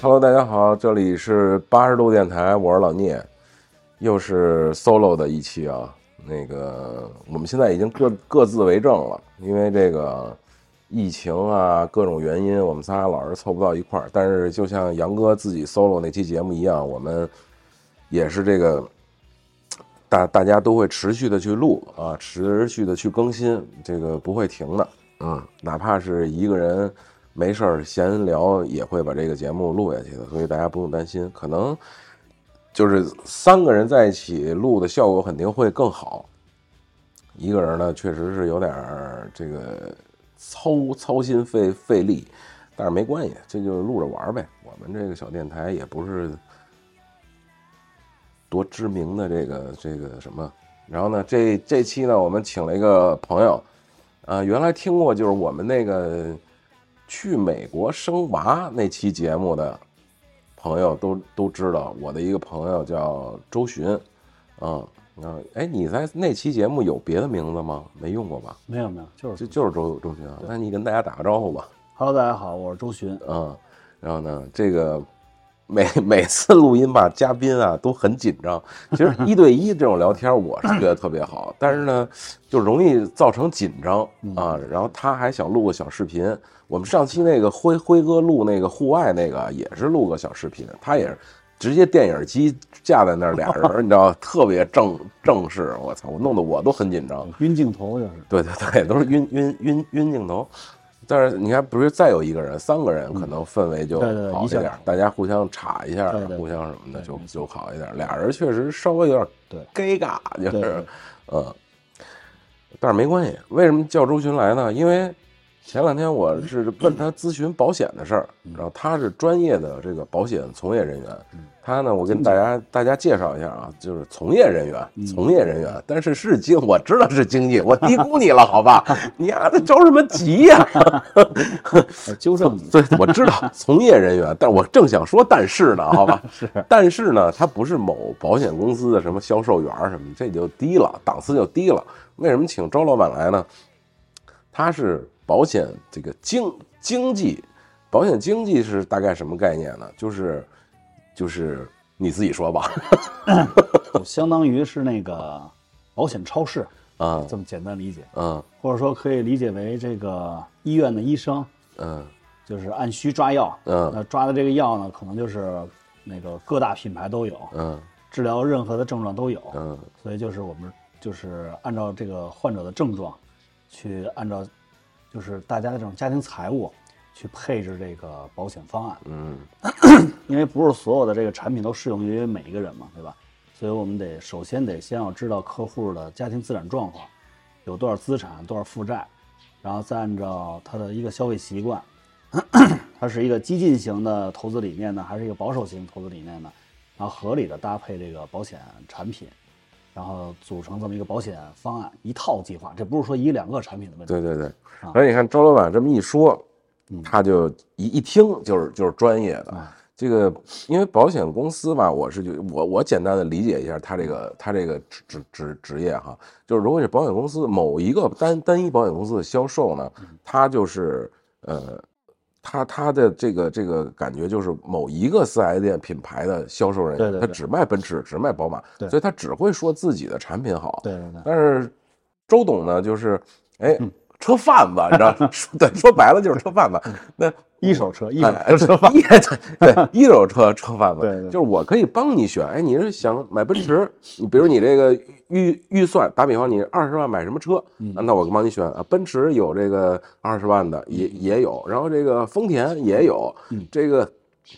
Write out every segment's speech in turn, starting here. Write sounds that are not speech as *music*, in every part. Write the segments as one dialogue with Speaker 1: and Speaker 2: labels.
Speaker 1: Hello，大家好，这里是八十度电台，我是老聂，又是 solo 的一期啊。那个，我们现在已经各各自为政了，因为这个疫情啊，各种原因，我们仨老是凑不到一块儿。但是，就像杨哥自己 solo 那期节目一样，我们也是这个大大家都会持续的去录啊，持续的去更新，这个不会停的。嗯，哪怕是一个人没事儿闲聊，也会把这个节目录下去的，所以大家不用担心。可能就是三个人在一起录的效果肯定会更好，一个人呢确实是有点儿这个操操心费费力，但是没关系，这就录着玩儿呗。我们这个小电台也不是多知名的这个这个什么。然后呢，这这期呢，我们请了一个朋友，啊，原来听过就是我们那个去美国生娃那期节目的朋友都都知道，我的一个朋友叫周巡，啊，啊，哎，你在那期节目有别的名字吗？没用过吧？
Speaker 2: 没有没有，就
Speaker 1: 就是就是周周巡啊，那你跟大家打个招呼吧，
Speaker 2: Hello，大家好，我是周巡。
Speaker 1: 啊，然后呢，这个每 *laughs* 每次录音吧，嘉宾啊都很紧张。其实一对一这种聊天，我是觉得特别好，但是呢，就容易造成紧张啊。然后他还想录个小视频，我们上期那个辉辉哥录那个户外那个也是录个小视频，他也是。直接电影机架在那儿，俩人你知道，特别正正式，我操，我弄得我都很紧张。
Speaker 2: 晕镜头就是，
Speaker 1: 对对对，都是晕晕晕晕镜头。但是你看，不是再有一个人，三个人可能氛围就
Speaker 2: 嗯对对对
Speaker 1: 好一
Speaker 2: 一下
Speaker 1: 点，大家互相插一下，
Speaker 2: 对对对
Speaker 1: 互相什么的就
Speaker 2: 对没
Speaker 1: 就好一点。俩人确实稍微有点尴尬，就
Speaker 2: 对
Speaker 1: 是
Speaker 2: 对
Speaker 1: 嗯，但是没关系。为什么叫周巡来呢？因为前两天我是问他咨询保险的事儿，然后他是专业的这个保险从业人员，他呢，我跟大家大家介绍一下啊，就是从业人员，从业人员，但是是经，我知道是经济，我低估你了，好吧？你丫的着什么急呀、
Speaker 2: 哎纠正你。
Speaker 1: 对，我知 *laughs* 道从业人员，但我正想说但是呢，好吧， *laughs* 是，但是呢，他不是某保险公司的什么销售员儿什么，这就低了，档次就低了。为什么请周老板来呢？他是保险这个经经济，保险经济是大概什么概念呢？就是就是你自己说吧， *laughs*
Speaker 2: 我相当于是那个保险超市，
Speaker 1: 啊
Speaker 2: 这么简单理解，
Speaker 1: 嗯
Speaker 2: 或者说可以理解为这个医院的医生，
Speaker 1: 嗯
Speaker 2: 就是按需抓药。
Speaker 1: 嗯
Speaker 2: 那抓的这个药呢，可能就是那个各大品牌都有，
Speaker 1: 嗯
Speaker 2: 治疗任何的症状都有。
Speaker 1: 嗯
Speaker 2: 所以就是我们就是按照这个患者的症状，去按照就是大家的这种家庭财务去配置这个保险方案。
Speaker 1: 嗯
Speaker 2: 因为不是所有的这个产品都适用于每一个人嘛，对吧？所以我们得首先得先要知道客户的家庭资产状况，有多少资产，多少负债，然后再按照他的一个消费习惯， *clears throat* 他是一个激进型的投资理念呢，还是一个保守型投资理念呢？然后合理的搭配这个保险产品，然后组成这么一个保险方案一套计划，这不是说一两个产品的啊嗯问题。
Speaker 1: 对对对，所以你看周老板这么一说，他就一一听就是就是专业的。
Speaker 2: 啊
Speaker 1: 这个因为保险公司吧，我是觉我我简单的理解一下他这个他这个职职职职业哈，就是如果是保险公司某一个单单一保险公司的销售呢，
Speaker 2: 嗯
Speaker 1: 他就是呃。他他的这个这个感觉就是某一个四 S 店品牌的销售人员，
Speaker 2: 对对对
Speaker 1: 他只卖奔驰，只卖宝马，
Speaker 2: 对
Speaker 1: 所以他只会说自己的产品好。
Speaker 2: 对对对，
Speaker 1: 但是周董呢，就是哎，车贩子，你知道， *laughs* 说对，说白了就是车贩子。那
Speaker 2: 一手车，一手
Speaker 1: 哎，
Speaker 2: 车 *laughs* 车贩，
Speaker 1: 一
Speaker 2: *laughs*
Speaker 1: 对一手车车贩子，
Speaker 2: 对对
Speaker 1: 就是我可以帮你选。哎，你是想买奔驰，你比如你这个预预算，打比方你二十万买什么车，
Speaker 2: 嗯
Speaker 1: 啊那我帮你选啊。奔驰有这个二十万的，
Speaker 2: 嗯
Speaker 1: 也也有，然后这个丰田也有，这个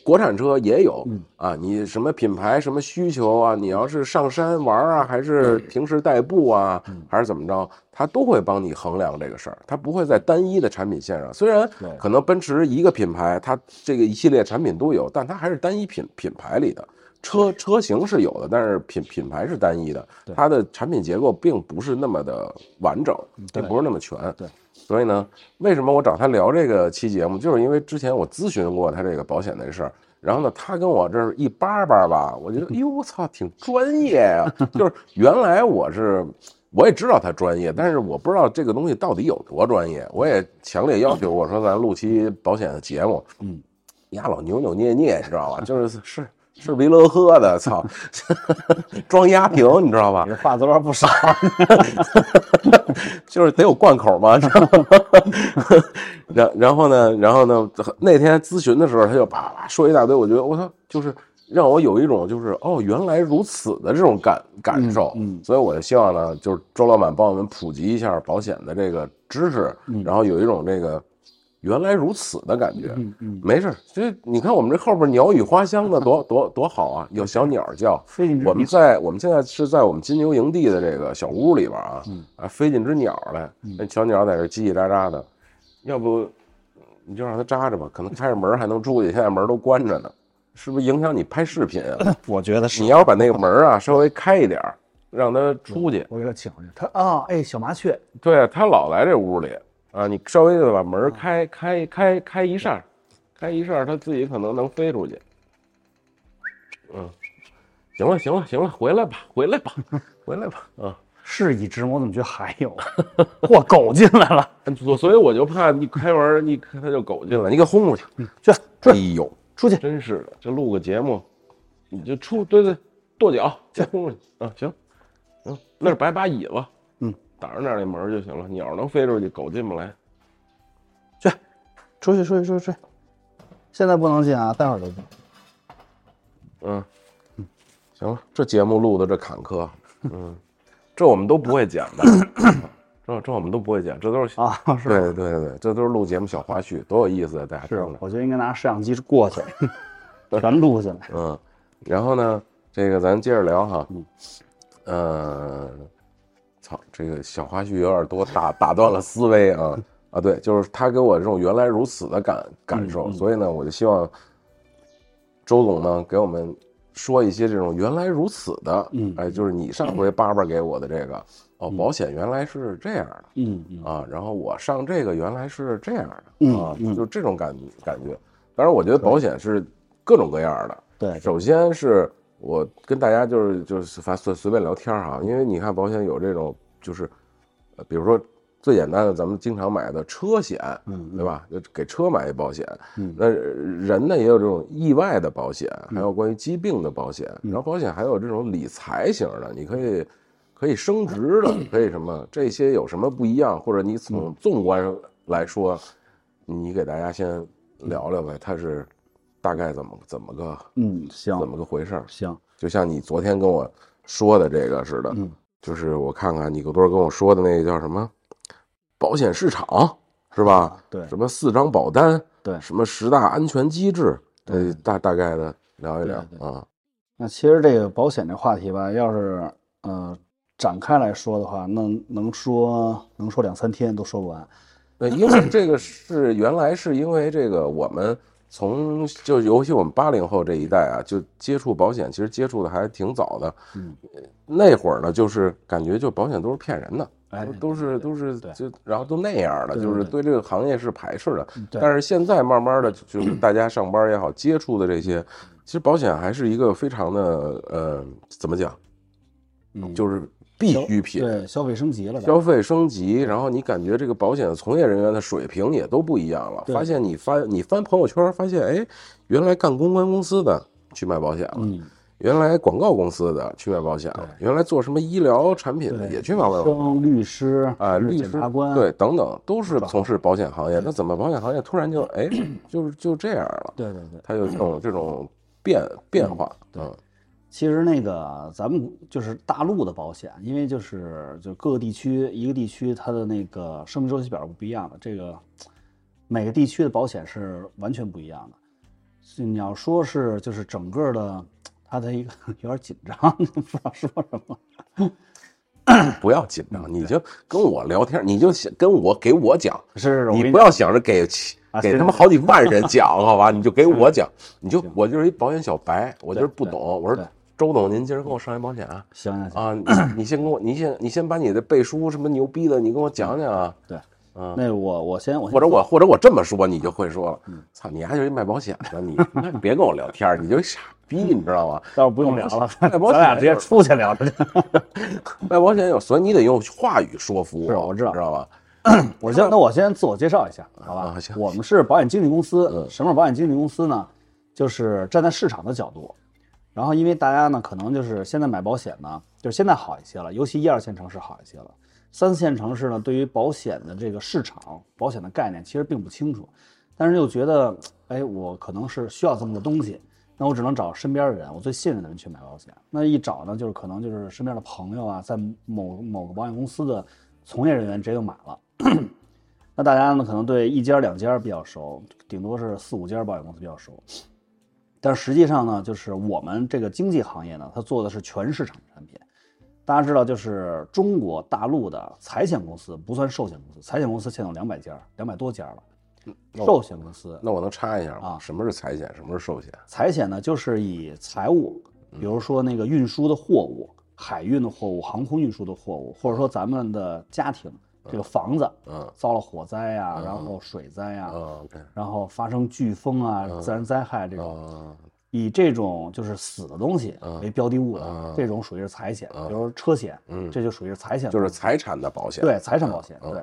Speaker 1: 国产车也有
Speaker 2: 嗯
Speaker 1: 啊。你什么品牌什么需求啊？你要是上山玩啊，还是平时代步啊，
Speaker 2: 嗯
Speaker 1: 还是怎么着？他都会帮你衡量这个事儿，他不会在单一的产品线上。虽然
Speaker 2: 对
Speaker 1: 可能奔驰一个品牌，它这个一系列产品都有，但它还是单一品品牌里的。车车型是有的，但是品品牌是单一的，它的产品结构并不是那么的完整，并
Speaker 2: 对
Speaker 1: 不是那么全。
Speaker 2: 对
Speaker 1: 所以呢，为什么我找他聊这个期节目，就是因为之前我咨询过他这个保险的事儿。然后呢，他跟我这儿一叭叭吧，我觉得，哟，我操，挺专业呀、 *laughs* 就是原来我是，我也知道他专业，但是我不知道这个东西到底有多专业。我也强烈要求，我说咱录期保险的节目，
Speaker 2: 嗯，
Speaker 1: 你丫老扭扭捏捏，你知道吧？就是是是鼻乐呵的，操， *laughs* 装压瓶，你知道吧
Speaker 2: 你？的话有点不
Speaker 3: *laughs*
Speaker 2: 少。
Speaker 1: *laughs* 就是得有贯口嘛。知道吗然然后呢，然后呢，那天咨询的时候，他就啪啪说一大堆，我觉得我操，就是让我有一种就是哦，原来如此的这种感感受。
Speaker 2: 嗯
Speaker 1: 所以我就希望呢，就是周老板帮我们普及一下保险的这个知识，
Speaker 2: 嗯
Speaker 1: 然后有一种这个原来如此的感觉。
Speaker 2: 嗯嗯，
Speaker 1: 没事儿，这你看我们这后边鸟语花香的多多多好啊，有小鸟叫。
Speaker 2: 飞进之
Speaker 1: 我们在我们现在是在我们金牛营地的这个小屋里边啊，啊飞进只鸟来，那小鸟在这叽叽喳喳的，要不你就让它扎着吧，可能开着门还能出去，现在门都关着呢，是不是影响你拍视频
Speaker 2: 嗯
Speaker 1: 啊？
Speaker 3: 我觉得是
Speaker 1: 你要是把那个门啊稍微开一点儿，让它出去。
Speaker 2: 我给他请回去。他啊，哎，小麻雀，
Speaker 1: 对，啊它老来这屋里啊，你稍微的把门开开开开一扇儿，开一扇儿，它自己可能能飞出去。嗯，行了行了行了，回来吧回来吧回来吧，啊。
Speaker 2: 是一只吗？我怎么觉得还有？ *laughs* 嚯，狗进来了，
Speaker 1: 所所以我就怕你开门，你看他就狗进来，你给轰出去。
Speaker 2: 去
Speaker 1: 哎
Speaker 2: 出
Speaker 1: 呦，
Speaker 2: 出去。
Speaker 1: 真是的，这录个节目，你就出对对跺脚，再轰出去啊！行，行，那儿摆把椅子，
Speaker 2: 嗯，
Speaker 1: 挡着那儿那门儿就行了。鸟能飞出去，狗进不来。
Speaker 2: 去，出去，出去，出去，出去！现在不能进啊，待会儿就进。
Speaker 1: 嗯，行了，这节目录的这坎 *laughs* 坷，嗯，这我们都不会剪的， *laughs* 这这我们都不会剪，这都是
Speaker 2: 啊是
Speaker 1: 对对对对，这都是录节目小花絮，多有意思啊！大家听着。
Speaker 2: 我觉得应该拿摄像机过去，全录下来。
Speaker 1: 嗯，然后呢，这个咱接着聊哈。嗯。呃，操，这个小花絮有点多，打打断了思维
Speaker 2: *laughs*
Speaker 1: 啊啊！对，就是他给我这种原来如此的感感
Speaker 2: 嗯
Speaker 1: 受，所以呢，我就希望周总呢给我们说一些这种原来如此的，
Speaker 2: 嗯
Speaker 1: 哎，就是你上回叭叭给我的这个哦，保险原来是这样的。
Speaker 2: 嗯嗯
Speaker 1: 啊，然后我上这个原来是这样的
Speaker 2: 嗯
Speaker 1: 啊，
Speaker 2: 嗯
Speaker 1: 就这种感感觉。当然，我觉得保险是各种各样的，
Speaker 2: 对，
Speaker 1: 首先是我跟大家就是就是反随随便聊天儿哈，因为你看保险有这种就是，呃比如说最简单的咱们经常买的车险，
Speaker 2: 嗯
Speaker 1: 对吧？就给车买一保险，
Speaker 2: 嗯
Speaker 1: 那人呢也有这种意外的保险，还有关于疾病的保险，
Speaker 2: 嗯
Speaker 1: 然后保险还有这种理财型的，你可以可以升值的，可以什么这些有什么不一样？或者你从纵观来说，你给大家先聊聊呗，它是大概怎么怎么个
Speaker 2: 嗯，行
Speaker 1: 怎么个回事儿？
Speaker 2: 行，
Speaker 1: 就像你昨天跟我说的这个似的，
Speaker 2: 嗯
Speaker 1: 就是我看看你多跟我说的那个叫什么保险市场是吧？
Speaker 2: 啊对
Speaker 1: 什么四张保单，
Speaker 2: 对
Speaker 1: 什么十大安全机制，呃，大大概的聊一聊
Speaker 2: 对
Speaker 1: 啊，
Speaker 2: 那其实这个保险这话题吧，要是呃展开来说的话，那能说能说两三天都说不完。
Speaker 1: 那因为这个是原来是因为这个我们从就尤其我们八零后这一代啊，就接触保险，其实接触的还挺早的。
Speaker 2: 嗯
Speaker 1: 呃，那会儿呢，就是感觉就保险都是骗人的，
Speaker 2: 哎
Speaker 1: 都都是都是
Speaker 2: 对
Speaker 1: 就然后都那样的，
Speaker 2: 对对嗯
Speaker 1: 就是对这个行业是排斥的。
Speaker 2: 对
Speaker 1: 但是现在慢慢的，就是大家上班也好，接触的这些，其实保险还是一个非常的呃，怎么讲，
Speaker 2: 嗯
Speaker 1: 就是必需品。
Speaker 2: 对，消费升级了
Speaker 1: 消
Speaker 2: 的。
Speaker 1: 费升级，然后你感觉这个保险从业人员的水平也都不一样了。
Speaker 2: 对
Speaker 1: 发现你翻你翻朋友圈，发现哎，原来干公关公司的去卖保险了，
Speaker 2: 嗯，
Speaker 1: 原来广告公司的去卖保险了，原来做什么医疗产品的
Speaker 2: 对，
Speaker 1: 也去卖保险了，
Speaker 2: 生律师
Speaker 1: 呃啊，律
Speaker 2: 检
Speaker 1: 师
Speaker 2: 察官，
Speaker 1: 对等等都是
Speaker 2: 吧嗯
Speaker 1: 从事保险行业。那怎么保险行业突
Speaker 2: *clears throat*
Speaker 1: 然就哎就是就这样了？
Speaker 2: 对对对。
Speaker 1: 它有这种这种变变化，嗯
Speaker 2: 其实那个咱们就是大陆的保险，因为就是就各个地区一个地区它的那个生命周期表是不一样的，这个每个地区的保险是完全不一样的。所以你要说是就是整个的它的一个有点紧张， *laughs* 不知道说什么。
Speaker 1: 不要紧张，
Speaker 2: 嗯
Speaker 1: 你就跟我聊天，你就想跟我给我讲。
Speaker 2: 是，我
Speaker 1: 你
Speaker 2: 跟
Speaker 1: 不要想着给其
Speaker 2: 啊
Speaker 1: 给
Speaker 2: 行
Speaker 1: 他们好几万人讲，好吧？你就给我讲，你就我就是一保险小白，我就是不懂。我说
Speaker 2: 对
Speaker 1: 周董，您今儿给我上一保险
Speaker 2: *clears throat*
Speaker 1: 啊？
Speaker 2: 行行行，
Speaker 1: 啊，你你先跟我，你先你先把你的背书什么牛逼的，你跟我讲讲啊。
Speaker 2: 对，
Speaker 1: 嗯
Speaker 2: 那我我先我先
Speaker 1: 或者我或者我这么说，你就会说了，
Speaker 2: 嗯
Speaker 1: 操，你还就是一卖保险的，你 *laughs* 那你别跟我聊天儿，你就是傻逼，你知
Speaker 2: *laughs*
Speaker 1: 道吗？
Speaker 2: 倒是不用聊了，
Speaker 1: 卖
Speaker 2: 咱
Speaker 1: 保险
Speaker 2: 俩直接出去聊着去。
Speaker 1: 卖保险有，所以你得用话语说服
Speaker 2: 是
Speaker 1: 我，
Speaker 2: 我知道
Speaker 1: 知道吧？
Speaker 2: *clears throat* 我先那我先自我介绍一下，好吧
Speaker 1: 啊？行
Speaker 2: 我们是保险经纪公司
Speaker 1: 嗯。
Speaker 2: 什么是保险经纪公司呢？就是站在市场的角度，然后因为大家呢，可能就是现在买保险呢，就是现在好一些了，尤其一二线城市好一些了。三四线城市呢，对于保险的这个市场、保险的概念其实并不清楚，但是又觉得，哎，我可能是需要这么个东西，那我只能找身边的人，我最信任的人去买保险。那一找呢，就是可能就是身边的朋友啊，在某某个保险公司的从业人员直接就买了。 *clears throat* 那大家呢，可能对一家两家比较熟，顶多是四五家保险公司比较熟。但实际上呢，就是我们这个经济行业呢，它做的是全市场产品。大家知道，就是中国大陆的财险公司不算寿险公司，财险公司现在有两百家，两百多家了。寿险公司
Speaker 1: 那我能插一下吗？
Speaker 2: 啊
Speaker 1: 什么是财险？什么是寿险？
Speaker 2: 财险呢，就是以财务，比
Speaker 1: 嗯
Speaker 2: 如说那个运输的货物、海运的货物、航空运输的货物，或者说咱们的家庭这个房子
Speaker 1: 嗯
Speaker 2: 遭了火灾呀、然
Speaker 1: 嗯
Speaker 2: 后水灾呀、
Speaker 1: 啊，OK 啊
Speaker 2: 然后发生飓风啊、
Speaker 1: 嗯
Speaker 2: 自然灾害这种，
Speaker 1: 啊
Speaker 2: 以这种就是死的东西
Speaker 1: 嗯
Speaker 2: 为标的物
Speaker 1: 嗯
Speaker 2: 的，这种属于是财险，
Speaker 1: 嗯
Speaker 2: 比如说车险，
Speaker 1: 嗯
Speaker 2: 这就属于是财险，
Speaker 1: 就是财产的保险。
Speaker 2: 对，财产保险，
Speaker 1: 嗯
Speaker 2: 对。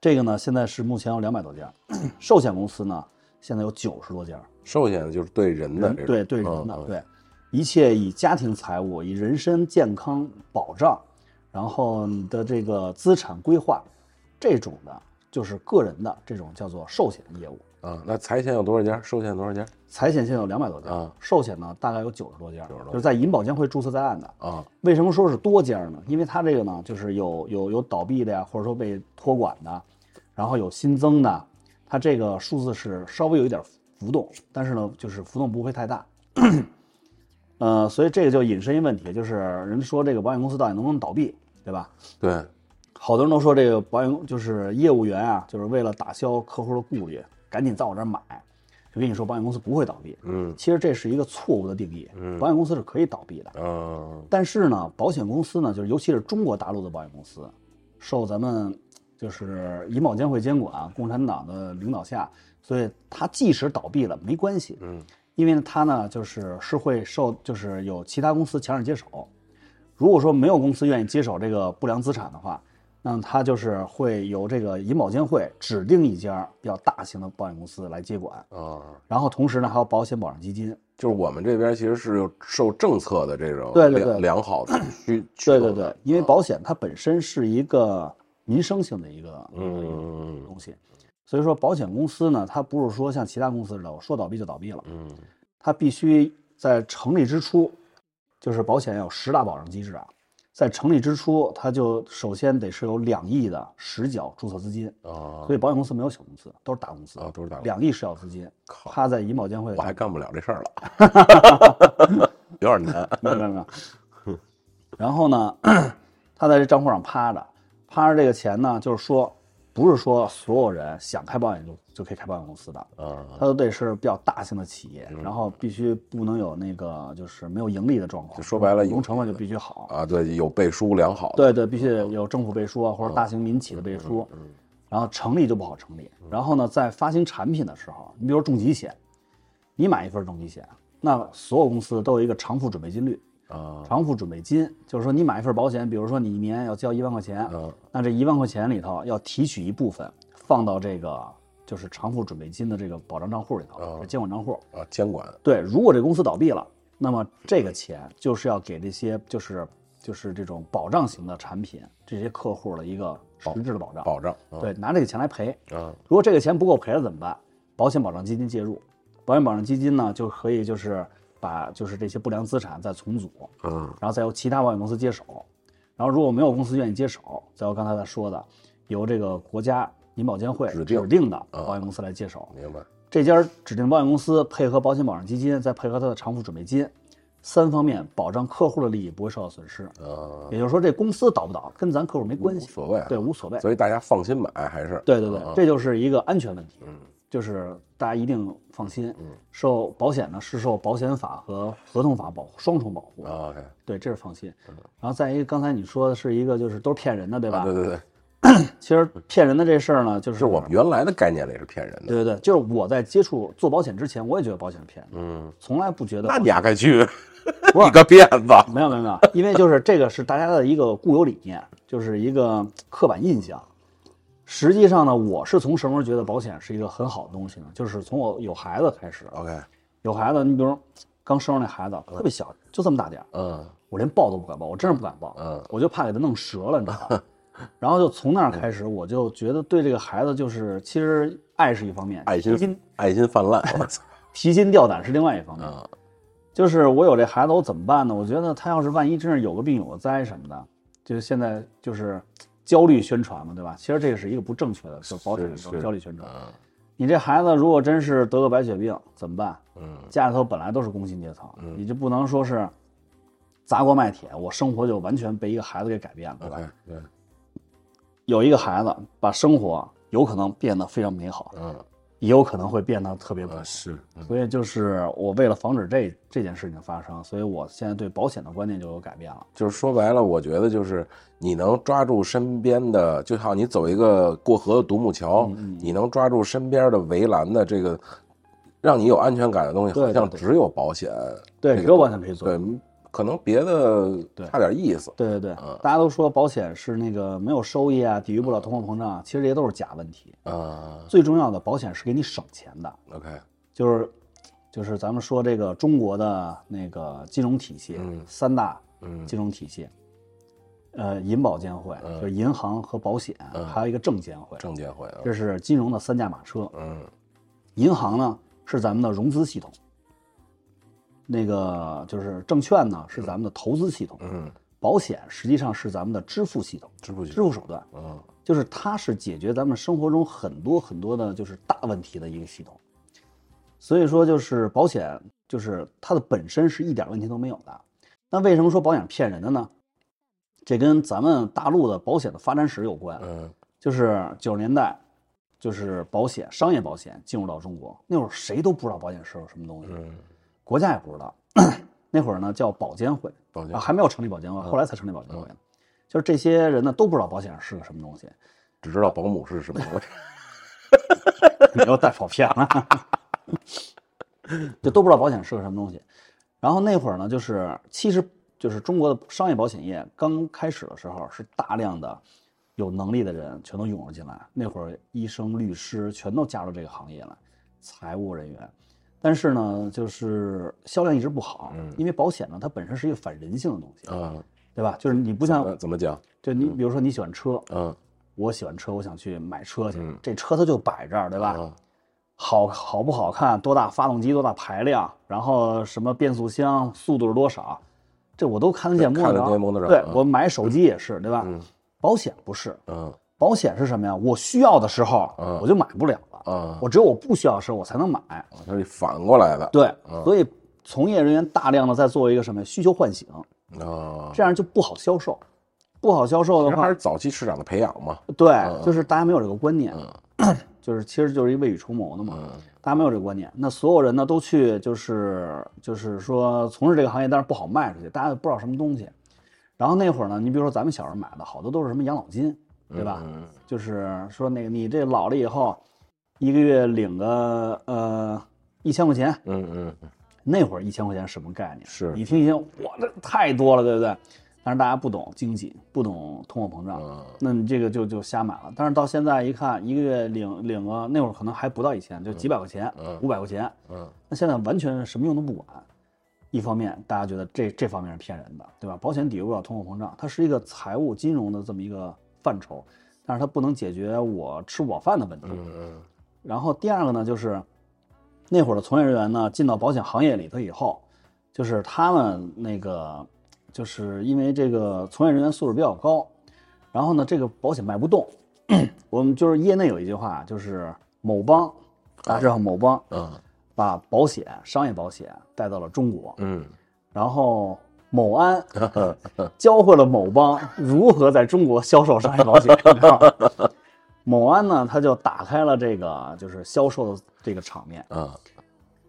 Speaker 2: 这个呢，现在是目前有两百多家， *coughs* 寿险公司呢现在有九十多家，
Speaker 1: 寿险就是对人的
Speaker 2: 人
Speaker 1: 这种，
Speaker 2: 嗯对对人的、
Speaker 1: 嗯嗯
Speaker 2: 对，一切以家庭财务、以人身健康保障，然后你的这个资产规划，这种的，就是个人的这种叫做寿险业务。
Speaker 1: 啊，那财险有多少家？寿险有多少家？
Speaker 2: 财险现在有两百多家，
Speaker 1: 啊
Speaker 2: 寿险呢大概有九十多家，
Speaker 1: 90多家
Speaker 2: 就是在银保监会注册在案的。
Speaker 1: 啊，
Speaker 2: 为什么说是多家呢？因为它这个呢，就是有有有倒闭的呀，或者说被托管的，然后有新增的，它这个数字是稍微有一点浮动，但是呢，就是浮动不会太大。呃，所以这个就引申一问题，就是人说这个保险公司到底能不能倒闭，对吧？
Speaker 1: 对，
Speaker 2: 好多人都说这个保险公就是业务员啊，就是为了打消客户的顾虑，赶紧在我这儿买，就跟你说保险公司不会倒闭。
Speaker 1: 嗯
Speaker 2: 其实这是一个错误的定义，保险公司是可以倒闭的。
Speaker 1: 嗯
Speaker 2: 但是呢，保险公司呢，就是尤其是中国大陆的保险公司，受咱们就是银保监会监管，啊共产党的领导下，所以它即使倒闭了没关系，
Speaker 1: 嗯
Speaker 2: 因为呢它呢就是是会受就是有其他公司强势接手。如果说没有公司愿意接手这个不良资产的话，那么它就是会由这个银保监会指定一家比较大型的保险公司来接管，
Speaker 1: 啊，
Speaker 2: 然后同时呢还有保险保障基金，
Speaker 1: 就是我们这边其实是有受政策的这种
Speaker 2: 对对
Speaker 1: 良
Speaker 2: 对
Speaker 1: 良好的驱驱
Speaker 2: 对
Speaker 1: 动
Speaker 2: 对
Speaker 1: 的，
Speaker 2: 对，因为保险它本身是一个民生性的一个
Speaker 1: 嗯
Speaker 2: 东西，所以说保险公司呢，它不是说像其他公司似的，我说倒闭就倒闭了，
Speaker 1: 嗯
Speaker 2: 它必须在成立之初，就是保险有十大保障机制啊，在成立之初，它就首先得是有两亿的实缴注册资金，
Speaker 1: 嗯啊
Speaker 2: 所以保险公司没有小公司，都是大公司
Speaker 1: 啊，，都是大公司，
Speaker 2: 两亿实缴资金，
Speaker 1: 靠
Speaker 2: 它在银保监会
Speaker 1: 我还干不了这事儿了，有点难。
Speaker 2: *laughs* 没有没有没有。然后呢， *clears throat* 他在这账户上趴着，趴着这个钱呢，就是说，不是说所有人想开保险就就可以开保险公司的，
Speaker 1: 啊，嗯
Speaker 2: 他都得是比较大型的企业，然后必须不能有那个就是没有盈利的状况。
Speaker 1: 就说白了有
Speaker 2: 融成本就必须好。
Speaker 1: 啊，嗯对，有背书良好的，
Speaker 2: 对对，必须得有政府背书啊，
Speaker 1: 嗯
Speaker 2: 或者大型民企的背书，然后成立就不好成立。
Speaker 1: 嗯
Speaker 2: 然后呢，在发行产品的时候，你比如重疾险，你买一份重疾险，那所有公司都有一个偿付准备金率，
Speaker 1: 啊
Speaker 2: 偿付准备金，就是说你买一份保险，比如说你一年要交一万块钱，
Speaker 1: 嗯
Speaker 2: 那这一万块钱里头要提取一部分放到这个就是偿付准备金的这个保障账户里头，
Speaker 1: 嗯
Speaker 2: 这监管账户。
Speaker 1: 啊，监管
Speaker 2: 对，如果这公司倒闭了，那么这个钱就是要给这些就是就是这种保障型的产品这些客户的一个实质的保障。
Speaker 1: 保障啊
Speaker 2: 对，拿这个钱来赔。
Speaker 1: 啊
Speaker 2: 如果这个钱不够赔了怎么办？保险保障基金介入，保险保障基金呢就可以就是把就是这些不良资产再重组，
Speaker 1: 啊
Speaker 2: 然后再由其他保险公司接手。然后如果没有公司愿意接手，再由刚才咱说的，由这个国家银保监会
Speaker 1: 指
Speaker 2: 指
Speaker 1: 定啊
Speaker 2: 定的保险公司来接手。
Speaker 1: 明白
Speaker 2: 这家指定保险公司配合保险保障基金，再配合它的偿付准备金，三方面保障客户的利益不会受到损失。
Speaker 1: 啊，
Speaker 2: 也就是说，这公司倒不倒跟咱客户没关
Speaker 1: 无
Speaker 2: 系，
Speaker 1: 所谓啊，
Speaker 2: 对，无所谓。
Speaker 1: 所以大家放心买还是
Speaker 2: 对对对
Speaker 1: 啊，嗯
Speaker 2: 这就是一个安全问题，就是大家一定放心。受保险呢是受保险法和合同法保护双重保护。
Speaker 1: 啊，OK，
Speaker 2: 对，这是放心。然后再一个，刚才你说的是一个，就是都是骗人的，对吧？
Speaker 1: 啊对对对，
Speaker 2: 其实骗人的这事儿呢，就是
Speaker 1: 是我们原来的概念里是骗人的，
Speaker 2: 对对对，就是我在接触做保险之前，我也觉得保险是骗人的，
Speaker 1: 嗯，
Speaker 2: 从来不觉得
Speaker 1: 那你还该去，
Speaker 2: 不是
Speaker 1: 你个骗子，
Speaker 2: 没有没有没有，因为就是这个是大家的一个固有理念，就是一个刻板印象。实际上呢，我是从什么时候觉得保险是一个很好的东西呢？就是从我有孩子开始，啊
Speaker 1: ？OK，
Speaker 2: 有孩子，你比如刚生那孩子特别小，就这么大点儿，
Speaker 1: 嗯
Speaker 2: 我连抱都不敢抱，我真是不敢抱，
Speaker 1: 嗯
Speaker 2: 我就怕给他弄折了，你知道吗？ *laughs* 然后就从那儿开始，我就觉得对这个孩子就是，其实爱是一方面，
Speaker 1: 爱
Speaker 2: 提心
Speaker 1: 心爱心泛滥，我操，
Speaker 2: 提心吊胆是另外一方面。
Speaker 1: 嗯
Speaker 2: 就是我有这孩子，我怎么办呢？我觉得他要是万一真是有个病有个灾什么的，就是现在就是焦虑宣传嘛，对吧？其实这个是一个不正确的，就保险的时候
Speaker 1: 是
Speaker 2: 焦虑宣传。
Speaker 1: 嗯
Speaker 2: 你这孩子如果真是得个白血病怎么办？
Speaker 1: 嗯
Speaker 2: 家里头本来都是工薪阶层，你就不能说是砸锅卖铁，我生活就完全被一个孩子给改变了，对吧？
Speaker 1: ，OK，对，
Speaker 2: 有一个孩子，把生活有可能变得非常美好，
Speaker 1: 嗯
Speaker 2: 也有可能会变得特别不
Speaker 1: 嗯
Speaker 2: 好。
Speaker 1: 是，嗯
Speaker 2: 所以就是我为了防止这这件事情发生，所以我现在对保险的观念就有改变了。
Speaker 1: 就是说白了，我觉得就是你能抓住身边的，就像你走一个过河的独木桥，
Speaker 2: 嗯
Speaker 1: 你能抓住身边的围栏的这个，让你有安全感的东西，
Speaker 2: 对
Speaker 1: 好像
Speaker 2: 对
Speaker 1: 只有保险，
Speaker 2: 对，
Speaker 1: 这
Speaker 2: 只
Speaker 1: 个
Speaker 2: 有保险可以做。
Speaker 1: 对，嗯可能别的
Speaker 2: 对
Speaker 1: 差点意思，
Speaker 2: 对对对，
Speaker 1: 嗯
Speaker 2: 大家都说保险是那个没有收益啊，抵御不了通货膨胀啊，其实这些都是假问题。
Speaker 1: 啊
Speaker 2: 最重要的，保险是给你省钱的。
Speaker 1: ，OK，
Speaker 2: 就是就是咱们说这个中国的那个金融体系，
Speaker 1: 嗯
Speaker 2: 三大
Speaker 1: 嗯
Speaker 2: 金融体系，呃，银保监会、就是银行和保险，还有一个证监会，
Speaker 1: 嗯证监会啊，
Speaker 2: 这是金融的三驾马车。
Speaker 1: 嗯
Speaker 2: 银行呢是咱们的融资系统，那个就是证券呢是咱们的投资系统，
Speaker 1: 嗯，
Speaker 2: 保险实际上是咱们的支付系统、
Speaker 1: 支付系
Speaker 2: 支付手段，
Speaker 1: 嗯
Speaker 2: 就是它是解决咱们生活中很多很多的就是大问题的一个系统。所以说，就是保险，就是它的本身是一点问题都没有的。那为什么说保险骗人的呢？这跟咱们大陆的保险的发展史有关。
Speaker 1: 嗯
Speaker 2: 就是九十年代，就是保险商业保险进入到中国，那会儿谁都不知道保险是有什么东西，
Speaker 1: 嗯，
Speaker 2: 国家也不知道。 *clears throat* 那会儿呢叫保监会，
Speaker 1: 保险
Speaker 2: 啊，还没有成立保监
Speaker 1: 嗯
Speaker 2: 会，后来才成立保监会的。就是这些人呢都不知道保险是个什么东西，
Speaker 1: 只知道保姆是什么
Speaker 2: *laughs*
Speaker 1: 东西，
Speaker 2: 你又带跑偏了， *laughs* 就都不知道保险是个什么东西。然后那会儿呢，就是其实就是中国的商业保险业刚开始的时候，是大量的有能力的人全都涌入进来。那会儿医生、律师全都加入这个行业了，财务人员。但是呢，就是销量一直不好，因为保险呢，它本身是一个反人性的东西，
Speaker 1: 啊，
Speaker 2: 对吧？就是你不像
Speaker 1: 嗯，怎么讲？
Speaker 2: 就你比如说你喜欢车，
Speaker 1: 嗯
Speaker 2: 我喜欢车，我想去买车去，这车它就摆这儿，对吧？
Speaker 1: 啊
Speaker 2: 好好不好看，多大发动机，多大排量，然后什么变速箱，速度是多少，这我都看得见摸
Speaker 1: 看得见摸得
Speaker 2: 得
Speaker 1: 着
Speaker 2: 对
Speaker 1: 嗯
Speaker 2: 我买手机也是，对吧？保险不是，
Speaker 1: 嗯
Speaker 2: 保险是什么呀？我需要的时候
Speaker 1: 嗯
Speaker 2: 我就买不了了，
Speaker 1: 啊，
Speaker 2: 我只有我不需要的时候我才能买。
Speaker 1: 它是反过来的
Speaker 2: 对，所以从业人员大量的在做一个什么呀需求唤醒，
Speaker 1: 啊，
Speaker 2: 这样就不好销售，不好销售的
Speaker 1: 这还
Speaker 2: 话
Speaker 1: 是，早期市场的培养嘛，
Speaker 2: 对，就是大家没有这个观念，
Speaker 1: 嗯
Speaker 2: *clears throat* 就是其实就是一未雨绸缪的嘛。大家没有这个观念，那所有人呢都去就是就是说从事这个行业，但是不好卖出去，大家也不知道什么东西。然后那会儿呢，你比如说咱们小时候买的好多都是什么养老金，对吧？
Speaker 1: 嗯
Speaker 2: 就是说那个你这老了以后，一个月领个呃一千块钱，
Speaker 1: 嗯嗯，
Speaker 2: 那会儿一千块钱什么概念？
Speaker 1: 是
Speaker 2: 你听一听，哇，这太多了，对不对？但是大家不懂经济，不懂通货膨胀，
Speaker 1: 嗯
Speaker 2: 那你这个就就瞎买了。但是到现在一看，一个月领领个那会儿可能还不到一千，就几百块钱，五百、块钱，
Speaker 1: 嗯，
Speaker 2: 那现在完全什么用都不管。一方面，大家觉得这这方面是骗人的，对吧？保险抵御不了通货膨胀，它是一个财务金融的这么一个范畴，但是它不能解决我吃不饱饭的问题。
Speaker 1: 嗯
Speaker 2: 然后第二个呢，就是那会儿的从业人员呢，进到保险行业里头以后，就是他们那个，就是因为这个从业人员素质比较高，然后呢，这个保险卖不动。 *clears throat* 我们就是业内有一句话，就是某邦，大家知道某邦
Speaker 1: 嗯
Speaker 2: 把保险、商业保险带到了中国，
Speaker 1: 嗯
Speaker 2: 然后某安教会了某邦如何在中国销售商业保险。你知道吗某安呢，他就打开了这个就是销售的这个场面。
Speaker 1: 啊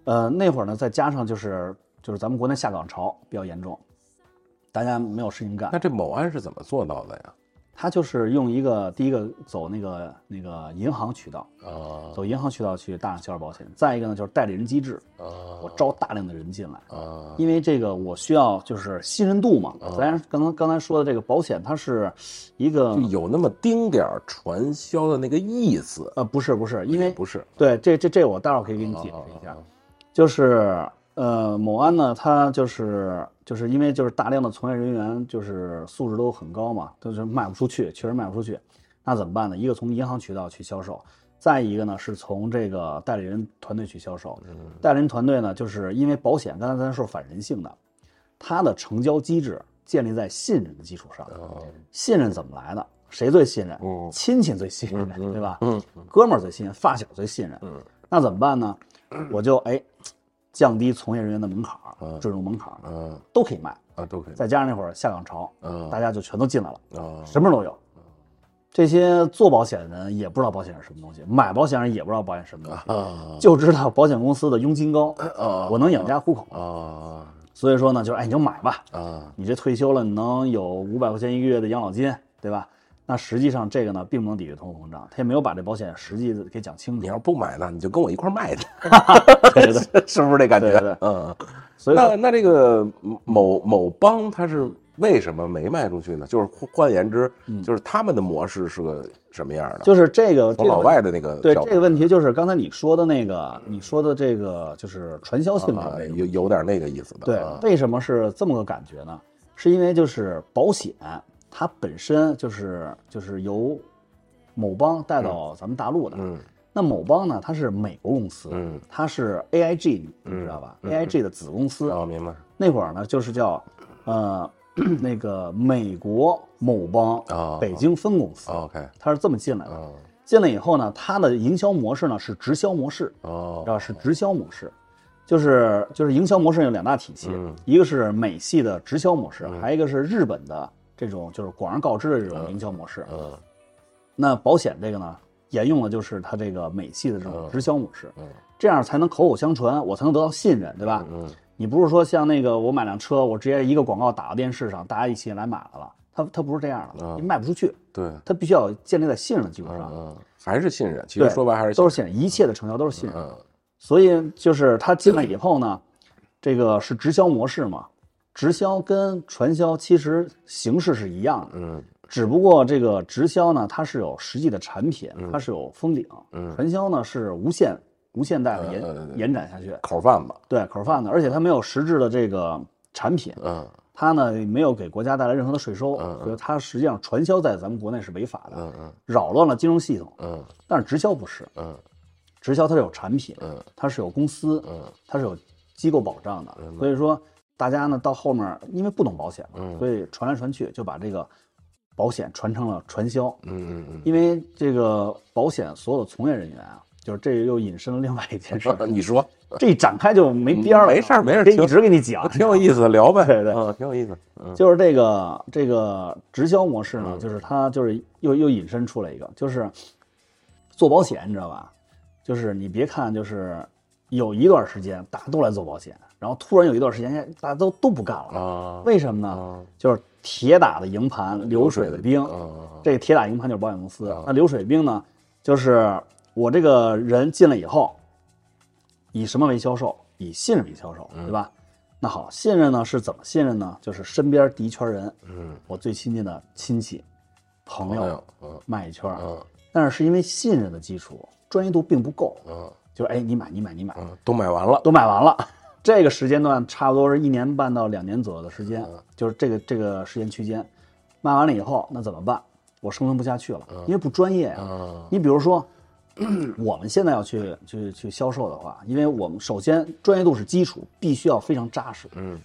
Speaker 2: 呃，那会儿呢，再加上就是就是咱们国内下岗潮比较严重，大家没有事情干
Speaker 1: 那，这某安是怎么做到的呀？
Speaker 2: 它就是用一个第一个走那个那个银行渠道，
Speaker 1: 啊
Speaker 2: 走银行渠道去大量销售保险。再一个呢，就是代理人机制，我
Speaker 1: 啊
Speaker 2: 招大量的人进来，
Speaker 1: 啊
Speaker 2: 因为这个我需要就是信任度嘛。
Speaker 1: 嗯
Speaker 2: 咱刚刚刚才说的这个保险，它是一个
Speaker 1: 就有那么丁点儿传销的那个意思，
Speaker 2: 呃不是不是，因为
Speaker 1: 不是？
Speaker 2: 对这这这我待会儿可以给你解释一下，就是呃某安呢，他就是就是因为就是大量的从业人员就是素质都很高嘛，都是卖不出去，确实卖不出去，那怎么办呢？一个从银行渠道去销售。再一个呢，是从这个代理人团队去销售。
Speaker 1: 嗯
Speaker 2: 代理人团队呢，就是因为保险，刚才咱说反人性的，它的成交机制建立在信任的基础上。
Speaker 1: 哦
Speaker 2: 信任怎么来的？谁最信任？
Speaker 1: 嗯
Speaker 2: 亲戚最信任，对吧？
Speaker 1: 嗯，
Speaker 2: 哥们儿最信任，发小最信任。
Speaker 1: 嗯，
Speaker 2: 那怎么办呢？我就哎，降低从业人员的门槛儿，准入门槛儿，
Speaker 1: 嗯
Speaker 2: 都可以卖。
Speaker 1: 啊都可以，
Speaker 2: 再加上那会儿下岗潮，
Speaker 1: 嗯
Speaker 2: 大家就全都进来了，
Speaker 1: 啊
Speaker 2: 什么都有。这些做保险的人也不知道保险是什么东西，买保险人也不知道保险是什么东西，
Speaker 1: 啊
Speaker 2: 就知道保险公司的佣金高，
Speaker 1: 啊
Speaker 2: 我能养家糊口。
Speaker 1: 啊
Speaker 2: 所以说呢，就是哎，你就买吧，
Speaker 1: 啊
Speaker 2: 你这退休了，你能有五百块钱一个月的养老金，对吧？那实际上这个呢，并不能抵御通货膨胀，他也没有把这保险实际的给讲清
Speaker 1: *laughs* 你
Speaker 2: 楚。
Speaker 1: 要不买呢，你就跟我一块儿卖去， *laughs*
Speaker 2: 对对，
Speaker 1: 是不是这感觉？
Speaker 2: 对对对
Speaker 1: 嗯，
Speaker 2: 所以
Speaker 1: 那
Speaker 2: 说
Speaker 1: 那这个某某帮他是为什么没卖出去呢？就是换换言之，就是他们的模式嗯是个什么样的？
Speaker 2: 就是这个
Speaker 1: 从老外的那个
Speaker 2: 这个
Speaker 1: 角度
Speaker 2: 问对这个问题，就是刚才你说的那个，你说的这个就是传销性质
Speaker 1: 啊
Speaker 2: 的那个。
Speaker 1: 有有点那个意思的。
Speaker 2: 对
Speaker 1: 啊，
Speaker 2: 为什么是这么个感觉呢？是因为就是保险它本身就是就是由某邦带到咱们大陆的，
Speaker 1: 嗯
Speaker 2: 那某邦呢，它是美国公司，
Speaker 1: 嗯，
Speaker 2: 它是 AIG，你知道吧、a i g 的子公司。
Speaker 1: 哦，明白
Speaker 2: 那会儿呢，就是叫呃 *clears throat* 那个美国某邦
Speaker 1: 哦
Speaker 2: 北京分公司，
Speaker 1: 哦，OK，
Speaker 2: 它是这么进来的。
Speaker 1: 嗯，
Speaker 2: 进来以后呢，它的营销模式呢是直销模式，知
Speaker 1: 哦，
Speaker 2: 道是直销模式，就是就是营销模式有两大体系，
Speaker 1: 嗯
Speaker 2: 一个是美系的直销模式，还有一个是日本的这种就是广而告之的这种营销模式。
Speaker 1: 嗯
Speaker 2: 那保险这个呢，沿用的就是它这个美系的这种直销模式，
Speaker 1: 嗯
Speaker 2: 这样才能口口相传，我才能得到信任，对吧？
Speaker 1: 嗯
Speaker 2: 你不是说像那个我买辆车，我直接一个广告打到电视上，大家一起来买了了，它它不是这样的，
Speaker 1: 嗯
Speaker 2: 你卖不出去，
Speaker 1: 对，
Speaker 2: 它必须要建立在信任的基础上。
Speaker 1: 嗯，还是信任，其
Speaker 2: 对
Speaker 1: 实，说白还是
Speaker 2: 都
Speaker 1: 信
Speaker 2: 是信任，一切的成交都是信任。
Speaker 1: 任，
Speaker 2: 所以就是他进来以后呢，这个是直销模式嘛，直销跟传销其实形式是一样的，
Speaker 1: 嗯
Speaker 2: 只不过这个直销呢，它是有实际的产品，它是有封顶，
Speaker 1: 嗯
Speaker 2: 传销呢是无限无限代的延、
Speaker 1: 呃对对对
Speaker 2: 延展下去
Speaker 1: 嗯，，口贩子，
Speaker 2: 对口贩子，而且它没有实质的这个产品，
Speaker 1: 嗯
Speaker 2: 它呢没有给国家带来任何的税收，
Speaker 1: 嗯嗯
Speaker 2: 所以它实际上传销在咱们国内是违法的，
Speaker 1: 嗯嗯
Speaker 2: 扰乱了金融系统，
Speaker 1: 嗯
Speaker 2: 但是直销不是，
Speaker 1: 嗯
Speaker 2: 直销它是有产品，
Speaker 1: 嗯
Speaker 2: 它是有公司，
Speaker 1: 嗯
Speaker 2: 它是有机构保障的，所以说大家呢到后面因为不懂保险嘛，
Speaker 1: 嗯
Speaker 2: 所以传来传去就把这个保险传成了传销，
Speaker 1: 嗯
Speaker 2: 因为这个保险所有的从业人员啊，就是这又引申了另外一
Speaker 1: *laughs*
Speaker 2: 件事儿，
Speaker 1: 嗯，你说
Speaker 2: 这一展开就没边儿了，
Speaker 1: 没事儿没事儿
Speaker 2: 这
Speaker 1: 听
Speaker 2: 一直给
Speaker 1: *laughs*
Speaker 2: 你讲，
Speaker 1: 挺有意思的，聊呗，
Speaker 2: *laughs* 对对
Speaker 1: 嗯，挺有意思，嗯
Speaker 2: 就是这个这个直销模式呢，就是它就是又又引申出来一个，就是做保险，你知道吧？就是你别看就是有一段时间大家都来做保险，然后突然有一段时间哎大家都都不干了，
Speaker 1: 啊，
Speaker 2: 为什么呢？
Speaker 1: 嗯
Speaker 2: 就是铁打的营盘，流水的兵。啊
Speaker 1: 嗯
Speaker 2: 这个铁打营盘就是保险公
Speaker 1: 啊
Speaker 2: 司，那流水兵呢，就是我这个人进来以后，以什么为销售？以信任为销售，
Speaker 1: 嗯
Speaker 2: 对吧？那好，信任呢是怎么信任呢？就是身边第一圈人，
Speaker 1: 嗯，
Speaker 2: 我最亲近的亲戚、朋
Speaker 1: 朋
Speaker 2: 友
Speaker 1: 友，嗯
Speaker 2: 卖一圈儿，
Speaker 1: 嗯
Speaker 2: 但是是因为信任的基础，专业度并不够，
Speaker 1: 嗯
Speaker 2: 就是哎，你买，你买，你买，
Speaker 1: 嗯，都买完
Speaker 2: *laughs*
Speaker 1: 了，
Speaker 2: 都买完了。这个时间段差不多是一年半到两年左右的时间，
Speaker 1: 嗯
Speaker 2: 就是这个这个时间区间，卖完了以后，那怎么办？我生存不下去了，因为不专业呀、
Speaker 1: 嗯
Speaker 2: 你比如说，我们现在要去去去销售的话，因为我们首先专业度是基础，必须要非常扎实。
Speaker 1: 嗯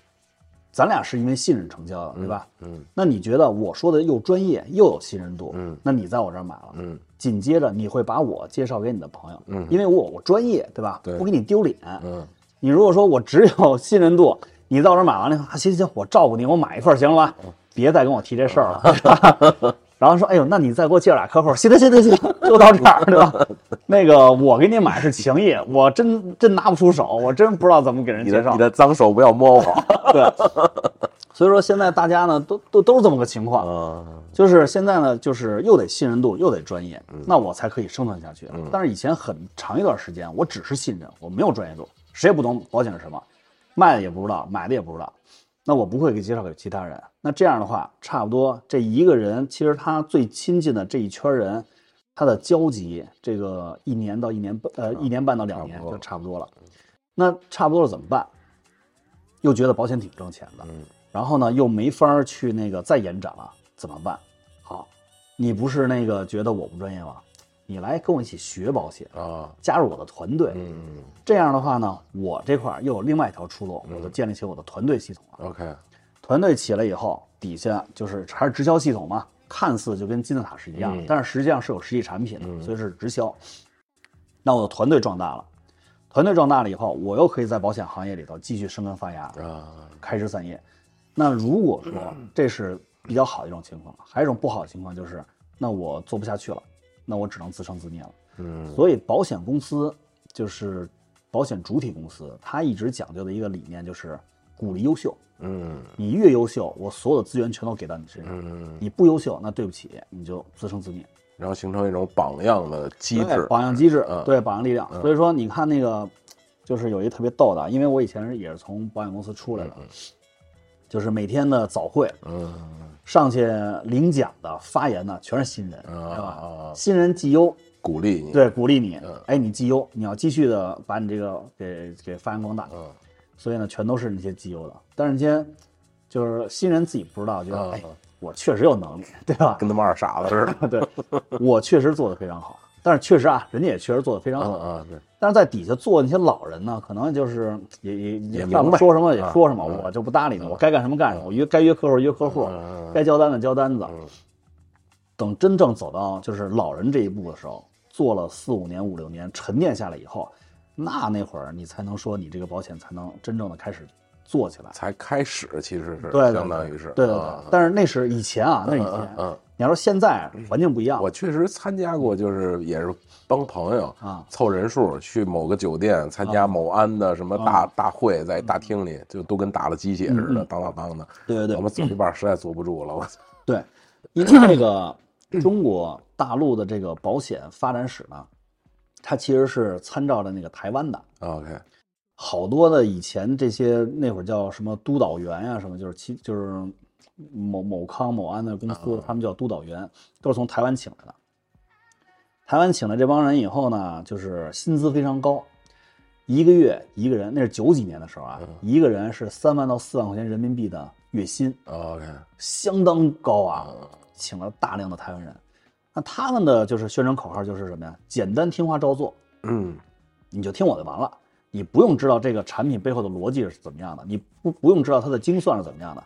Speaker 2: 咱俩是因为信任成交的，对吧？
Speaker 1: 嗯
Speaker 2: 那你觉得我说的又专业又有信任度，
Speaker 1: 嗯，
Speaker 2: 那你在我这儿买了，
Speaker 1: 嗯
Speaker 2: 紧接着你会把我介绍给你的朋友，
Speaker 1: 嗯
Speaker 2: 因为我我专业，对吧？
Speaker 1: 对
Speaker 2: 不给你丢脸。
Speaker 1: 嗯
Speaker 2: 你如果说我只有 *laughs* 信任度，你到这儿买完了，啊，行行，我照顾你，我买一份儿行了 *laughs* 吧？别再跟我提这事儿了。然后说，哎呦，那你再给我介绍俩客户，行了行了行了，就到这儿，对吧？ *laughs* 那个我给你买是情谊，我真真拿不出手，我真不知道怎么给人
Speaker 1: 你
Speaker 2: 介
Speaker 1: 的
Speaker 2: 绍
Speaker 1: 你。的脏手不要摸我。
Speaker 2: *laughs* 对，所以说现在大家呢，都都都是这么个情况，
Speaker 1: 嗯，
Speaker 2: 就是现在呢，就是又得信任度，又得专业，那我才可以生存下去。
Speaker 1: 嗯
Speaker 2: 但是以前很长一段时间，我只是信任，我没有专业度，谁也不懂保险是什么，卖的也不知道，买的也不知道，那我不会给介绍给其他人。那这样的话，差不多这一个人，其实他最亲近的这一圈人，他的交集，这个一年到一年半，呃，一年半到两年
Speaker 1: 嗯差不多
Speaker 2: 就差不多了。那差不多了怎么办？又觉得保险挺挣钱的，然后呢又没法儿去那个再延展了，怎么办？好，你不是那个觉得我不专业吗？你来跟我一起学保险，
Speaker 1: 啊，
Speaker 2: 加入我的团队。
Speaker 1: 嗯
Speaker 2: 这样的话呢，我这块儿又有另外一条出路，我就建立起我的团队系统了。
Speaker 1: ，OK，
Speaker 2: 团队起了以后，底下就是还是直销系统嘛，看似就跟金字塔是一样的，
Speaker 1: 嗯
Speaker 2: 但是实际上是有实际产品的，所以是直销。那我的团队壮大了，团队壮大了以后，我又可以在保险行业里头继续生根发芽，
Speaker 1: 啊，
Speaker 2: 开枝散叶。那如果说
Speaker 1: 嗯
Speaker 2: 这是比较好的一种情况，还有一种不好的情况就是，那我做不下去了，那我只能自生自灭了。
Speaker 1: 嗯
Speaker 2: 所以保险公司就是保险主体公司，它一直讲究的一个理念就是鼓励优秀。
Speaker 1: 嗯
Speaker 2: 你越优秀，我所有的资源全都给到你身上；
Speaker 1: 嗯，
Speaker 2: 你不优秀，那对不起，你就自生自灭。
Speaker 1: 然后形成一种榜样的机
Speaker 2: 对
Speaker 1: 制。
Speaker 2: 榜样机制，
Speaker 1: 嗯
Speaker 2: 对榜样力量。所以说，你看那个，就是有一特别逗的，啊因为我以前也是从保险公司出来的，就是每天的早会
Speaker 1: 嗯
Speaker 2: 上去领奖的、发言的全是新人，
Speaker 1: 啊
Speaker 2: 对
Speaker 1: 啊
Speaker 2: 吧？
Speaker 1: 啊，嗯
Speaker 2: 新人绩优，
Speaker 1: 鼓励你。
Speaker 2: 对，鼓励你，哎，你绩优，你要继续的把你这个给给发扬光大。
Speaker 1: 嗯
Speaker 2: 所以呢，全都是那些绩优的，但是那些就是新人自己不知道，觉得
Speaker 1: 嗯
Speaker 2: 哎
Speaker 1: 嗯，
Speaker 2: 我确实有能力，对吧？ *laughs*
Speaker 1: 跟他妈二傻子似的。
Speaker 2: 对，我确实做的非常好，但是确实啊，人家也确实做的非常
Speaker 1: 嗯
Speaker 2: 好，
Speaker 1: 嗯，对，
Speaker 2: 但是在底下坐那些老人呢，可能就是也也
Speaker 1: 也
Speaker 2: 让
Speaker 1: 明
Speaker 2: 我
Speaker 1: 白
Speaker 2: 说什么也
Speaker 1: 啊
Speaker 2: 说什么，
Speaker 1: 嗯
Speaker 2: 我就不搭理你，我该干什么干什么，我约该约客户约客户，
Speaker 1: 嗯
Speaker 2: 该交单子交单子。
Speaker 1: 嗯
Speaker 2: 等真正走到就是老人这一步的时候，做了四五年、五六年，沉淀下来以后，那那会儿你才能说你这个保险才能真正的开始做起来。
Speaker 1: 才开始其实是
Speaker 2: 对对对
Speaker 1: 相当于是
Speaker 2: 对对对，
Speaker 1: 啊
Speaker 2: 但是那是以前啊，那是以前。
Speaker 1: 嗯嗯。
Speaker 2: 你要说现在环境不一样，
Speaker 1: 我确实参加过，就是也是帮朋友
Speaker 2: 啊
Speaker 1: 凑人数去某个酒店参加某安的什么大
Speaker 2: 啊
Speaker 1: 大会，
Speaker 2: 嗯
Speaker 1: 在大厅里就都跟打了鸡血似的，当当当的。
Speaker 2: 对嗯对对
Speaker 1: 我，们走一半实在坐不住了，我操！
Speaker 2: 对，因为这个中国大陆的这个保险发展史呢，它其实是参照着那个台湾的，
Speaker 1: OK，
Speaker 2: 好多的以前这些那会儿叫什么督导员呀、什么，就是其就是某某康某安的公司，他们叫督导员，都是从台湾请来的。台湾请来这帮人以后呢，就是薪资非常高，一个月一个人，那是九几年的时候啊，一个人是三万到四万块钱人民币的月薪。
Speaker 1: OK，
Speaker 2: 相当高啊，请了大量的台湾人。那他们的就是宣传口号就是什么呀？简单听话照做，
Speaker 1: 嗯
Speaker 2: 你就听我的完了，你不用知道这个产品背后的逻辑是怎么样的，你不不用知道它的精算是怎么样的，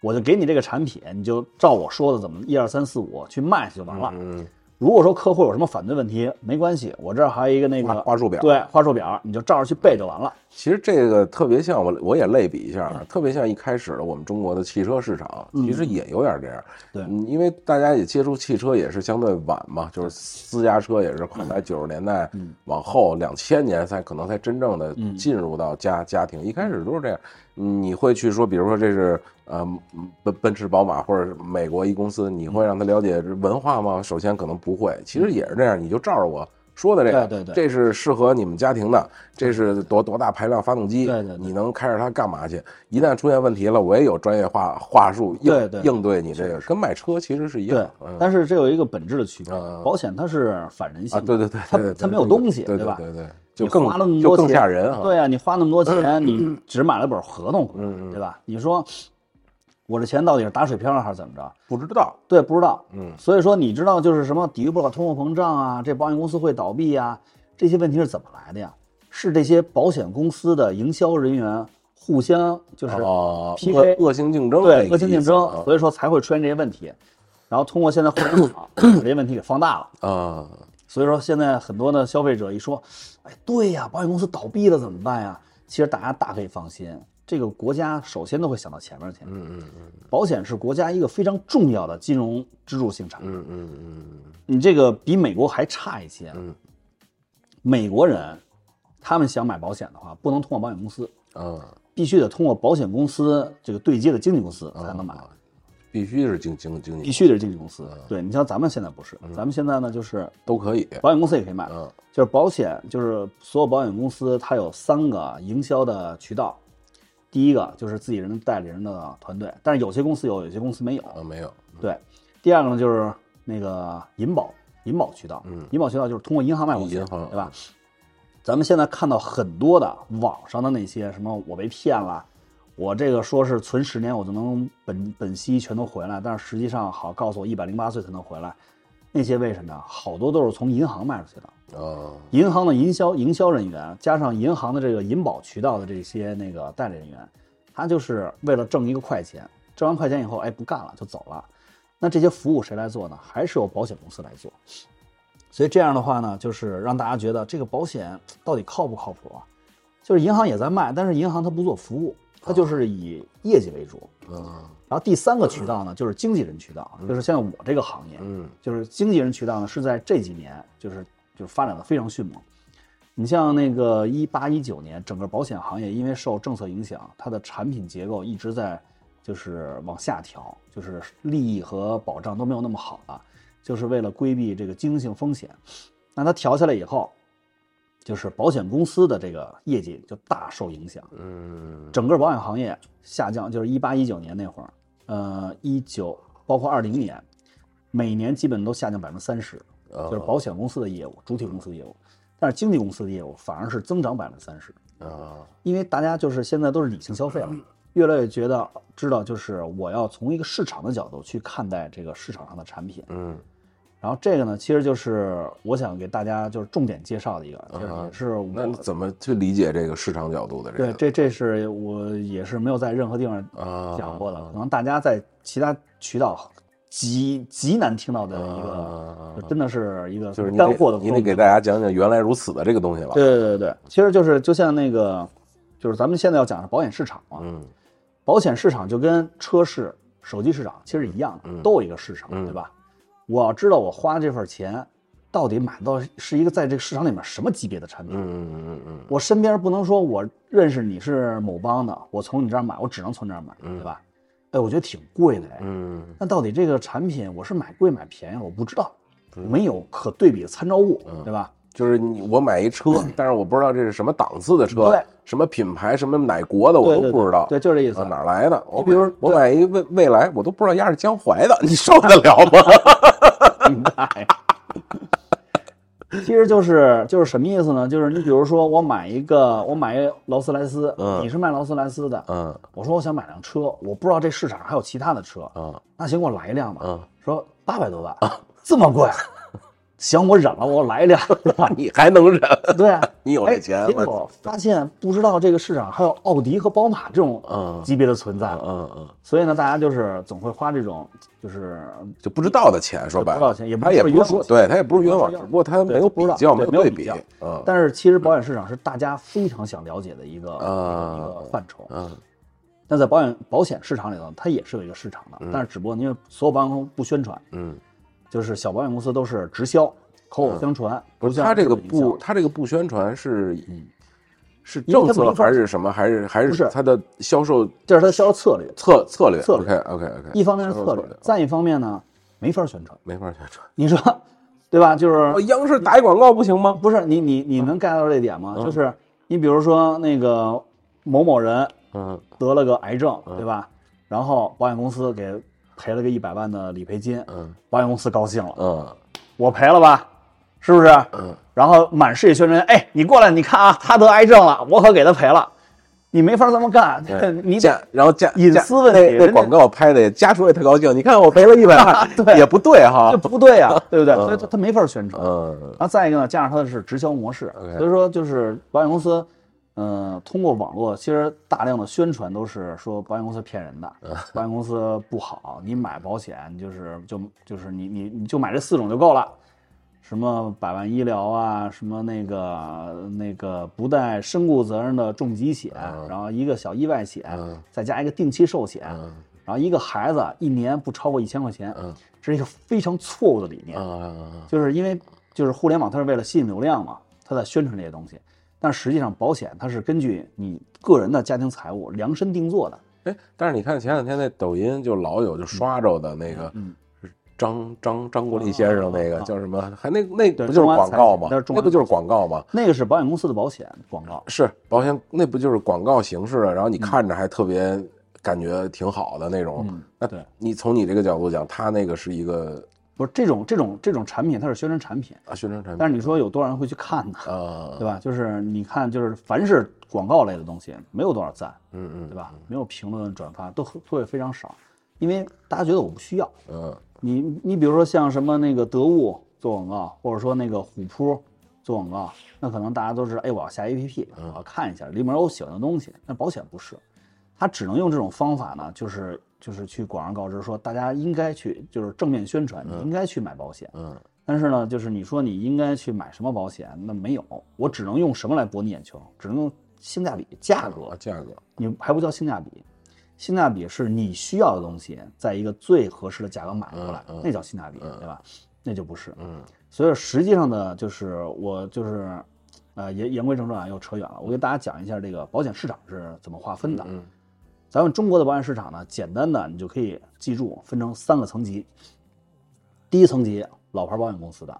Speaker 2: 我就给你这个产品，你就照我说的怎么一二三四五去卖去就完了。
Speaker 1: 嗯，
Speaker 2: 如果说客户有什么反对问题，没关系，我这儿还有一个那
Speaker 1: *laughs*
Speaker 2: 个
Speaker 1: 花花束表
Speaker 2: 对，话术表，你就照着去背就完了。
Speaker 1: 其实这个特别像我，我也类比一下，啊特别像一开始的我们中国的汽车市场，其实也有点这样。
Speaker 2: 嗯对
Speaker 1: 嗯，因为大家也接触汽车也是相对晚嘛，就是私家车也是快
Speaker 2: 嗯
Speaker 1: 在九十年代往后两千年才可能才真正的
Speaker 2: 嗯
Speaker 1: 进入到家家庭，一开始都是这样。嗯你会去说，比如说这是呃奔奔驰、宝马或者是美国一公司，你会让他了解文化吗？首先可能不会，其实也是这样，你就照着我。说的这个，
Speaker 2: 对对对
Speaker 1: 这是适合你们家庭的，这是多多大排量发动机，
Speaker 2: 对对对
Speaker 1: 你能开着它干嘛去？一旦出现问题了，我也有专业话话术应
Speaker 2: 对对
Speaker 1: 应对你这个，跟卖车其实是一样
Speaker 2: 对
Speaker 1: 的。嗯，
Speaker 2: 但是这有一个本质的区别
Speaker 1: 嗯嗯，
Speaker 2: 保险它是反人性
Speaker 1: 啊，
Speaker 2: 的，
Speaker 1: 对对对，
Speaker 2: 它
Speaker 1: 对对
Speaker 2: 它
Speaker 1: 对
Speaker 2: 没有东西，
Speaker 1: 对
Speaker 2: 吧？
Speaker 1: 对对，就
Speaker 2: 你
Speaker 1: 更
Speaker 2: 花那么
Speaker 1: 就
Speaker 2: 多
Speaker 1: 更
Speaker 2: 钱，
Speaker 1: 吓人啊！嗯
Speaker 2: 对啊，你花那么多钱，你只买了本合同，对吧？你说我这钱到底是打水漂还是怎么着？
Speaker 1: 不知道，
Speaker 2: 对，不知道。
Speaker 1: 嗯
Speaker 2: 所以说你知道就是什么抵御不了通货膨胀啊，这保险公司会倒闭啊，这些问题是怎么来的呀？是这些保险公司的营销人员互相就是
Speaker 1: 啊，
Speaker 2: PK
Speaker 1: 恶恶性竞争这个哦意
Speaker 2: 对
Speaker 1: 思，
Speaker 2: 恶性竞争，
Speaker 1: 啊
Speaker 2: 所以说才会出现这些问题。然后通过现在互联
Speaker 1: *coughs*
Speaker 2: 网把这些问题给放大了。
Speaker 1: 啊，
Speaker 2: 所以说现在很多的消费者一说，哎，对呀，保险公司倒闭了怎么办呀？其实大家大可以放心，这个国家首先都会想到前面去。
Speaker 1: 嗯嗯嗯
Speaker 2: 保险是国家一个非常重要的金融支柱性产品，
Speaker 1: 嗯嗯嗯
Speaker 2: 你这个比美国还差一些。啊
Speaker 1: 嗯，
Speaker 2: 美国人他们想买保险的话，不能通过保险公司，
Speaker 1: 嗯啊，
Speaker 2: 必须得通过保险公司这个对接的经纪公司才能买。
Speaker 1: 哦必须是经经经
Speaker 2: 必
Speaker 1: 济
Speaker 2: 须得是经纪公司。
Speaker 1: 嗯
Speaker 2: 对你像咱们现在不是，咱们现在呢就是
Speaker 1: 都可以。
Speaker 2: 保险公司也可以买，
Speaker 1: 嗯
Speaker 2: 就是保险就是所有保险公司它有三个营销的渠道，第一个就是自己人代理人的团队，但是有些公司有，有些公司没有。
Speaker 1: 啊，没有，
Speaker 2: 对，第二个呢就是那个银保银保渠道，
Speaker 1: 嗯
Speaker 2: 银保渠道就是通过银行卖保险，
Speaker 1: 银行
Speaker 2: 对吧？咱们现在看到很多的网上的那些什么我被骗了，我这个说是存十年我就能本本息全都回来，但是实际上好告诉我一百零八岁才能回来，那些为什么呀？好多都是从银行卖出去的，
Speaker 1: 啊，
Speaker 2: 银行的营销营销人员加上银行的这个银保渠道的这些那个代理人员，他就是为了挣一个快钱，挣完快钱以后，哎，不干了就走了。那这些服务谁来做呢？还是由保险公司来做。所以这样的话呢，就是让大家觉得这个保险到底靠不靠谱啊？就是银行也在卖，但是银行它不做服务，它就是以业绩为主。
Speaker 1: 嗯
Speaker 2: 然后第三个渠道呢，就是经纪人渠道，就是现在我这个行业，
Speaker 1: 嗯
Speaker 2: 就是经纪人渠道呢是在这几年就是就是发展的非常迅猛。你像那个一八一九年，整个保险行业因为受政策影响，它的产品结构一直在就是往下调，就是利益和保障都没有那么好了，就是为了规避这个经营性风险。那它调下来以后，就是保险公司的这个业绩就大受影响。
Speaker 1: 嗯
Speaker 2: 整个保险行业下降，就是一八一九年那会儿，呃，一九包括二零年，每年基本都下降百分之三十，
Speaker 1: 啊
Speaker 2: 就是保险公司的业务，主体公司的业务，但是经纪公司的业务反而是增长百分之三十，
Speaker 1: 啊，
Speaker 2: 因为大家就是现在都是理性消费了，越来越觉得知道，就是我要从一个市场的角度去看待这个市场上的产品，
Speaker 1: 嗯
Speaker 2: 然后这个呢，其实就是我想给大家就是重点介绍的一个，就是也是我
Speaker 1: 啊那怎么去理解这个市场角度的这
Speaker 2: 对
Speaker 1: 个？
Speaker 2: 这这是我也是没有在任何地方
Speaker 1: 啊，
Speaker 2: 讲过的，可能大家在其他渠道极极难听到的一
Speaker 1: 啊
Speaker 2: 个，
Speaker 1: 啊啊
Speaker 2: 就真的是一个
Speaker 1: 就是你
Speaker 2: 干
Speaker 1: 得
Speaker 2: 货的
Speaker 1: 你得给大家讲讲原来如此的这个东西吧。
Speaker 2: 对对对对，其实就是就像那个，就是咱们现在要讲的是保险市场嘛，
Speaker 1: 嗯
Speaker 2: 保险市场就跟车市、手机市场其实一样的，
Speaker 1: 嗯
Speaker 2: 都有一个市场，
Speaker 1: 嗯
Speaker 2: 对吧？我要知道我花这份钱到底买到是一个在这个市场里面什么级别的产品，
Speaker 1: 嗯嗯嗯
Speaker 2: 我身边不能说我认识你是某帮的，我从你这儿买，我只能从这儿买，对吧？哎，我觉得挺贵的哎。
Speaker 1: 嗯
Speaker 2: 那到底这个产品我是买贵买便宜，我不知道，没有可对比的参照物，对吧？
Speaker 1: 嗯，就是你我买一车，但是我不知道这是什么档次的车
Speaker 2: 对，
Speaker 1: 什么品牌，什么哪国的，我
Speaker 2: 对
Speaker 1: 都
Speaker 2: 对
Speaker 1: 不知道。
Speaker 2: 对，就是这意思
Speaker 1: 啊，。哪儿来的？我
Speaker 2: 比如
Speaker 1: 我买一蔚蔚来，我都不知道丫是江淮的，你受得了
Speaker 2: *laughs*
Speaker 1: 吗？
Speaker 2: 你大爷！ *laughs* 其实就是就是什么意思呢？就是你比如说我买一个我买一劳斯莱斯，
Speaker 1: 嗯
Speaker 2: 你是卖劳斯莱斯的，
Speaker 1: 嗯
Speaker 2: 我说我想买辆车，我不知道这市场上还有其他的车，
Speaker 1: 啊
Speaker 2: 那行给我来一辆吧。
Speaker 1: 啊，
Speaker 2: 说八百多万，这么贵，啊 *laughs* 行我忍了，我来一辆。
Speaker 1: 你还能忍？
Speaker 2: *laughs* 对啊，
Speaker 1: 你有
Speaker 2: 哎
Speaker 1: 这钱
Speaker 2: 结
Speaker 1: 我
Speaker 2: 果发现不知道这个市场还有奥迪和宝马这种
Speaker 1: 嗯
Speaker 2: 级别的存在，
Speaker 1: 嗯嗯，
Speaker 2: 所以呢，大家就是总会花这种就是
Speaker 1: 就不知道的钱，说白了，
Speaker 2: 不知道钱也不
Speaker 1: 他也
Speaker 2: 是
Speaker 1: 不
Speaker 2: 冤
Speaker 1: 是说，
Speaker 2: 枉
Speaker 1: 对他也不是冤枉，只
Speaker 2: 不是冤枉
Speaker 1: 不过他没
Speaker 2: 对
Speaker 1: 有
Speaker 2: 不知
Speaker 1: 比
Speaker 2: 道
Speaker 1: 较，
Speaker 2: 对
Speaker 1: 有
Speaker 2: 没有
Speaker 1: 对
Speaker 2: 比
Speaker 1: 比
Speaker 2: 较，
Speaker 1: 嗯
Speaker 2: 但是其实保险市场是大家非常想了解的一个、
Speaker 1: 啊
Speaker 2: 一个一个范畴。
Speaker 1: 嗯
Speaker 2: 那在保险保险市场里头，它也是有一个市场的，但是只不过因为所有保险公司不宣传，
Speaker 1: 嗯，
Speaker 2: 就是小保险公司都是直销，口口相传。
Speaker 1: 不是
Speaker 2: 像
Speaker 1: 他这个
Speaker 2: 日本营销
Speaker 1: 不，他这个不宣传是以是
Speaker 2: 因为
Speaker 1: 政
Speaker 2: 他没
Speaker 1: 策
Speaker 2: 法
Speaker 1: 还是什么，还是还
Speaker 2: 不是
Speaker 1: 是他的销售
Speaker 2: 这是它的销售策略。
Speaker 1: 策策略
Speaker 2: 策略
Speaker 1: ，OK OK OK，
Speaker 2: 一方面是
Speaker 1: 销售
Speaker 2: 策
Speaker 1: 略
Speaker 2: 略，再一方面呢，没法宣传。
Speaker 1: 没法宣
Speaker 2: *laughs*
Speaker 1: 传，
Speaker 2: 你说，对吧？就是
Speaker 1: 哦，嗯央视打一广告不行吗？
Speaker 2: 不是你你你能 get 到这点吗？就是你比如说那个某某人
Speaker 1: 嗯
Speaker 2: 得了个癌症，对吧？然后保险公司给赔了个一百万的理赔金，
Speaker 1: 嗯
Speaker 2: 保险公司高兴了，
Speaker 1: 嗯
Speaker 2: 我赔了吧，是不是？
Speaker 1: 嗯
Speaker 2: 然后满世界宣传，哎，你过来，你看啊，他得癌症了，我可给他赔了，你没法这么干， *laughs* 你得
Speaker 1: 价，然后价
Speaker 2: 隐
Speaker 1: 价
Speaker 2: 私问题
Speaker 1: 那
Speaker 2: 人
Speaker 1: 那
Speaker 2: 家，
Speaker 1: 广告拍的也家属也特高兴，你看我赔了一百万
Speaker 2: *laughs* 对
Speaker 1: 也不对哈
Speaker 2: 这，不对呀、啊
Speaker 1: 啊
Speaker 2: 对不对？所以他他没法宣传。
Speaker 1: 嗯
Speaker 2: 然后再一个呢，加上它的是直销模式，
Speaker 1: OK
Speaker 2: 所以说就是保险公司，呃，通过网络，其实大量的宣传都是说保险公司骗人的，
Speaker 1: 嗯
Speaker 2: 保险公司不好，你买保险你就是就就是你你你就买这四种就够了，什么百万医疗啊，什么那个那个不带身故责任的重疾险，然后一个小意外险，
Speaker 1: 嗯
Speaker 2: 再加一个定期寿险，
Speaker 1: 嗯
Speaker 2: 然后一个孩子一年不超过一千块钱，
Speaker 1: 嗯
Speaker 2: 这是一个非常错误的理念，
Speaker 1: 啊
Speaker 2: 就是因为就是互联网它是为了吸引流量嘛，它在宣传这些东西，但实际上保险它是根据你个人的家庭财务量身定做的，
Speaker 1: 哎，但是你看前两天那抖音就老有就刷着的那个
Speaker 2: 嗯，
Speaker 1: 张张张国立先生那个
Speaker 2: 啊
Speaker 1: 叫什么？还那那
Speaker 2: 对
Speaker 1: 不就是广告吗
Speaker 2: 中安财险那是？中
Speaker 1: 那不
Speaker 2: 安
Speaker 1: 就是广告吗？
Speaker 2: 那个是保险公司的保险广告，
Speaker 1: 是保险，那不就是广告形式的？然后你看着还特别感觉挺好的那种。
Speaker 2: 嗯
Speaker 1: 那
Speaker 2: 对
Speaker 1: 你从你这个角度讲，他那个是一个
Speaker 2: 不是这种这种这种产品它是宣传产品，
Speaker 1: 啊宣传产品
Speaker 2: 但是你说有多少人会去看呢？
Speaker 1: 啊
Speaker 2: 对，吧？就是你看，就是凡是广告类的东西，没有多少赞，
Speaker 1: 嗯
Speaker 2: 对
Speaker 1: 嗯
Speaker 2: 吧？没有评论、转发，都会非常少，因为大家觉得我不需要。
Speaker 1: 嗯
Speaker 2: 你你比如说像什么那个得物做广告，或者说那个虎扑做广告，那可能大家都是哎，我要下 APP，我要看一下里面有我喜欢的东西。那保险不是，它只能用这种方法呢，就是就是去广而告之说，大家应该去就是正面宣传，你应该去买保险。
Speaker 1: 嗯
Speaker 2: 但是呢，就是你说你应该去买什么保险，那没有，我只能用什么来博你眼球，只能用性价比、价格
Speaker 1: 啊，价格
Speaker 2: 你还不叫性价比，性价比是你需要的东西，在一个最合适的价格买过来，那叫性价比，对吧？那就不是。
Speaker 1: 嗯
Speaker 2: 所以实际上呢，就是我就是，呃，言言归正传啊，又扯远了。我给大家讲一下这个保险市场是怎么划分的。
Speaker 1: 嗯嗯
Speaker 2: 咱们中国的保险市场呢，简单的你就可以记住，分成三个层级。第一层级，老牌保险公司的，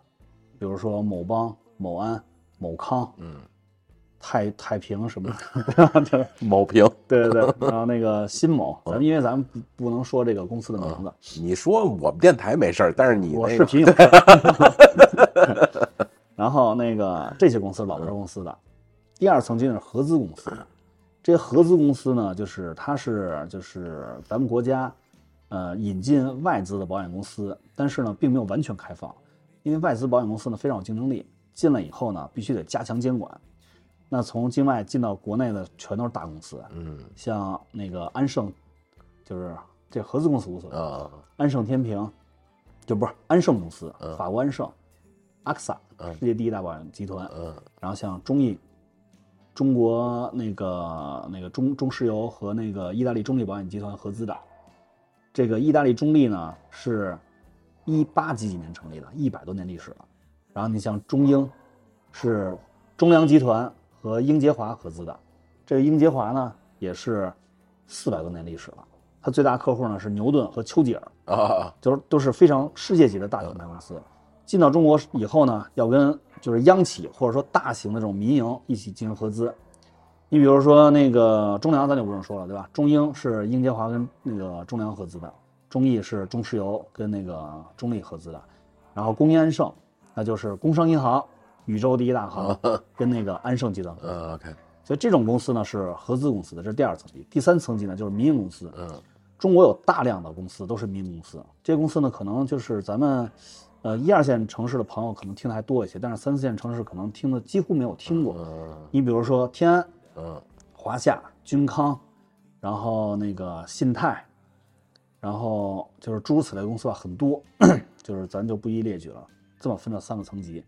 Speaker 2: 比如说某邦、某安、某康、
Speaker 1: 嗯，
Speaker 2: 太太平什么的，对
Speaker 1: 某屏，
Speaker 2: 对对对，然后那个新某，咱们因为咱们不不能说这个公司的名字，
Speaker 1: 你说我们电台没事儿，但是你
Speaker 2: 我
Speaker 1: 那
Speaker 2: 视
Speaker 1: 个
Speaker 2: 频有事儿。 *laughs* 然后那个这些公司老牌公司的，第二层级呢是合资公司，这些合资公司呢，就是它是就是咱们国家呃引进外资的保险公司，但是呢并没有完全开放，因为外资保险公司呢非常有竞争力，进来以后呢必须得加强监管。那从境外进到国内的全都是大公司，
Speaker 1: 嗯
Speaker 2: 像那个安盛，就是这合资公司无所谓，
Speaker 1: 啊
Speaker 2: 安盛天平，就不是安盛公司，法国安盛，AXA，
Speaker 1: 嗯
Speaker 2: 世界第一大保险集团，
Speaker 1: 嗯
Speaker 2: 然后像中意，中国那个那个中中石油和那个意大利中立保险集团合资的，这个意大利中立呢是一八几几年成立的，一百多年历史了。然后你像中英，是中粮集团和英杰华合资的，这个英杰华呢也是四百多年历史了。它最大客户呢是牛顿和丘吉尔，
Speaker 1: 啊
Speaker 2: 就是都是非常世界级的大品牌公司。进到中国以后呢，要跟就是央企或者说大型的这种民营一起进行合资。你比如说那个中粮，咱就不用说了，对吧？中英是英杰华跟那个中粮合资的，中意是中石油跟那个中立合资的，然后工业安盛，那就是工商银行，宇宙第一大行，跟那个安盛集团合资。
Speaker 1: 嗯，OK，
Speaker 2: 所以这种公司呢是合资公司的，这是第二层级。第三层级呢就是民营公司，
Speaker 1: 嗯
Speaker 2: 中国有大量的公司都是民营公司，这些公司呢，可能就是咱们，呃，一二线城市的朋友可能听的还多一些，但是三四线城市可能听的几乎没有听过。
Speaker 1: 嗯
Speaker 2: 你比如说天安、
Speaker 1: 嗯
Speaker 2: 华夏、君康，然后那个信泰，然后就是诸如此类公司吧，很多， *clears throat* 就是咱就不一一列举了。这么分了三个层级，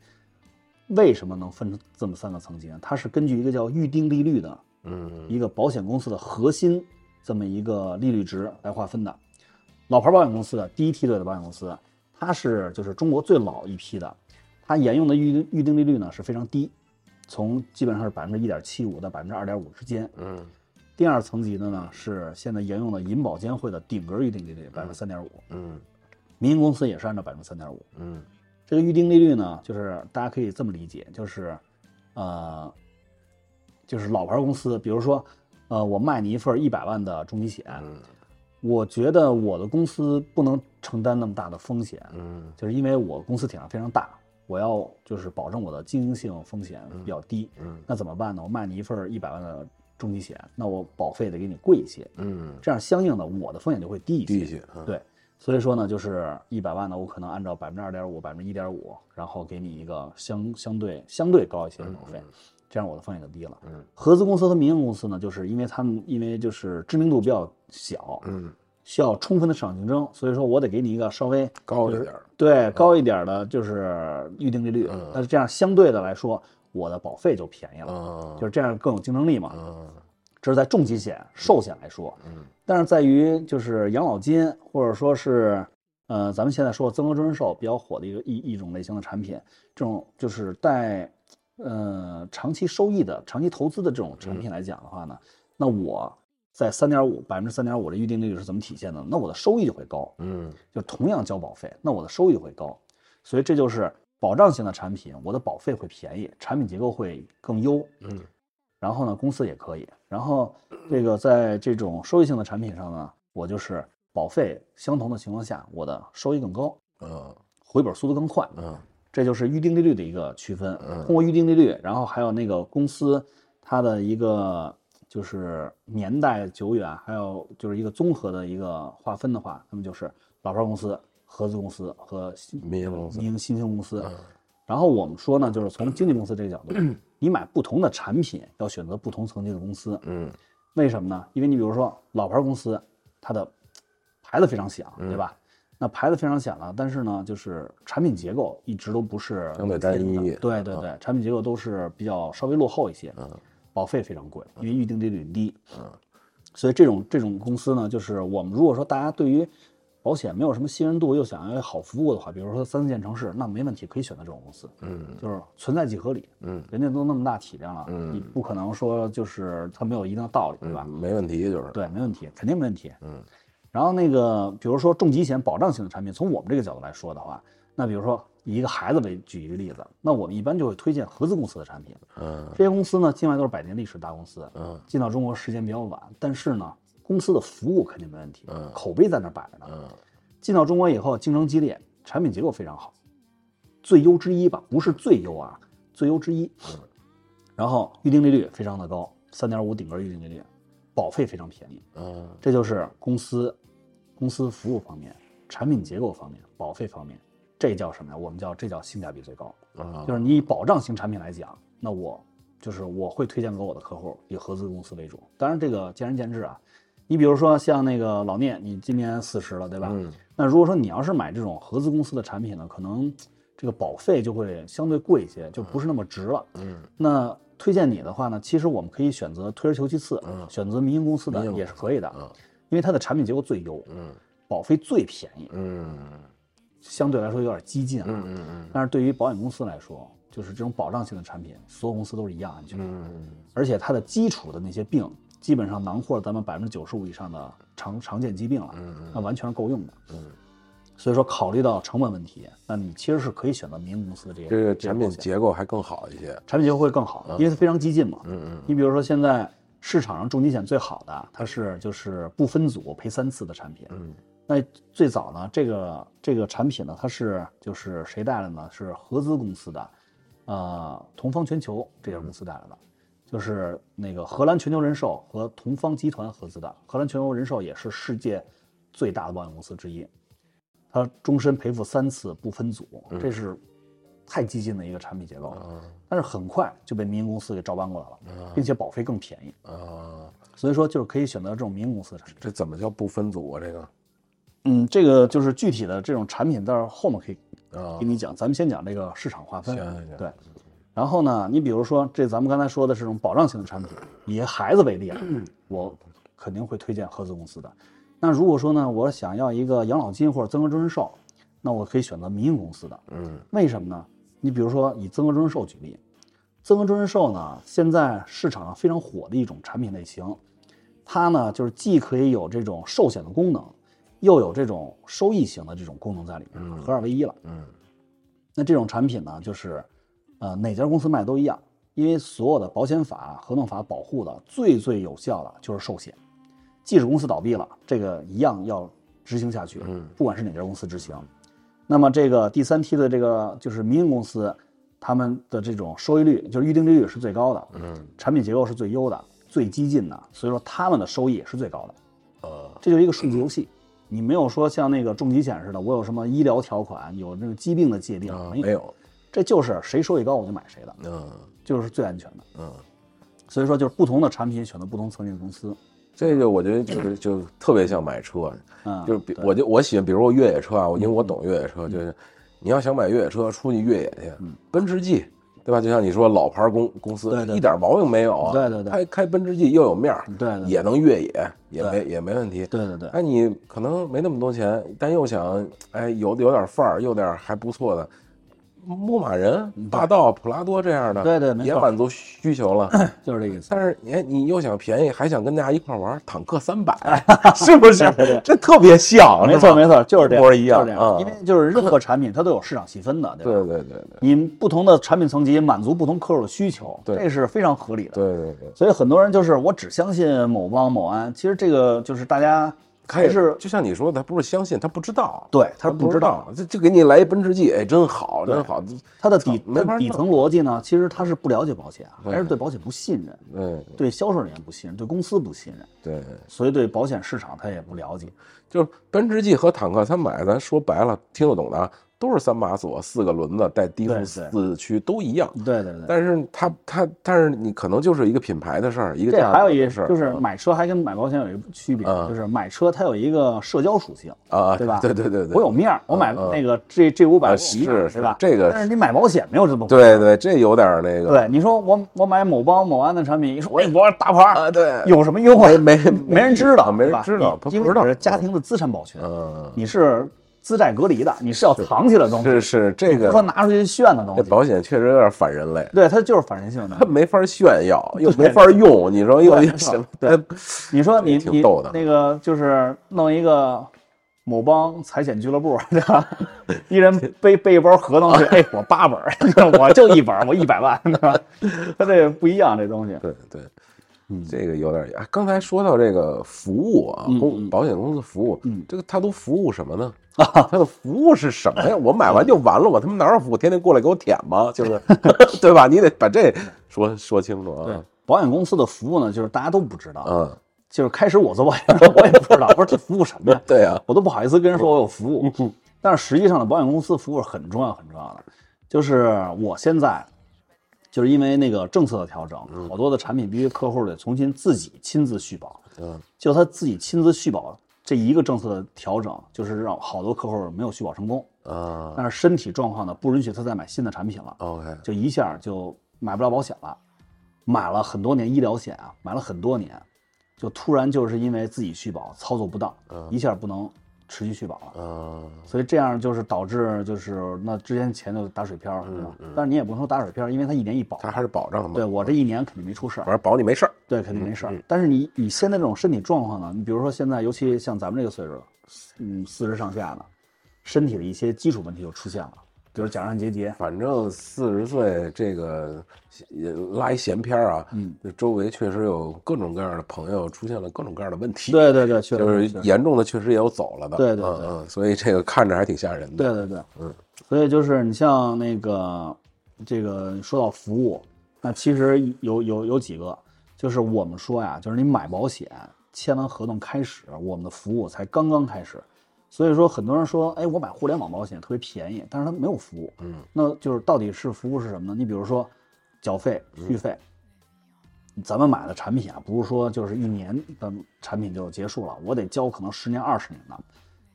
Speaker 2: 为什么能分成这么三个层级呢？它是根据一个叫预定利率的
Speaker 1: 嗯
Speaker 2: 一个保险公司的核心这么一个利率值来划分的。老牌保险公司的第一梯队的保险公司，它是就是中国最老一批的，它沿用的预定预定利率呢是非常低，从基本上是百分之一点七五到百分之二点五之间。
Speaker 1: 嗯
Speaker 2: 第二层级的呢是现在沿用的银保监会的顶格预定利率百分之三点五，
Speaker 1: 嗯
Speaker 2: 民营公司也是按照百分之三点五。
Speaker 1: 嗯
Speaker 2: 这个预定利率呢，就是大家可以这么理解，就是，呃，就是老牌公司，比如说，呃，我卖你一份一百万的重疾险，
Speaker 1: 嗯
Speaker 2: 我觉得我的公司不能承担那么大的风险，
Speaker 1: 嗯
Speaker 2: 就是因为我公司体量非常大，我要就是保证我的经营性风险比较低。
Speaker 1: 嗯
Speaker 2: 那怎么办呢？我卖你一份一百万的重疾险，那我保费得给你贵一些，
Speaker 1: 嗯，
Speaker 2: 这样相应的我的风险就会低一些。
Speaker 1: 继续，嗯
Speaker 2: 对，所以说呢，就是一百万呢，我可能按照百分之二点五、百分之一点五，然后给你一个相相对相对高一些的保费，这样我的风险就低了。
Speaker 1: 嗯，
Speaker 2: 合资公司和民营公司呢，就是因为他们因为就是知名度比较小，
Speaker 1: 嗯
Speaker 2: 需要充分的市场竞争，所以说我得给你一个稍微
Speaker 1: 高一嗯点儿，
Speaker 2: 对高一点的，就是预定利率，
Speaker 1: 嗯
Speaker 2: 但是这样相对的来说，我的保费就便宜了，
Speaker 1: 嗯
Speaker 2: 就是这样更有竞争力嘛。
Speaker 1: 嗯
Speaker 2: 这是在重疾险、寿险来说，
Speaker 1: 嗯，
Speaker 2: 但是在于就是养老金或者说是，呃，咱们现在说增额终身寿比较火的一个一一种类型的产品，这种就是带，呃，长期收益的、长期投资的这种产品来讲的话呢，那我在三点五百分之三点五的预定利率是怎么体现的呢？那我的收益就会高，
Speaker 1: 嗯
Speaker 2: 就同样交保费，那我的收益会高，所以这就是保障型的产品，我的保费会便宜，产品结构会更优，
Speaker 1: 嗯
Speaker 2: 然后呢，公司也可以。然后这个在这种收益性的产品上呢，我就是保费相同的情况下，我的收益更高，
Speaker 1: 嗯
Speaker 2: 回本速度更快。
Speaker 1: 嗯
Speaker 2: 这就是预定利率的一个区分。通过预定利率，然后还有那个公司它的一个就是年代久远，还有就是一个综合的一个划分的话，那么就是老牌公司、合资公司和新
Speaker 1: 民营公司嗯
Speaker 2: 民营新兴公司。然后我们说呢，就是从经纪公司这个角度，你买不同的产品要选择不同层级的公司，
Speaker 1: 嗯
Speaker 2: 为什么呢？因为你比如说老牌公司，它的牌子非常
Speaker 1: 嗯
Speaker 2: 响，对吧？那牌子非常响了，但是呢，就是产品结构一直都不是
Speaker 1: 相对单一啊嗯
Speaker 2: 贴合的对对对，产品结构都是比较稍微落后一些，保费非常贵，因为预定利率低，所以这种这种公司呢，就是我们如果说大家对于保险没有什么信任度，又想要好服务的话，比如说三四线城市，那没问题，可以选择这种公司，
Speaker 1: 嗯，
Speaker 2: 就是存在即合理，
Speaker 1: 嗯，
Speaker 2: 人家都那么大体量了，嗯，你不可能说就是它没有一定的道理，对吧？
Speaker 1: 嗯，没问题，就是
Speaker 2: 对，没问题，肯定没问题。嗯，然后那个，比如说重疾险保障型的产品，从我们这个角度来说的话，那比如说以一个孩子为举一个例子，那我们一般就会推荐合资公司的产品。
Speaker 1: 嗯
Speaker 2: 这些公司呢，境外都是百年历史的大公司，
Speaker 1: 嗯，
Speaker 2: 进到中国时间比较晚，但是呢，公司的服务肯定没问题，
Speaker 1: 嗯
Speaker 2: 口碑在那儿摆着呢。
Speaker 1: 嗯
Speaker 2: 进到中国以后，竞争激烈，产品结构非常好，最优之一吧，不是最优啊，最优之一。
Speaker 1: 嗯
Speaker 2: 然后预定利率非常的高，三点五顶格预定利率，保费非常便宜，
Speaker 1: 嗯
Speaker 2: 这就是公司公司服务方面、产品结构方面、保费方面，这叫什么呀？我们叫这叫性价比最高。
Speaker 1: 嗯
Speaker 2: 就是你以保障型产品来讲，那我就是我会推荐给我的客户，以合资公司为主。当然，这个见仁见智啊。你比如说像那个老聂，你今年四十了，对吧？
Speaker 1: 嗯
Speaker 2: 那如果说你要是买这种合资公司的产品呢，可能这个保费就会相对贵一些，就不是那么值了。
Speaker 1: 嗯，
Speaker 2: 那推荐你的话呢，其实我们可以选择退而求其次，
Speaker 1: 嗯
Speaker 2: 选择民营公司的
Speaker 1: 民营
Speaker 2: 也是可以的，
Speaker 1: 嗯
Speaker 2: 因为它的产品结构最优，
Speaker 1: 嗯
Speaker 2: 保费最便宜，
Speaker 1: 嗯
Speaker 2: 相对来说有点激进啊。
Speaker 1: 嗯嗯
Speaker 2: 但是对于保险公司来说，就是这种保障性的产品，所有公司都是一样安全，
Speaker 1: 嗯
Speaker 2: 而且它的基础的那些病，基本上囊括咱们百分之九十五以上的常常见疾病了，
Speaker 1: 嗯
Speaker 2: 那完全是够用的。嗯，所以说考虑到成本问题，那你其实是可以选择民营公司的这些
Speaker 1: 这个产品
Speaker 2: 保险
Speaker 1: 结构还更好一些，
Speaker 2: 产品结构会更好，因为它非常激进嘛。
Speaker 1: 嗯嗯
Speaker 2: 你比如说现在市场上重疾险最好的，它是就是不分组赔三次的产品。
Speaker 1: 嗯，
Speaker 2: 那最早呢，这个这个产品呢，它是就是谁带的呢？是合资公司的，呃，同方全球这家公司带来的，就是那个荷兰全球人寿和同方集团合资的。荷兰全球人寿也是世界最大的保险公司之一，它终身赔付三次不分组，这是太激进的一个产品结构了。但是很快就被民营公司给照搬过来了，并且保费更便宜，
Speaker 1: 啊，
Speaker 2: 所以说就是可以选择这种民营公司的产品。
Speaker 1: 这怎么叫不分组啊？这个
Speaker 2: 嗯，这个就是具体的这种产品，到时候后面可以
Speaker 1: 啊
Speaker 2: 给，你讲。咱们先讲这个市场划分
Speaker 1: 行行，
Speaker 2: 对。然后呢，你比如说这咱们刚才说的这种保障型的产品，以孩子为例啊，
Speaker 1: 嗯
Speaker 2: 我肯定会推荐合资公司的。那如果说呢，我想要一个养老金或者增额终身寿，那我可以选择民营公司的。
Speaker 1: 嗯
Speaker 2: 为什么呢？你比如说以增额终身寿举例，增额终身寿呢，现在市场上非常火的一种产品类型，它呢就是既可以有这种寿险的功能，又有这种收益型的这种功能在里面，合二为一了。
Speaker 1: 嗯
Speaker 2: 那这种产品呢，就是，呃，哪家公司卖都一样，因为所有的保险法、合同法保护的最最有效的就是寿险，即使公司倒闭了，这个一样要执行下去，
Speaker 1: 嗯
Speaker 2: 不管是哪家公司执行。那么这个第三梯的这个就是民营公司，他们的这种收益率就是预定利率是最高的，
Speaker 1: 嗯
Speaker 2: 产品结构是最优的、最激进的，所以说他们的收益是最高的。
Speaker 1: 啊
Speaker 2: 这就是一个数字游戏。你没有说像那个重疾险似的，我有什么医疗条款，有那个疾病的界定，
Speaker 1: 啊，
Speaker 2: 没有
Speaker 1: 没有，
Speaker 2: 这就是谁收益高我就买谁的，
Speaker 1: 嗯
Speaker 2: 就是最安全的。
Speaker 1: 嗯
Speaker 2: 所以说，就是不同的产品选择不同层级的公司。
Speaker 1: 这个我觉得就是就特别像买车，
Speaker 2: 嗯，
Speaker 1: 就是比我就我喜欢，比如我越野车啊，我因为我懂越野车，就是你要想买越野车，出去越野去，奔驰 G，对吧？就像你说老牌公公司
Speaker 2: 嗯对对对
Speaker 1: 一点毛病没有啊，
Speaker 2: 对对对
Speaker 1: 开开奔驰 G 又有面儿，
Speaker 2: 对对对
Speaker 1: 也能越野，也没也没问题。
Speaker 2: 对对对，
Speaker 1: 哎，你可能没那么多钱，但又想哎有有点范儿，又点还不错的，牧马人、霸道、普拉多这样的，
Speaker 2: 嗯对对没
Speaker 1: 也
Speaker 2: 错
Speaker 1: 满足需求
Speaker 2: *clears throat*
Speaker 1: 了。
Speaker 2: 就是这个意思。
Speaker 1: 但是你你又想便宜，还想跟大家一块玩坦克三百，
Speaker 2: 哎
Speaker 1: *laughs* 是不是？这特别像，
Speaker 2: 没
Speaker 1: 是
Speaker 2: 错
Speaker 1: 吧
Speaker 2: 没错，就是这样，
Speaker 1: 一模一样
Speaker 2: 就是这样。
Speaker 1: 嗯
Speaker 2: 因为就是任何产品它都有市场细分的，对吧？
Speaker 1: 对对对对
Speaker 2: 你不同的产品层级满足不同客户的需求，
Speaker 1: 对
Speaker 2: 这是非常合理的。
Speaker 1: 对对对，
Speaker 2: 所以很多人就是我只相信某邦某安，其实这个就是大家
Speaker 1: 开
Speaker 2: 还
Speaker 1: 始
Speaker 2: 是
Speaker 1: 就像你说的，他不是相信，他不知道，
Speaker 2: 对
Speaker 1: 他
Speaker 2: 他是不知道，
Speaker 1: 这就给你来一奔驰 G，哎，真好，真好，
Speaker 2: 他的底
Speaker 1: 操没
Speaker 2: 他
Speaker 1: 法弄
Speaker 2: 底层逻辑呢，其实他是不了解保险，啊
Speaker 1: 对
Speaker 2: 还是对保险不信任，
Speaker 1: 嗯，
Speaker 2: 对销售人员不信任，对公司不信任，
Speaker 1: 对，
Speaker 2: 所以对保险市场他也不了解。
Speaker 1: 就是奔驰 G 和坦克三百，咱说白了，听得懂的啊，都是三把锁，四个轮子，带低
Speaker 2: 对
Speaker 1: 速
Speaker 2: 对
Speaker 1: 四驱都一样。
Speaker 2: 对对对。
Speaker 1: 但是它它，但是你可能就是一个品牌的事儿，一个
Speaker 2: 这
Speaker 1: 价
Speaker 2: 还有
Speaker 1: 格
Speaker 2: 一
Speaker 1: 的事儿
Speaker 2: 就是买车还跟买保险有一个区别，
Speaker 1: 嗯
Speaker 2: 就是买车它有一个社交属性，
Speaker 1: 啊，
Speaker 2: 对吧
Speaker 1: 对对对对，
Speaker 2: 我有面儿，我买
Speaker 1: 嗯
Speaker 2: 那个 G G 五百
Speaker 1: 啊
Speaker 2: 我有面儿
Speaker 1: 是
Speaker 2: 对吧？
Speaker 1: 是这个
Speaker 2: 但是你买保险没有这么回
Speaker 1: 对
Speaker 2: 事
Speaker 1: 对，这有点儿那个，
Speaker 2: 对，你说我我买某邦某安的产品，一说哎我是大牌儿，
Speaker 1: 啊，对，
Speaker 2: 有什么优惠？
Speaker 1: 没没
Speaker 2: 没人知道，
Speaker 1: 没人
Speaker 2: 对吧
Speaker 1: 知道
Speaker 2: 你
Speaker 1: 不
Speaker 2: 因为
Speaker 1: 不知道
Speaker 2: 你是家庭的资产保全，
Speaker 1: 嗯，
Speaker 2: 你是资债隔离的，你是要藏起来的东西，
Speaker 1: 是是这
Speaker 2: 不是说
Speaker 1: 个，
Speaker 2: 拿出去炫的东
Speaker 1: 这
Speaker 2: 西。
Speaker 1: 保险确实有点反人类，
Speaker 2: 对，它就是反人
Speaker 1: *laughs*
Speaker 2: 性的
Speaker 1: 它。没法炫耀，又没法用，你说又
Speaker 2: 对
Speaker 1: 又什么？
Speaker 2: *laughs* 对你说你
Speaker 1: 挺
Speaker 2: 你
Speaker 1: 逗的
Speaker 2: 那个就是弄一个某邦财险俱乐部，对吧？一人背背一包合同去，哎，我八本儿， *laughs* 我就一本儿，我一百万，对吧？它这不一样，这东西。
Speaker 1: 对对，
Speaker 2: 嗯
Speaker 1: 这个有点儿。啊刚才说到这个服务啊，
Speaker 2: 嗯
Speaker 1: 公保险公司服务，这个它都服务什么
Speaker 2: *laughs*
Speaker 1: 呢？它的服务是什么呀？我买完就完了，我他妈哪有服务？天天过来给我舔吗？就是，
Speaker 2: *laughs*
Speaker 1: 对吧？你得把这说说清楚
Speaker 2: 对
Speaker 1: 啊。，
Speaker 2: 保险公司的服务呢，就是大家都不知道。
Speaker 1: 嗯，
Speaker 2: 就是开始我做保险的时候，我也不知道，我说这服务什么呀？
Speaker 1: 对啊，
Speaker 2: 我都不好意思跟人说我有服务。但是实际上呢，保险公司服务是很重要很重要的。就是我现在就是因为那个政策的调整，好多的产品必须客户得重新自己亲自续保。
Speaker 1: 嗯，
Speaker 2: 就他自己亲自续保这一个政策的调整，就是让好多客户没有续保成功，
Speaker 1: 啊
Speaker 2: 但是身体状况呢不允许他再买新的产品了。
Speaker 1: ，OK，
Speaker 2: 就一下就买不了保险了，买了很多年医疗险啊，买了很多年，就突然就是因为自己续保操作不当，一下不能持续续保了，
Speaker 1: 嗯，
Speaker 2: 所以这样就是导致就是那之前钱就打水漂，对吧？但是你也不能说打水漂，因为它一年一保，
Speaker 1: 它还是保障嘛。
Speaker 2: 对我这一年肯定没出事儿
Speaker 1: 反，正保你没事儿。
Speaker 2: 对，肯定没事儿。但是你你现在这种身体状况呢，你比如说现在，尤其像咱们这个岁数，嗯，四十上下呢，身体的一些基础问题就出现了，比如甲状腺结节，
Speaker 1: 反正四十岁这个也拉一闲篇儿啊，嗯，周围确实有各种各样的朋友出现了各种各样的问题，，
Speaker 2: 对对对，确实
Speaker 1: 就是
Speaker 2: 确实
Speaker 1: 严重的确实也有走了的，
Speaker 2: 对对
Speaker 1: 嗯
Speaker 2: 对
Speaker 1: 嗯，所以这个看着还挺吓人的，
Speaker 2: 对对对，嗯，所以就是你像那个这个说到服务，那其实有有有几个，就是我们说呀，就是你买保险签完合同开始，我们的服务才刚刚开始。所以说，很多人说，哎，我买互联网保险特别便宜，但是它没有服务。嗯，那就是到底是服务是什么呢？你比如说，缴费、续费，咱们买的产品啊，不是说就是一年的产品就结束了，我得交可能十年、二十年的，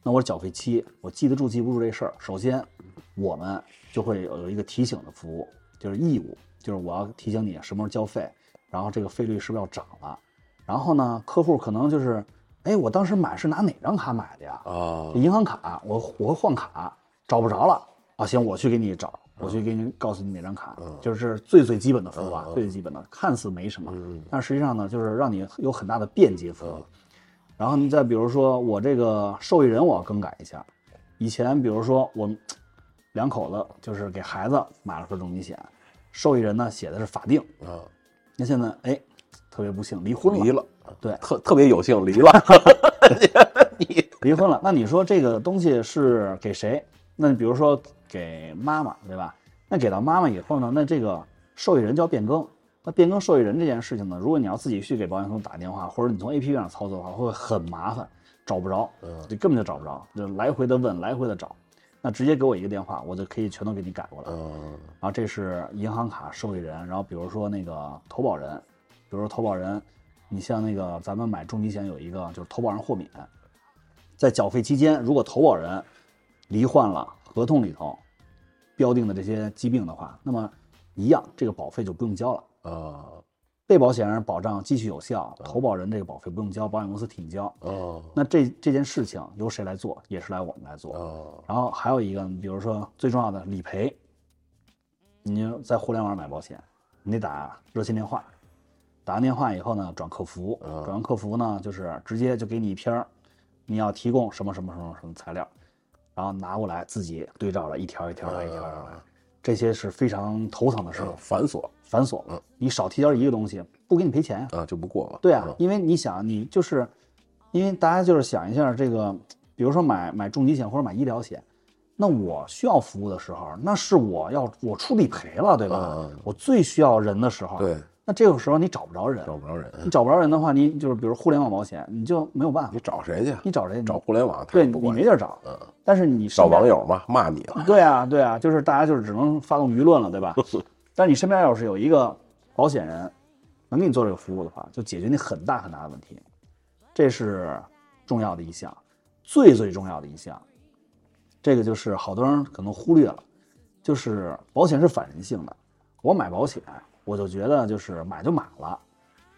Speaker 2: 那我缴费期我记得住记不住这事儿。首先，我们就会有一个提醒的服务，就是义务，就是我要提醒你什么时候交费，然后这个费率是不是要涨了。然后呢，客户可能就是，哎，我当时买是拿哪张卡买的呀？
Speaker 1: 啊，
Speaker 2: 银行卡，我我会换卡，找不着了啊，行，我去给你找，我去给你告诉你哪张卡，就是最最基本的服务啊，最最基本的，看似没什么，但实际上呢，就是让你有很大的便捷服务。然后你再比如说，我这个受益人我要更改一下，以前比如说我们两口子就是给孩子买了份重疾险，受益人呢写的是法定，
Speaker 1: 啊，
Speaker 2: 那现在哎特别不幸嗯离婚了，哎
Speaker 1: 离了，
Speaker 2: 对，
Speaker 1: 特特别有幸离了，
Speaker 2: *laughs* 离婚了，那你说这个东西是给谁？那比如说给妈妈，对吧？那给到妈妈以后呢，那这个受益人就要变更。那变更受益人这件事情呢，如果你要自己去给保险公司打电话，或者你从 APP 上操作的话，会很麻烦，找不着，就根本就找不着，就来回的问，来回的找。那直接给我一个电话，我就可以全都给你改过来。
Speaker 1: 嗯，
Speaker 2: 然后这是银行卡受益人，然后比如说那个投保人，比如说投保人，你像那个咱们买重疾险有一个就是投保人豁免，在缴费期间，如果投保人罹患了合同里头标定的这些疾病的话，那么一样这个保费就不用交了。
Speaker 1: 啊
Speaker 2: 被保险人保障继续有效，投保人这个保费不用交，保险公司替你交。
Speaker 1: 哦
Speaker 2: 那这这件事情由谁来做？也是来我们来做。
Speaker 1: 哦
Speaker 2: 然后还有一个，比如说最重要的理赔，你在互联网上买保险，你得打热线电话，打完电话以后呢，转客服，
Speaker 1: 嗯
Speaker 2: 转完客服呢，就是直接就给你一篇儿，你要提供什么什么什么什么材料，然后拿过来自己对照了一条一条来一条来，这些是非常头疼的事，
Speaker 1: 啊，繁琐
Speaker 2: 繁琐。你少提交一个东西，不给你赔钱呀、
Speaker 1: 啊就不过了。
Speaker 2: 对啊
Speaker 1: 嗯，
Speaker 2: 因为你想，你就是，因为大家就是想一下这个，比如说买买重疾险或者买医疗险，那我需要服务的时候，那是我要我出理赔了，对吧？
Speaker 1: 嗯嗯
Speaker 2: 我最需要人的时候，
Speaker 1: 对，
Speaker 2: 那这个时候你找不着人，
Speaker 1: 找不着人，
Speaker 2: 你找不着人的话，你就是比如互联网保险，你就没有办法
Speaker 1: 你，找谁去？
Speaker 2: 你找谁？
Speaker 1: 找互联网，他
Speaker 2: 嗯对
Speaker 1: 也
Speaker 2: 你
Speaker 1: 不管
Speaker 2: 没地儿找，但是你
Speaker 1: 找
Speaker 2: 身边
Speaker 1: 网友嘛，骂你了。
Speaker 2: 对啊，对啊，就是大家就是只能发动舆论了，对吧？但你身边要是有一个保险人能给你做这个服务的话，就解决你很大很大的问题，这是重要的一项，最最重要的一项。这个就是好多人可能忽略了，就是保险是反人性的。我买保险，我就觉得就是买就买了，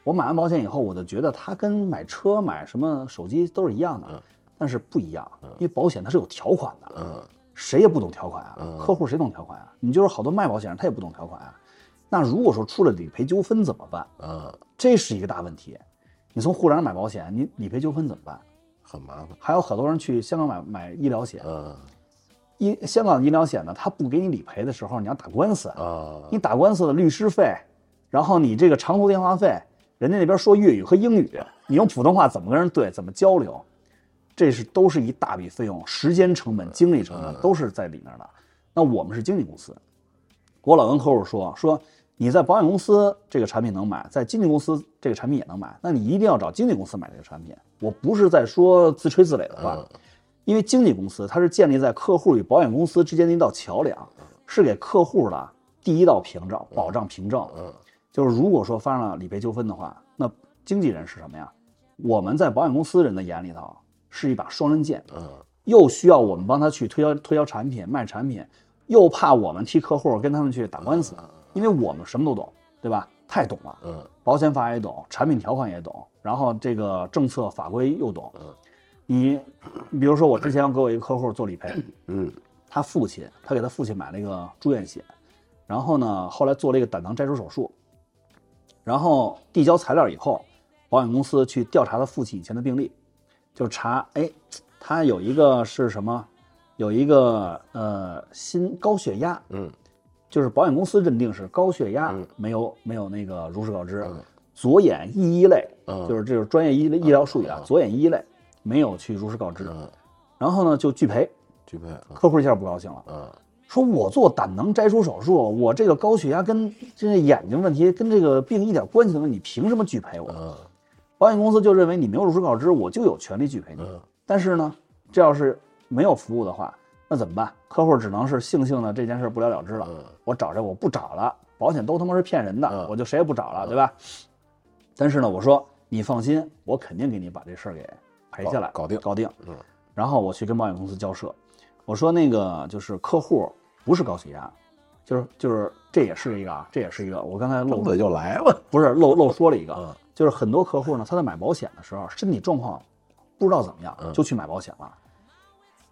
Speaker 2: 我买完保险以后，我就觉得它跟买车、买什么手机都是一样的，但是不一样，因为保险它是有条款的。
Speaker 1: 嗯
Speaker 2: 谁也不懂条款啊，客户谁懂条款啊？你就是好多卖保险人他也不懂条款啊。那如果说出了理赔纠纷怎么办？
Speaker 1: 嗯，
Speaker 2: 这是一个大问题。你从互联网买保险，你理赔纠纷怎么办？
Speaker 1: 很麻烦。
Speaker 2: 还有好多人去香港买买医疗险，
Speaker 1: 嗯
Speaker 2: 医香港医疗险呢，他不给你理赔的时候，你要打官司，
Speaker 1: 啊
Speaker 2: 你打官司的律师费，然后你这个长途电话费，人家那边说粤语和英语，你用普通话怎么跟人对，怎么交流，这是都是一大笔费用，时间成本、精力成本都是在里面的。那我们是经纪公司，我老跟客户说说，你在保险公司这个产品能买，在经纪公司这个产品也能买，那你一定要找经纪公司买这个产品。我不是在说自吹自擂的话，因为经纪公司它是建立在客户与保险公司之间的一道桥梁，是给客户的第一道屏障，保障屏障。
Speaker 1: 嗯嗯
Speaker 2: 就是如果说发生了理赔纠纷的话，那经纪人是什么呀？我们在保险公司人的眼里头是一把双刃剑，
Speaker 1: 嗯
Speaker 2: 又需要我们帮他去推销推销产品、卖产品，又怕我们替客户跟他们去打官司，因为我们什么都懂，对吧？太懂了，
Speaker 1: 嗯
Speaker 2: 保险法也懂，产品条款也懂，然后这个政策法规又懂。你，你比如说我之前给我一个客户做理赔，
Speaker 1: 嗯
Speaker 2: 他父亲，他给他父亲买了一个住院险，然后呢，后来做了一个胆囊摘除手术，然后递交材料以后，保险公司去调查他父亲以前的病历，就查，哎，他有一个是什么？有一个呃心高血压，
Speaker 1: 嗯
Speaker 2: 就是保险公司认定是高血压，没有没有那个如实告知。左眼异一类，
Speaker 1: 嗯
Speaker 2: 就是这种专业医医疗术语啊，左眼异一类没有去如实告知，
Speaker 1: 嗯，
Speaker 2: 然后呢就拒赔，
Speaker 1: 具备。嗯
Speaker 2: 客户一下不高兴了。
Speaker 1: 嗯
Speaker 2: 说我做胆囊摘除手术，我这个高血压跟这眼睛问题跟这个病一点关系都没有，你凭什么拒赔我？
Speaker 1: 嗯
Speaker 2: 保险公司就认为你没有如实告知，我就有权利拒赔你。
Speaker 1: 嗯
Speaker 2: 但是呢，这要是没有服务的话，那怎么办？客户只能是悻悻的这件事不了了之了。
Speaker 1: 嗯
Speaker 2: 我找这我不找了，保险都他妈是骗人的，
Speaker 1: 嗯
Speaker 2: 我就谁也不找了，对吧？但是呢，我说你放心，我肯定给你把这事儿给赔下来，
Speaker 1: 搞搞定
Speaker 2: 搞定。
Speaker 1: 嗯，
Speaker 2: 然后我去跟保险公司交涉，我说那个就是客户不是高血压，就是就是这也是一个啊，这也是一个，我刚才漏
Speaker 1: 张嘴就来吧。
Speaker 2: 不是漏漏说了一个，
Speaker 1: 嗯
Speaker 2: 就是很多客户呢，他在买保险的时候，身体状况不知道怎么
Speaker 1: 嗯
Speaker 2: 样，就去买保险了，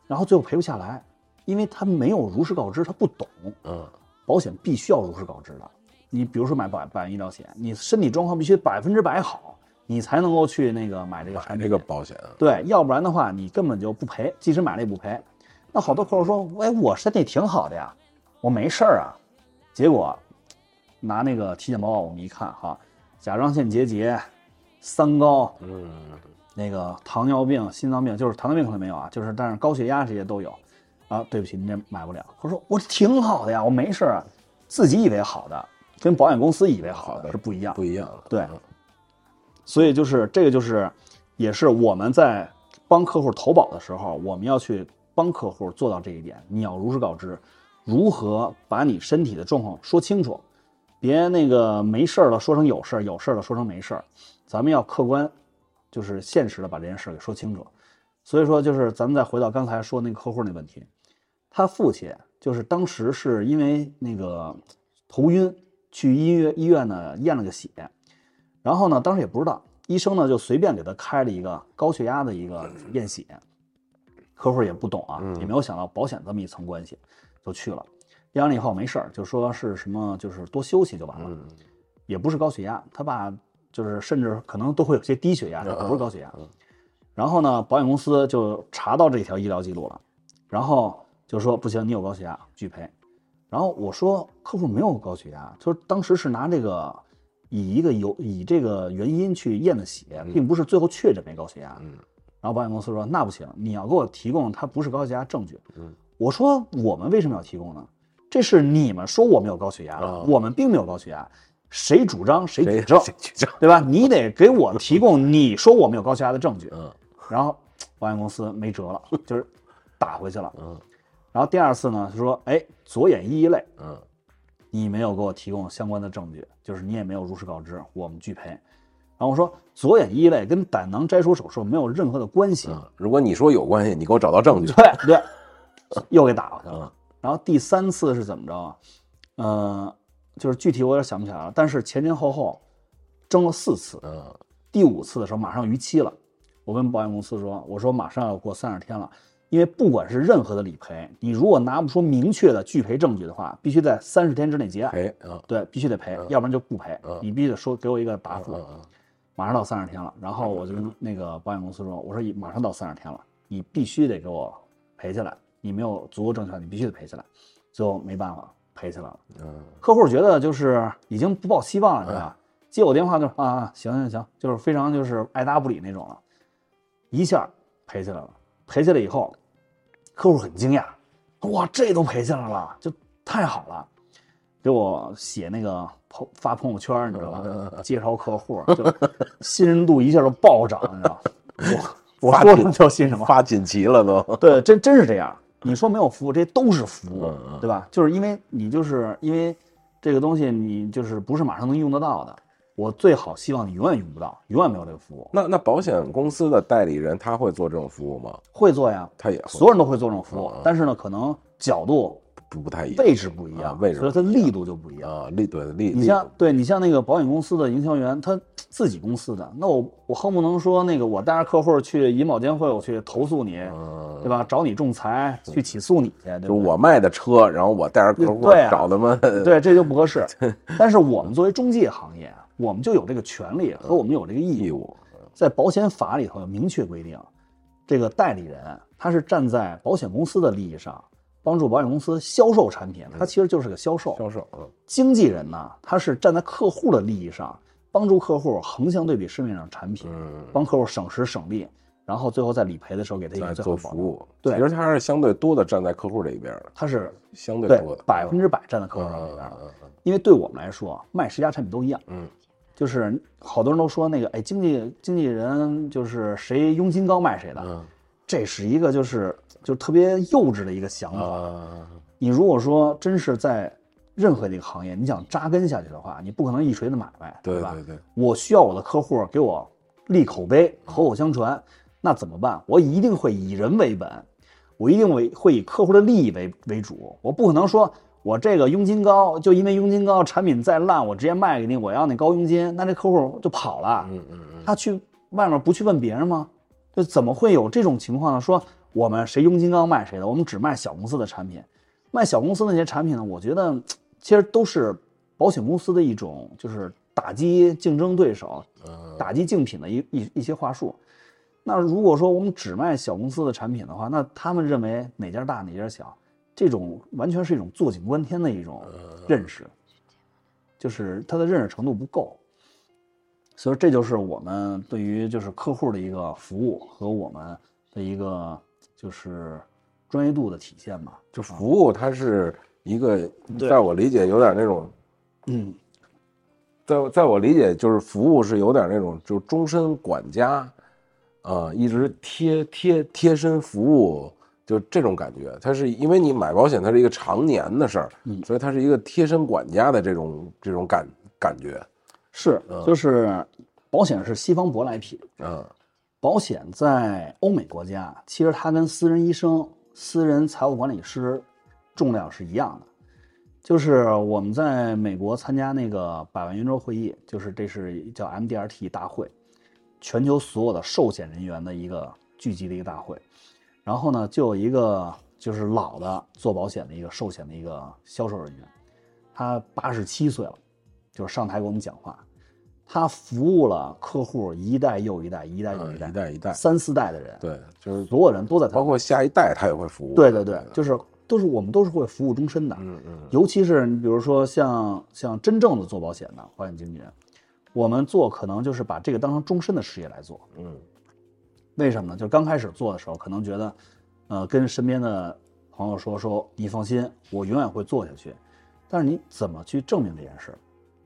Speaker 2: 然后最后赔不下来，因为他没有如实告知，他不懂
Speaker 1: 嗯
Speaker 2: 保险必须要如实告知的。你比如说买保保险医疗险，你身体状况必须百分之百好，你才能够去那个买这个产
Speaker 1: 买
Speaker 2: 品。
Speaker 1: 这个保险。啊
Speaker 2: 对，要不然的话你根本就不赔，即使买了也不赔。那好多客户说，哎，我身体挺好的呀，我没事儿啊。结果拿那个体检报告我们一看哈，甲状腺结节、三高、
Speaker 1: 嗯
Speaker 2: 那个糖尿病、心脏病，就是糖尿病可能没有啊，就是但是高血压这些都有。啊，对不起，您这买不了。他说我挺好的呀，我没事儿啊，自己以为好的，跟保险公司以为好的是不一样的。
Speaker 1: 不一样了。啊
Speaker 2: 对，所以就是这个就是，也是我们在帮客户投保的时候，我们要去帮客户做到这一点。你要如实告知，如何把你身体的状况说清楚，别那个没事儿了说成有事儿，有事儿了说成没事儿，咱们要客观，就是现实的把这件事儿给说清楚。所以说，就是咱们再回到刚才说那个客户那问题，他父亲就是当时是因为那个头晕，去医院医院呢验了个血，然后呢当时也不知道，医生呢就随便给他开了一个高血压的一个验血，客户也不懂啊，也没有想到保险这么一层关系，就去了。验完了以后没事儿，就说是什么就是多休息就完了，也不是高血压，他爸就是甚至可能都会有些低血压，不是高血压。然后呢，保险公司就查到这条医疗记录了，然后就说不行，你有高血压，拒赔。然后我说客户没有高血压，就是当时是拿这个以一个有以这个原因去验的血，
Speaker 1: 嗯
Speaker 2: 并不是最后确诊为高血压。然后保险公司说那不行，你要给我提供他不是高血压证据。
Speaker 1: 嗯
Speaker 2: 我说我们为什么要提供呢？这是你们说我们有高血压的，
Speaker 1: 啊
Speaker 2: 我们并没有高血压，谁主张谁举
Speaker 1: 谁
Speaker 2: 证，
Speaker 1: 谁举证？
Speaker 2: 对吧？你得给我
Speaker 1: *laughs*
Speaker 2: 提供你说我们有高血压的证据。
Speaker 1: 嗯
Speaker 2: 然后保险公司没辙了，就是打回去了。
Speaker 1: 嗯
Speaker 2: 然后第二次呢，就说，哎，左眼一一类，
Speaker 1: 嗯
Speaker 2: 你没有给我提供相关的证据，就是你也没有如实告知，我们拒赔。然后我说，左眼一一类跟胆囊摘除手术没有任何的关系。
Speaker 1: 嗯，如果你说有关系，你给我找到证据。
Speaker 2: 对对，又给打回去了。
Speaker 1: 嗯
Speaker 2: 然后第三次是怎么着啊？呃，就是具体我有点想不起来了，但是前前后后争了四次。
Speaker 1: 嗯
Speaker 2: 第五次的时候马上逾期了，我跟保险公司说，我说马上要过三十天了，因为不管是任何的理赔，你如果拿不出明确的拒赔证据的话，必须在三十天之内结案。
Speaker 1: 赔啊
Speaker 2: 对，必须得赔，要不然就不赔。你必须得说给我一个答复。
Speaker 1: 嗯嗯
Speaker 2: 马上到三十天了，然后我就跟那个保险公司说，我说马上到三十天了，你必须得给我赔下来，你没有足够证据，你必须得赔下来。最后没办法赔下来了。
Speaker 1: 嗯
Speaker 2: 客户觉得就是已经不抱希望了，对
Speaker 1: 哎
Speaker 2: 吧？接我电话就是啊啊，行行行，就是非常就是爱答不理那种了，一下赔下来了。赔下来以后，客户很惊讶，哇，这都赔下来了，就太好了。给我写那个朋发朋友圈，你知道吧？
Speaker 1: 呃
Speaker 2: 介绍客户，就信任度一下就暴涨，你知道吧？我我
Speaker 1: 发
Speaker 2: 说
Speaker 1: 帖
Speaker 2: 什么就信什么。
Speaker 1: 发锦旗了都。
Speaker 2: 对，真真是这样。你说没有服务，这都是服务
Speaker 1: 嗯，嗯
Speaker 2: 对吧？就是因为你就是因为这个东西，你就是不是马上能用得到的。我最好希望你永远用不到，永远没有这个服务。
Speaker 1: 那那保险公司的代理人他会做这种服务吗？
Speaker 2: 会做呀，
Speaker 1: 他也会
Speaker 2: 所有人都会做这种服务
Speaker 1: 嗯嗯，
Speaker 2: 但是呢，可能角度、
Speaker 1: 不不太一样
Speaker 2: 位置不一
Speaker 1: 啊
Speaker 2: 样，
Speaker 1: 位置
Speaker 2: 所以它力度就不一样。
Speaker 1: 啊，力对力。
Speaker 2: 你
Speaker 1: 力
Speaker 2: 像对你像那个保险公司的营销员，他自己公司的，那我我恨不能说那个我带着客户去银保监会，我去投诉你，
Speaker 1: 嗯
Speaker 2: 对吧？找你仲裁，去起诉你去，对
Speaker 1: 就
Speaker 2: 不对？
Speaker 1: 我卖的车，然后我带着客户
Speaker 2: 对啊
Speaker 1: 找他们，
Speaker 2: 对，这就不
Speaker 1: *laughs*
Speaker 2: 合适。但是我们作为中介行业，啊我们就有这个权利和我们有这个义
Speaker 1: 义
Speaker 2: 务，
Speaker 1: 务，
Speaker 2: 在保险法里头有明确规定，这个代理人他是站在保险公司的利益上，帮助保险公司销售产品，他其实就是个销售。
Speaker 1: 销售，嗯
Speaker 2: 经纪人呢，他是站在客户的利益上，帮助客户横向对比市面上产品，
Speaker 1: 嗯，
Speaker 2: 帮客户省时省力，然后最后在理赔的时候给他一
Speaker 1: 在
Speaker 2: 个最
Speaker 1: 做
Speaker 2: 后的保
Speaker 1: 服
Speaker 2: 障。
Speaker 1: 务，
Speaker 2: 对
Speaker 1: 其实他是相对多的站在客户这一边的，
Speaker 2: 他是
Speaker 1: 相对
Speaker 2: 对
Speaker 1: 多的，
Speaker 2: 百分之百站在客户
Speaker 1: 嗯
Speaker 2: 这边的。
Speaker 1: 嗯嗯
Speaker 2: 因为对我们来说，卖十家产品都一样，
Speaker 1: 嗯，
Speaker 2: 就是好多人都说那个，哎，经纪经纪人就是谁佣金高卖谁的，
Speaker 1: 嗯
Speaker 2: 这是一个就是就特别幼稚的一个想
Speaker 1: 嗯
Speaker 2: 法。
Speaker 1: 啊，
Speaker 2: 你如果说真是在任何一个行业，你想扎根下去的话，你不可能一锤子买卖，
Speaker 1: 对
Speaker 2: 嗯吧？
Speaker 1: 对对，
Speaker 2: 我需要我的客户给我立口碑，口口相传，那怎么办？我一定会以人为本，我一定会会以客户的利益为为主，我不可能说我这个佣金高，就因为佣金高，产品再烂，我直接卖给你，我要那高佣金，那这客户就跑了，
Speaker 1: 嗯嗯嗯，
Speaker 2: 他去外面不去问别人吗？就怎么会有这种情况呢？说我们谁佣金高卖谁的，我们只卖小公司的产品，卖小公司那些产品呢？我觉得其实都是保险公司的一种，就是打击竞争对手、打击竞品的一一一些话术。那如果说我们只卖小公司的产品的话，那他们认为哪家大哪家小，这种完全是一种坐井观天的一种认识，就是他的认识程度不够。所以这就是我们对于就是客户的一个服务和我们的一个就是专业度的体现吧。
Speaker 1: 就服务它是一个，
Speaker 2: 对
Speaker 1: 在我理解有点那种，
Speaker 2: 嗯，
Speaker 1: 在我在我理解就是服务是有点那种，就是终身管家，啊、一直贴贴贴身服务就这种感觉。它是因为你买保险，它是一个常年的事儿，
Speaker 2: 嗯
Speaker 1: 所以它是一个贴身管家的这种这种感感觉。
Speaker 2: 是，就是保险是西方舶来品，
Speaker 1: 嗯，
Speaker 2: 保险在欧美国家，其实它跟私人医生、私人财务管理师重量是一样的。就是我们在美国参加那个百万圆桌会议，就是这是叫 MDRT 大会，全球所有的寿险人员的一个聚集的一个大会。然后呢，就有一个就是老的做保险的一个寿险的一个销售人员，他八十七岁了，就是上台给我们讲话。他服务了客户一代又一代，一代又
Speaker 1: 嗯
Speaker 2: 一代，
Speaker 1: 一代一代，
Speaker 2: 三四代的人，，
Speaker 1: 对，就是
Speaker 2: 所有人都在他
Speaker 1: 包括下一代他也会服务。
Speaker 2: 对对对，就是都是我们都是会服务终身的，
Speaker 1: 嗯嗯，
Speaker 2: 尤其是你比如说像像真正的做保险的保险经纪人，我们做可能就是把这个当成终身的事业来做，
Speaker 1: 嗯，
Speaker 2: 为什么呢？就是刚开始做的时候，可能觉得，呃，跟身边的朋友说说，你放心，我永远会做下去。但是你怎么去证明这件事？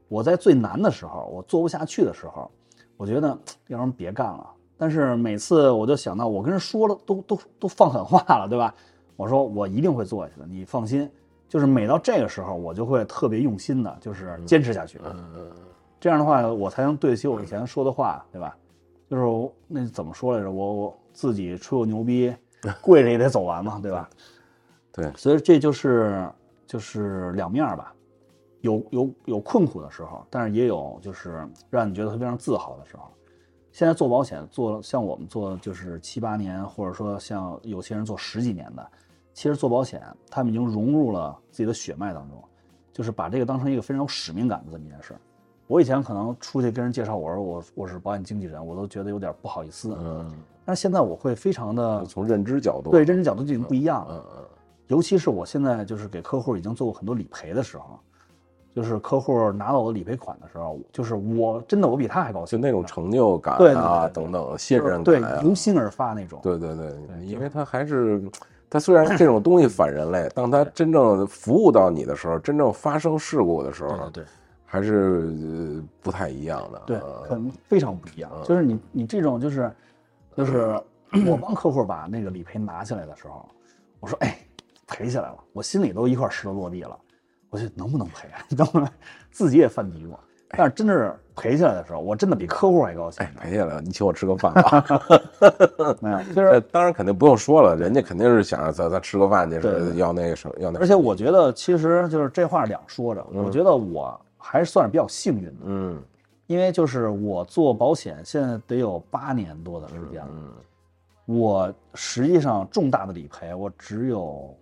Speaker 2: 我在最难的时候，我做不下去的时候，我觉得要不然别干了。但是每次我就想到，我跟人说了，都都都放狠话了，对吧？我说我一定会做下去的，你放心。就是每到这个时候，我就会特别用心的，就是坚持下去。这样的话，我才能对得起我以前说的话，对吧？就是我那怎么说来着？我我自己吹过牛逼， *laughs* 跪着也得走完嘛，对吧？
Speaker 1: 对嗯
Speaker 2: 所以这就是就是两面儿吧，有有有困苦的时候，但是也有就是让你觉得非常自豪的时候。现在做保险做像我们做就是七八年，或者说像有些人做十几年的，其实做保险他们已经融入了自己的血脉当中，就是把这个当成一个非常有使命感的这么一件事儿。我以前可能出去跟人介绍我说我我是保险经纪人，我都觉得有点不好意思。
Speaker 1: 嗯，
Speaker 2: 但是现在我会非常的
Speaker 1: 从认知角度，
Speaker 2: 对，认知角度就已经不一样了。
Speaker 1: 嗯嗯
Speaker 2: 尤其是我现在就是给客户已经做过很多理赔的时候，就是客户拿到我的理赔款的时候，就是我真的我比他还高
Speaker 1: 就
Speaker 2: 兴，
Speaker 1: 那种成就感
Speaker 2: 对对
Speaker 1: 啊，
Speaker 2: 对对
Speaker 1: 等等信任
Speaker 2: 对
Speaker 1: 感啊，
Speaker 2: 由心而发那种。
Speaker 1: 对对对，因为它还是，它虽然这种东西反人类，当它真正服务到你的时候，真正发生事故的时候，
Speaker 2: 对
Speaker 1: 还是呃不太一样的。
Speaker 2: 嗯对
Speaker 1: 呃，
Speaker 2: 可能非常不一
Speaker 1: 嗯
Speaker 2: 样。就是你你这种就是就是我帮客户把那个理赔拿下来的时候，我说哎赔下来了，我心里都一块石头落地了。我去能不能赔啊？ *laughs* 能不能自己也犯嘀咕？但是真是赔下来的时候，我真的比客户还高兴
Speaker 1: 哎。，赔下来了，你请我吃个饭吧。 *laughs*
Speaker 2: 没有，就是
Speaker 1: 那当然肯定不用说了，人家肯定是想让咱咱吃个饭去，
Speaker 2: 对对
Speaker 1: 是要那个什么要那个。
Speaker 2: 而且我觉得，其实就是这话两说着，我觉得我还是算是比较幸运的，
Speaker 1: 嗯
Speaker 2: 因为就是我做保险现在得有八年多的时间了，
Speaker 1: 嗯
Speaker 2: 我实际上重大的理赔我只有，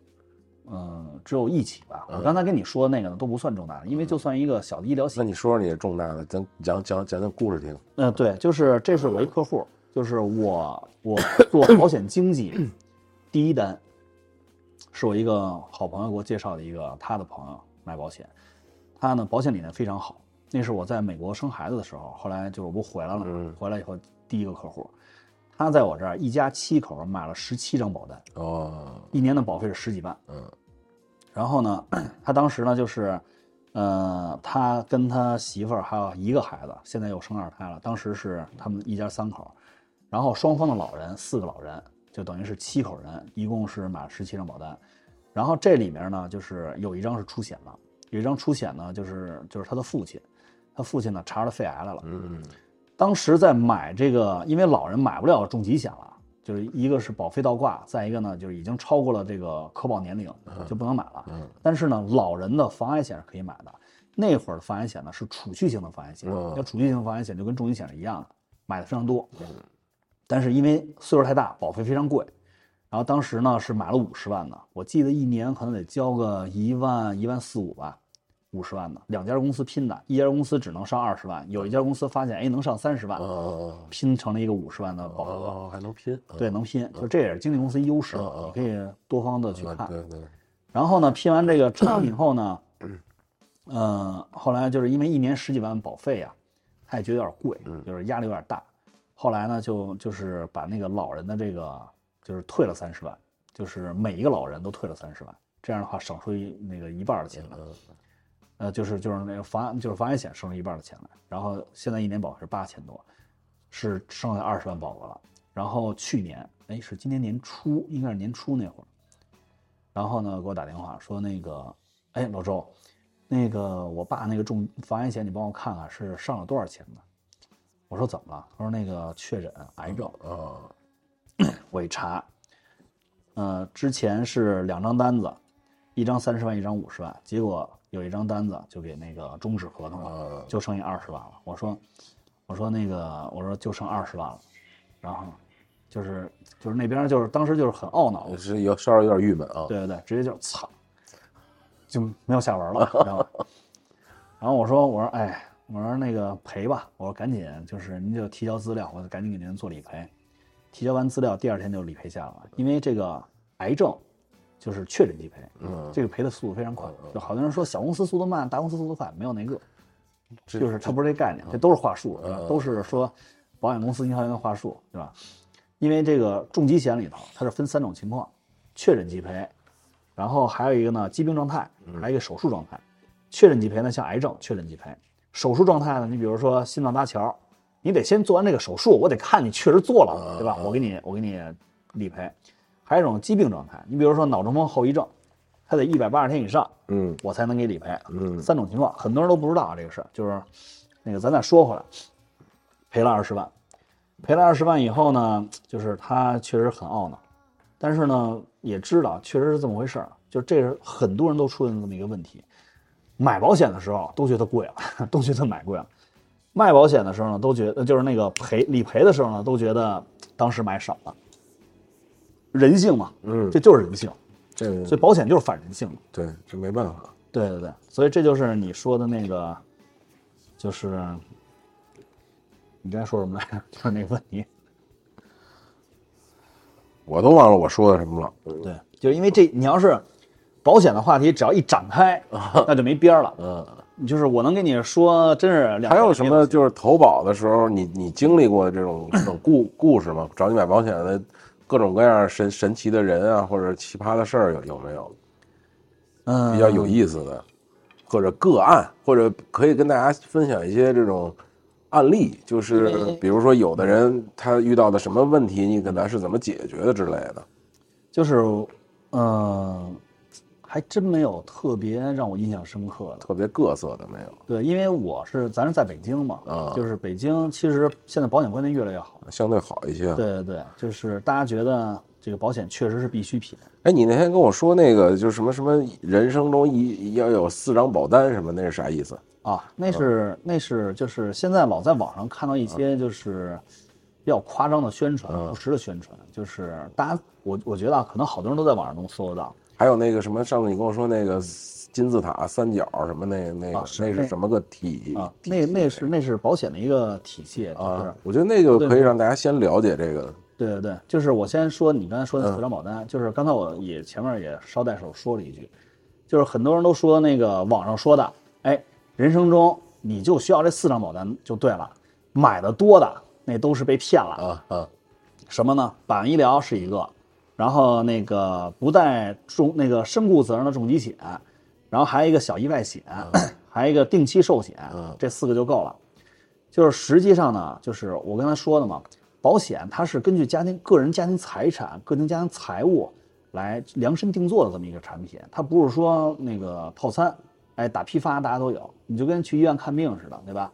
Speaker 2: 嗯，只有一起吧。我刚才跟你说的那个呢都不算重大的，因为就算一个小的医疗
Speaker 1: 那
Speaker 2: 险，
Speaker 1: 你说说你这重大的，咱讲讲讲讲故事听。
Speaker 2: 嗯、对，就是这是我一客户，就是我我做保险经纪第一单，是我一个好朋友给我介绍的一个他的朋友买保险，他呢保险理念非常好，那是我在美国生孩子的时候，后来就是我不回来了嘛，回来以后第一个客户，他在我这儿一家七口买了十七张保单，
Speaker 1: 哦，
Speaker 2: 一年的保费是十几万，
Speaker 1: 嗯，
Speaker 2: 然后呢，他当时呢就是，呃，他跟他媳妇儿还有一个孩子，现在又生二胎了，当时是他们一家三口，然后双方的老人四个老人，就等于是七口人，一共是买了十七张保单，然后这里面呢就是有一张是出险了，有一张出险呢就是就是他的父亲，他父亲呢查了肺癌来了，
Speaker 1: 嗯
Speaker 2: 当时在买这个，因为老人买不了重疾险了，就是一个是保费倒挂，再一个呢就是已经超过了这个可保年龄，就不能买了。
Speaker 1: 嗯
Speaker 2: 但是呢，老人的防癌险是可以买的。那会儿的防癌险呢是储蓄型的防癌险，
Speaker 1: 嗯
Speaker 2: 要储蓄型防癌险就跟重疾险是一样的，买的非常多。但是因为岁数太大，保费非常贵，然后当时呢是买了五十万的，我记得一年可能得交个一万一万四五吧，五十万的，两家公司拼的，一家公司只能上二十万，有一家公司发现哎能上三十万，
Speaker 1: 哦
Speaker 2: 拼成了一个五十万的保额，
Speaker 1: 哦，还能拼。
Speaker 2: 对，能拼，就这也是经纪公司优势，
Speaker 1: 嗯嗯
Speaker 2: 你可以多方的去
Speaker 1: 嗯
Speaker 2: 看。
Speaker 1: 对对，
Speaker 2: 然后呢，拼完这个产品后呢，呃，后来就是因为一年十几万保费啊，他也觉得有点贵，就是压力有点大。后来呢，就就是把那个老人的这个就是退了三十万，就是每一个老人都退了三十万，这样的话省出一那个一半儿的钱
Speaker 1: 嗯
Speaker 2: 来。呃，就是就是那个房就是房险险省了一半的钱来，然后现在一年保费是八千多，是剩下二十万保额了。然后去年，哎，是今年年初，应该是年初那会儿，然后呢给我打电话说那个，哎，老周，那个我爸那个中防癌险，你帮我看看是上了多少钱呢？我说怎么了？他说那个确诊癌症，
Speaker 1: 啊，
Speaker 2: 我一查，呃，之前是两张单子，一张三十万，一张五十万，结果有一张单子就给那个终止合同了，就剩下二十万了。我说，我说那个，我说就剩二十万了，然后就是就是那边就是当时就是很懊恼，
Speaker 1: 哦是有稍微有点郁闷啊。
Speaker 2: 对对对，直接就操，就没有下文了，你知道吗？
Speaker 1: *laughs*
Speaker 2: 然后我说我说哎，我说那个赔吧，我说赶紧就是您就提交资料，我赶紧给您做理赔。提交完资料，第二天就理赔下了，因为这个癌症就是确诊即赔，
Speaker 1: 嗯
Speaker 2: 这个赔的速度非常快。就好多人说小公司速度慢，大公司速度快，没有那个，
Speaker 1: 这嗯
Speaker 2: 就是它不是这概念，这都是话术，对吧都是说保险公司、银行员的话术，对吧？因为这个重疾险里头，它是分三种情况：确诊即赔，然后还有一个呢疾病状态，还有一个手术状态。确诊即赔呢，像癌症确诊即赔；手术状态呢，你比如说心脏搭桥，你得先做完这个手术，我得看你确实做了，对吧？我给你我给你理赔。还有一种疾病状态，你比如说脑中风后遗症，它得一百八十天以上，
Speaker 1: 嗯
Speaker 2: 我才能给理赔。
Speaker 1: 嗯
Speaker 2: 三种情况，很多人都不知道啊，这个事儿就是，那个咱再说回来，赔了二十万，赔了二十万以后呢，就是他确实很懊恼，但是呢也知道确实是这么回事儿，啊就这是很多人都出现这么一个问题，买保险的时候都觉得贵了， *laughs* 都觉得买贵了，卖保险的时候呢都觉得就是那个赔理赔的时候呢都觉得当时买少了，人性嘛，
Speaker 1: 嗯，
Speaker 2: 这就是人性，
Speaker 1: 这个
Speaker 2: 所以保险就是反人性的。
Speaker 1: 对，这没办法。
Speaker 2: 对对对，所以这就是你说的那个，就是你刚才说什么来着？就是那个问题。
Speaker 1: 我都忘了我说的什么了。
Speaker 2: 对，就是因为这，你要是保险的话题，只要一展
Speaker 1: *laughs*
Speaker 2: 开，那就没边儿了。
Speaker 1: 嗯，
Speaker 2: 你就是我能跟你说，真是两
Speaker 1: 还有什么就是投保的时候，你你经历过这种这种故故事吗？找你买保险的各种各样神神奇的人啊，或者奇葩的事儿有有没有
Speaker 2: 嗯
Speaker 1: 比较有意思的，或者个案，或者可以跟大家分享一些这种案例，就是比如说有的人他遇到的什么问题，你给他是怎么解决的之类的。
Speaker 2: 就是嗯、还真没有特别让我印象深刻的。
Speaker 1: 特别各色的没有，
Speaker 2: 对，因为我是咱是在北京嘛，
Speaker 1: 啊
Speaker 2: 就是北京其实现在保险观念越来越好。
Speaker 1: 相对好一些。
Speaker 2: 对对对，就是大家觉得这个保险确实是必需品。
Speaker 1: 哎，你那天跟我说那个，就是什么什么人生中一要有四张保单什么，那是啥意思？
Speaker 2: 啊，那是那是就是现在老在网上看到一些就是比较夸张的宣传，不实的宣传，就是大家我我觉得啊，可能好多人都在网上能搜得到，
Speaker 1: 还有那个什么，上次你跟我说那个金字塔三角什么那那个，
Speaker 2: 啊是
Speaker 1: 那
Speaker 2: 那
Speaker 1: 是什么个体
Speaker 2: 啊，那那是那是保险的一个体系，就是
Speaker 1: 啊？我觉得那就可以让大家先了解这个。
Speaker 2: 对对对，就是我先说你刚才说的四张保单，就是刚才我也前面也捎带手说了一句，就是很多人都说那个网上说的，哎，人生中你就需要这四张保单就对了，买的多的那都是被骗了
Speaker 1: 啊啊
Speaker 2: 什么呢？百万医疗是一个，然后那个不带重那个身故责任的重疾险，然后还有一个小意外险，还有一个定期寿险，这四个就够了。就是实际上呢，就是我刚才说的嘛，保险它是根据家庭个人家庭财产、个人家庭财务来量身定做的这么一个产品，它不是说那个套餐，哎，打批发大家都有，你就跟去医院看病似的，对吧？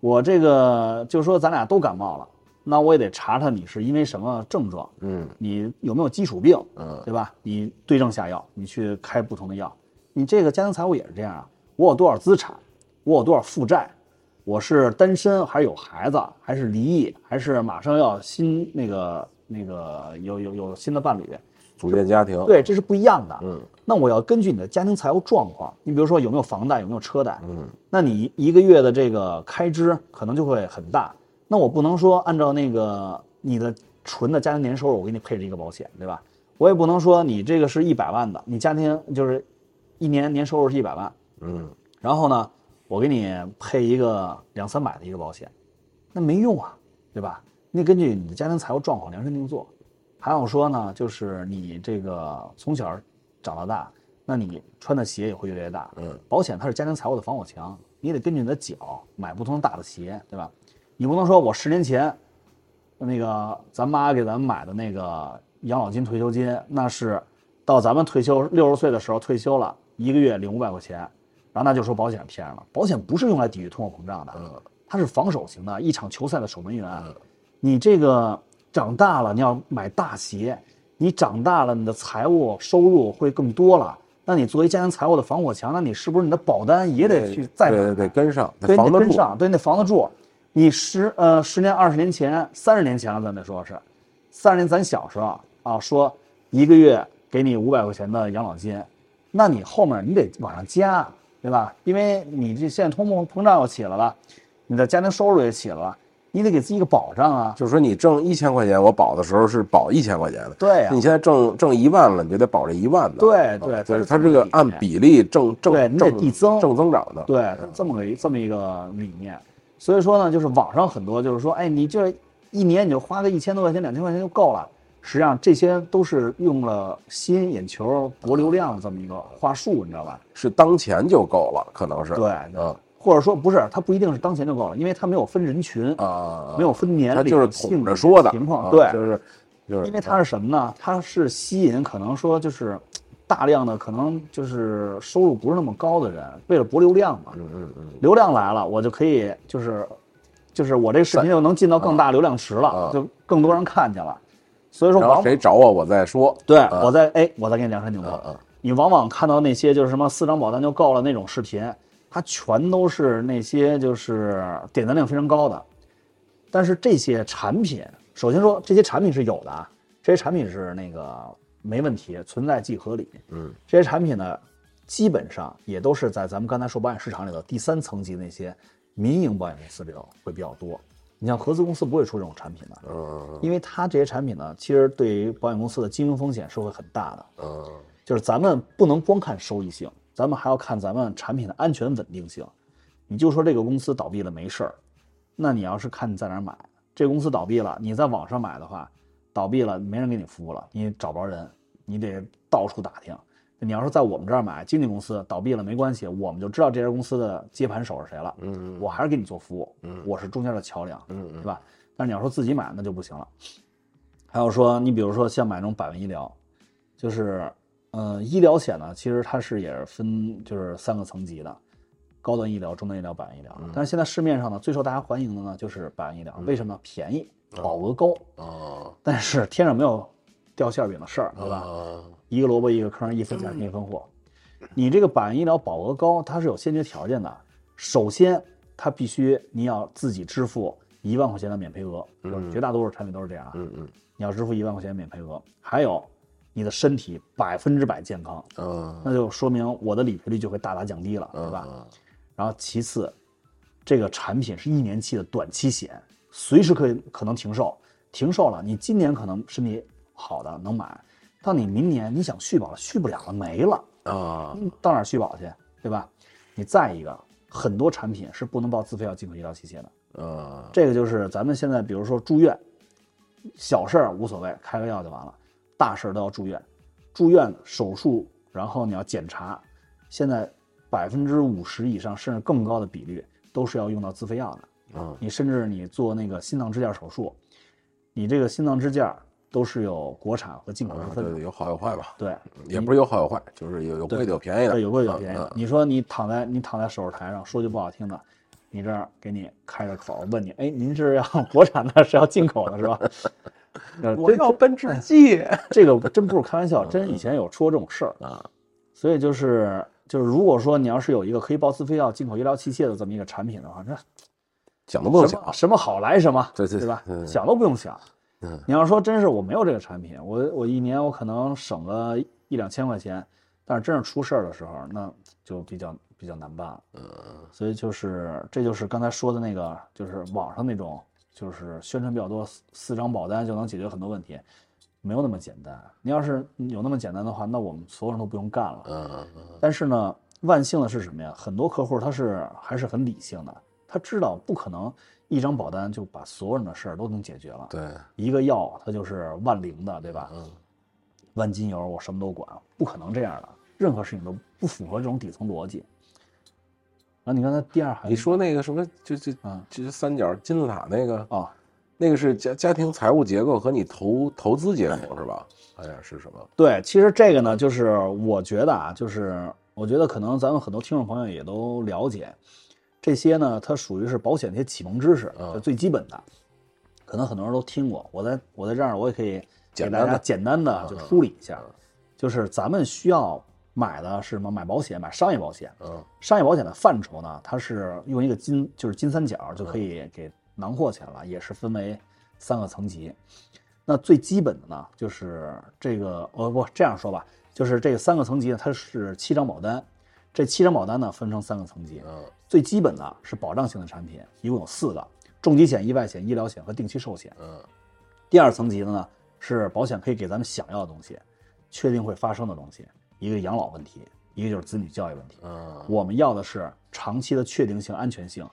Speaker 2: 我这个就是说咱俩都感冒了，那我也得查查你是因为什么症状，
Speaker 1: 嗯
Speaker 2: 你有没有基础病，
Speaker 1: 嗯
Speaker 2: 对吧？你对症下药，你去开不同的药。你这个家庭财务也是这样啊，我有多少资产，我有多少负债，我是单身还是有孩子，还是离异，还是马上要新那个那个有有有新的伴侣，
Speaker 1: 组建家庭。
Speaker 2: 对，这是不一样的。嗯，那我要根据你的家庭财务状况，你比如说有没有房贷，有没有车贷，嗯，那你一个月的这个开支可能就会很大。那我不能说按照那个你的纯的家庭年收入，我给你配置一个保险，对吧？我也不能说你这个是一百万的，你家庭就是一年年收入是一百万，
Speaker 1: 嗯，
Speaker 2: 然后呢，我给你配一个两三百的一个保险，那没用啊，对吧？你得根据你的家庭财务状况量身定做。还有说呢，就是你这个从小长到大，那你穿的鞋也会越来越大。
Speaker 1: 嗯，
Speaker 2: 保险它是家庭财务的防火墙，你得根据你的脚买不同大的鞋，对吧？你不能说我十年前那个咱妈给咱们买的那个养老金退休金，那是到咱们退休六十岁的时候退休了，一个月领五百块钱，然后那就说保险骗人了。保险不是用来抵御通货膨胀的，
Speaker 1: 嗯
Speaker 2: 它是防守型的，一场球赛的守门员。你这个长大了，你要买大鞋，你长大了，你的财务收入会更多了。那你作为家庭财务的防火墙，那你是不是你的保单也得去再买？
Speaker 1: 对，得跟上，得
Speaker 2: 对，
Speaker 1: 防
Speaker 2: 你
Speaker 1: 得
Speaker 2: 得跟
Speaker 1: 住。
Speaker 2: 上，对，你得防得住。你十呃十年、二十年前、三十年前了，咱得说是，三十年咱小时候啊，说一个月给你五百块钱的养老金，那你后面你得往上加，对吧？因为你这现在通货膨胀又起来了，你的家庭收入也起来了，你得给自己一个保障啊。
Speaker 1: 就是说你挣一千块钱，我保的时候是保一千块钱的。
Speaker 2: 对呀、
Speaker 1: 你现在挣挣一万了，你就得保这一万的。
Speaker 2: 对
Speaker 1: 啊
Speaker 2: 对
Speaker 1: 就是它
Speaker 2: 它是
Speaker 1: 这个按比例正正
Speaker 2: 对你得
Speaker 1: 正
Speaker 2: 递增
Speaker 1: 正增长的。
Speaker 2: 对，这么个一这么一个理念。所以说呢，就是网上很多就是说，哎，你这一年你就花个一千多块钱、两千块钱就够了。实际上这些都是用了吸引眼球、博流量的这么一个话术，你知道吧？
Speaker 1: 是当前就够了，可能是。
Speaker 2: 对，
Speaker 1: 啊
Speaker 2: 或者说不是，它不一定是当前就够了，因为它没有分人群，
Speaker 1: 啊，
Speaker 2: 没有分年
Speaker 1: 他
Speaker 2: 龄，
Speaker 1: 就是
Speaker 2: 性
Speaker 1: 捅
Speaker 2: 别
Speaker 1: 着说的
Speaker 2: 情况。
Speaker 1: 啊
Speaker 2: 对，
Speaker 1: 就是就是
Speaker 2: 因为它是什么呢？它是吸引可能说就是大量的可能就是收入不是那么高的人，为了博流量嘛。
Speaker 1: 嗯嗯嗯
Speaker 2: 流量来了，我就可以就是就是我这个视频就能进到更大流量池了，
Speaker 1: 啊
Speaker 2: 就更多人看见了。所以说
Speaker 1: 然后
Speaker 2: 往
Speaker 1: 谁找我我再说。
Speaker 2: 对、
Speaker 1: 啊
Speaker 2: 我在哎我再给你量身定做，
Speaker 1: 啊啊
Speaker 2: 你往往看到那些就是什么四张保单就够了那种视频，它全都是那些就是点赞量非常高的，但是这些产品，首先说这些产品是有的啊，这些产品是那个没问题，存在即合理。
Speaker 1: 嗯，
Speaker 2: 这些产品呢，基本上也都是在咱们刚才说保险市场里的第三层级那些民营保险公司里头会比较多。你像合资公司不会出这种产品的，
Speaker 1: 嗯
Speaker 2: 因为它这些产品呢，其实对于保险公司的经营风险是会很大的。
Speaker 1: 嗯
Speaker 2: 就是咱们不能光看收益性，咱们还要看咱们产品的安全稳定性。你就说这个公司倒闭了没事儿，那你要是看你在哪儿买，这公司倒闭了，你在网上买的话，倒闭了没人给你服务了，你找不着人，你得到处打听。你要是在我们这儿买经纪公司倒闭了没关系，我们就知道这家公司的接盘手是谁了，
Speaker 1: 嗯
Speaker 2: 我还是给你做服务，
Speaker 1: 嗯
Speaker 2: 我是中间的桥梁，
Speaker 1: 嗯
Speaker 2: 对
Speaker 1: 嗯
Speaker 2: 吧？但是你要说自己买那就不行了。还有说，你比如说像买那种百万医疗，就是，呃，医疗险呢，其实它是也是分就是三个层级的，高端医疗、中端医疗、百万医疗。但是现在市面上呢，最受大家欢迎的呢就是百万医疗，为什么呢？便宜，保额高，
Speaker 1: 啊
Speaker 2: 但是天上没有掉馅儿饼的事儿，对吧？
Speaker 1: 啊
Speaker 2: 一个萝卜一个坑，一分钱一分货。你这个百万医疗保额高，它是有先决条件的。首先，它必须你要自己支付一万块钱的免赔额，就是绝大多数产品都是这样啊。
Speaker 1: 嗯嗯
Speaker 2: 你要支付一万块钱免赔额，还有你的身体百分之百健康，
Speaker 1: 嗯
Speaker 2: 那就说明我的理赔率就会大大降低了，对吧？
Speaker 1: 嗯
Speaker 2: 然后其次，这个产品是一年期的短期险，随时可以可能停售，停售了，你今年可能身体好的能买，到你明年你想续保了，续不了了，没了，
Speaker 1: 啊
Speaker 2: 嗯到哪儿续保去，对吧？你再一个，很多产品是不能报自费药进口医疗器械的，
Speaker 1: 啊
Speaker 2: 这个就是咱们现在，比如说住院，小事儿无所谓，开个药就完了，大事儿都要住院。住院、手术，然后你要检查，现在百分之五十以上甚至更高的比率都是要用到自费药的。
Speaker 1: 啊
Speaker 2: 你甚至你做那个心脏支架手术，你这个心脏支架都是有国产和进口之
Speaker 1: 啊！
Speaker 2: 分的。
Speaker 1: 对，有好有坏吧，
Speaker 2: 对，
Speaker 1: 也不是有好有坏，就是有有贵的有便宜的，
Speaker 2: 嗯对，有贵有便宜
Speaker 1: 嗯
Speaker 2: 的。你说你躺在你躺在手术台上，说句不好听的，你这儿给你开个口，问你，哎，您是要 *laughs* 国产的，是要进口的，是
Speaker 1: *laughs*
Speaker 2: 吧？呃
Speaker 1: 我
Speaker 2: 这
Speaker 1: 要奔驰 G
Speaker 2: 这个真不是开玩笑，真以前有出过这种事儿。
Speaker 1: 啊，
Speaker 2: 所以就是就是，如果说你要是有一个可以报自费药进口医疗器械的这么一个产品的话，那
Speaker 1: 讲都不用
Speaker 2: 什
Speaker 1: 讲
Speaker 2: 么，什么好来什么，
Speaker 1: 对对
Speaker 2: 吧
Speaker 1: 对？对
Speaker 2: 想都不用想。
Speaker 1: 嗯
Speaker 2: 你要说真是我没有这个产品，我我一年我可能省个一两千块钱，但是真是出事儿的时候，那就比较比较难办了。
Speaker 1: 嗯
Speaker 2: 所以就是这就是刚才说的那个，就是网上那种就是宣传比较多，四四张保单就能解决很多问题，没有那么简单。你要是有那么简单的话，那我们所有人都不用干了。
Speaker 1: 嗯
Speaker 2: 但是呢，万幸的是什么呀？很多客户他是还是很理性的，他知道不可能一张保单就把所有人的事儿都能解决了。
Speaker 1: 对，
Speaker 2: 一个药它就是万灵的，对吧？
Speaker 1: 嗯
Speaker 2: 万金油我什么都管，不可能这样的，任何事情都不符合这种底层逻辑。然后你刚才第二行哎
Speaker 1: 你说那个什么，就就
Speaker 2: 啊
Speaker 1: 就三角金字塔那个，
Speaker 2: 啊，
Speaker 1: 那个是家家庭财务结构和你投投资结构是吧？哎呀，是什么？
Speaker 2: 对，其实这个呢，就是我觉得啊，就是我觉得可能咱们很多听众朋友也都了解，这些呢，它属于是保险这些启蒙知识，
Speaker 1: 嗯
Speaker 2: 就最基本的，可能很多人都听过。我在我在这儿，我也可以给
Speaker 1: 简
Speaker 2: 大
Speaker 1: 单
Speaker 2: 家
Speaker 1: 的嗯
Speaker 2: 简单的就梳理一下，就是咱们需要买的是什么？买保险，买商业保险。
Speaker 1: 嗯
Speaker 2: 商业保险的范畴呢，它是用一个金就是金三角就可以给囊括起来了，也是分为三个层级。那最基本的呢，就是这个呃不这样说吧，就是这三个层级呢，它是七张保单，这七张保单呢分成三个层级，
Speaker 1: 嗯
Speaker 2: 最基本的是保障型的产品，一共有四个：重疾险、意外险、医疗险和定期寿险。
Speaker 1: 嗯
Speaker 2: 第二层级的呢是保险可以给咱们想要的东西，确定会发生的东西，一个养老问题，一个就是子女教育问题。
Speaker 1: 嗯
Speaker 2: 我们要的是长期的确定性、安全性，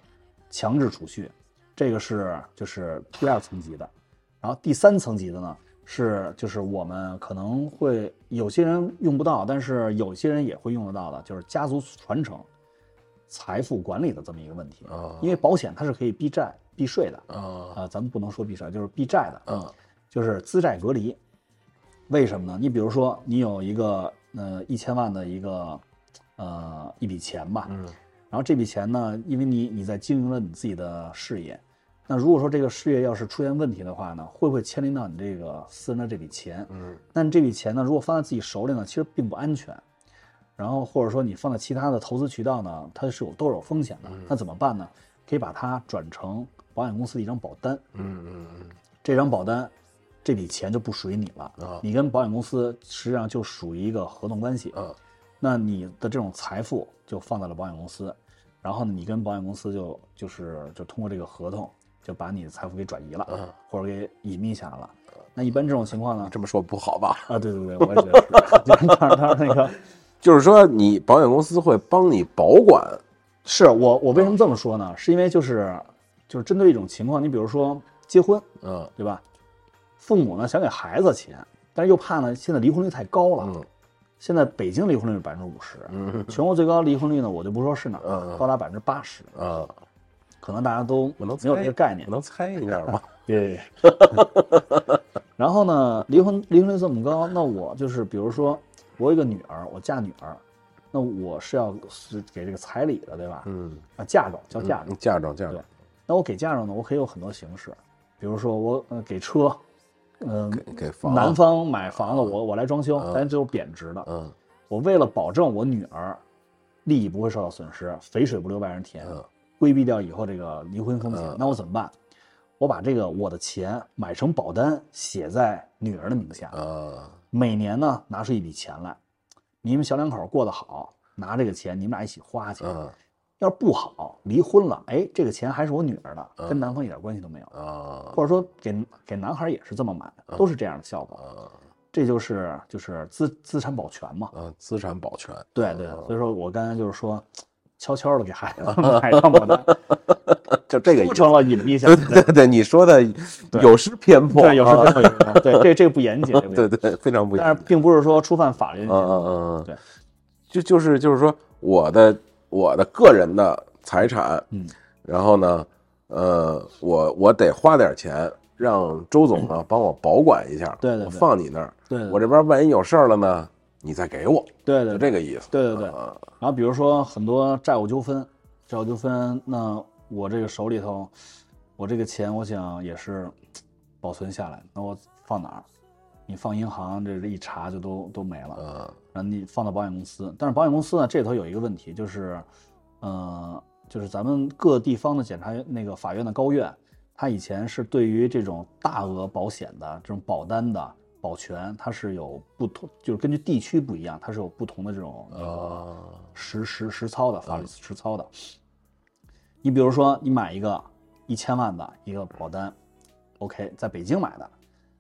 Speaker 2: 强制储蓄，这个是就是第二层级的。然后第三层级的呢是就是我们可能会有些人用不到，但是有些人也会用得到的，就是家族传承、财富管理的这么一个问题。
Speaker 1: 啊
Speaker 2: 因为保险它是可以避债、避税的
Speaker 1: 啊
Speaker 2: 啊、咱们不能说避税，就是避债的。
Speaker 1: 嗯
Speaker 2: 就是资债隔离。为什么呢？你比如说，你有一个呃一千万的一个呃一笔钱吧，
Speaker 1: 嗯
Speaker 2: 然后这笔钱呢，因为你你在经营了你自己的事业，那如果说这个事业要是出现问题的话呢，会不会牵连到你这个私人的这笔钱？
Speaker 1: 嗯
Speaker 2: 那你这笔钱呢，如果放在自己手里呢，其实并不安全。然后或者说你放在其他的投资渠道呢，它是有都是有风险的。
Speaker 1: 嗯
Speaker 2: 那怎么办呢？可以把它转成保险公司的一张保单，
Speaker 1: 嗯
Speaker 2: 这张保单，这笔钱就不属于你了。
Speaker 1: 啊
Speaker 2: 你跟保险公司实际上就属于一个合同关系。
Speaker 1: 嗯
Speaker 2: 那你的这种财富就放在了保险公司，然后呢，你跟保险公司就就是就通过这个合同就把你的财富给转移了，
Speaker 1: 嗯，哦
Speaker 2: 或者给隐秘下来了。那一般这种情况呢？
Speaker 1: 这么说不好吧？
Speaker 2: 啊，对对对，我也觉得是， *laughs* 就是当当那个
Speaker 1: 就是说，你保险公司会帮你保管，
Speaker 2: 是我我为什么这么说呢？是因为就是就是针对一种情况，你比如说结婚，
Speaker 1: 嗯
Speaker 2: 对吧？父母呢想给孩子钱，但是又怕呢现在离婚率太高了。
Speaker 1: 嗯
Speaker 2: 现在北京离婚率是百分之五十，
Speaker 1: 嗯
Speaker 2: 全国最高离婚率呢，我就不说是哪儿，
Speaker 1: 嗯
Speaker 2: 高达百分之八十，
Speaker 1: 啊，
Speaker 2: 可能大家都
Speaker 1: 我能
Speaker 2: 没有这个概念
Speaker 1: 我。能猜一下吗？嗯
Speaker 2: 对。 *laughs* 然后呢，离婚离婚率这么高，那我就是比如说，我有一个女儿，我嫁女儿，那我是要是给这个彩礼的，对吧？
Speaker 1: 嗯，
Speaker 2: 啊，嫁妆叫嫁妆。
Speaker 1: 嫁妆嫁
Speaker 2: 对
Speaker 1: 妆，
Speaker 2: 那我给嫁妆呢，我可以有很多形式，比如说我呃给车，嗯、
Speaker 1: 给给房啊
Speaker 2: 男方买房子，我我来装修，但是就是贬值的。
Speaker 1: 嗯
Speaker 2: 我为了保证我女儿利益不会受到损失，肥水不流外人田，
Speaker 1: 嗯
Speaker 2: 规避掉以后这个离婚风险，
Speaker 1: 嗯
Speaker 2: 那我怎么办？我把这个我的钱买成保单，写在女儿的名下，
Speaker 1: 啊
Speaker 2: 每年呢拿出一笔钱来，你们小两口过得好，拿这个钱你们俩一起花去。
Speaker 1: 嗯
Speaker 2: 要是不好，离婚了，哎，这个钱还是我女儿的，
Speaker 1: 嗯
Speaker 2: 跟男方一点关系都没有。
Speaker 1: 啊
Speaker 2: 或者说给给男孩也是这么买，都是这样的效果。
Speaker 1: 啊
Speaker 2: 这就是就是资资产保全嘛。
Speaker 1: 啊，资产保全，
Speaker 2: 对对，所以说我刚才就是说，悄悄的给孩
Speaker 1: *laughs*
Speaker 2: 子买上保单，
Speaker 1: 就 *laughs* 这个
Speaker 2: 促成了隐蔽性
Speaker 1: 对。 *laughs* 对对，你说的有失偏颇，
Speaker 2: 对，有时候
Speaker 1: 啊
Speaker 2: 真会有这种对，这这不严谨，这不严
Speaker 1: 对
Speaker 2: 谨
Speaker 1: 对，非常不一
Speaker 2: 但
Speaker 1: 样。
Speaker 2: 是并不是说触犯法律。
Speaker 1: 嗯嗯嗯，嗯
Speaker 2: 对，
Speaker 1: 就就是就是说，我的我的个人的财产，
Speaker 2: 嗯，
Speaker 1: 然后呢，呃，我我得花点钱让周总呢帮我保管一下，
Speaker 2: 对对对
Speaker 1: 我放你那儿，
Speaker 2: 对对
Speaker 1: 我这边万一有事儿了呢，你再给我，
Speaker 2: 对对
Speaker 1: 就
Speaker 2: 对
Speaker 1: 这个意思。
Speaker 2: 对对对。
Speaker 1: 啊，
Speaker 2: 然后比如说很多债务纠纷，债务纠纷，那我这个手里头，我这个钱我想也是保存下来，那我放哪儿？你放银行，这一查就都都没了。
Speaker 1: 嗯
Speaker 2: 然后你放到保险公司，但是保险公司呢，这里头有一个问题，就是，呃，就是咱们各地方的检察院那个法院的高院，它以前是对于这种大额保险的这种保单的保全，它是有不同，就是根据地区不一样，它是有不同的这种那个
Speaker 1: 啊
Speaker 2: 实实实操的法律实操的。你比如说，你买一个一千万的一个保单，OK，在北京买的，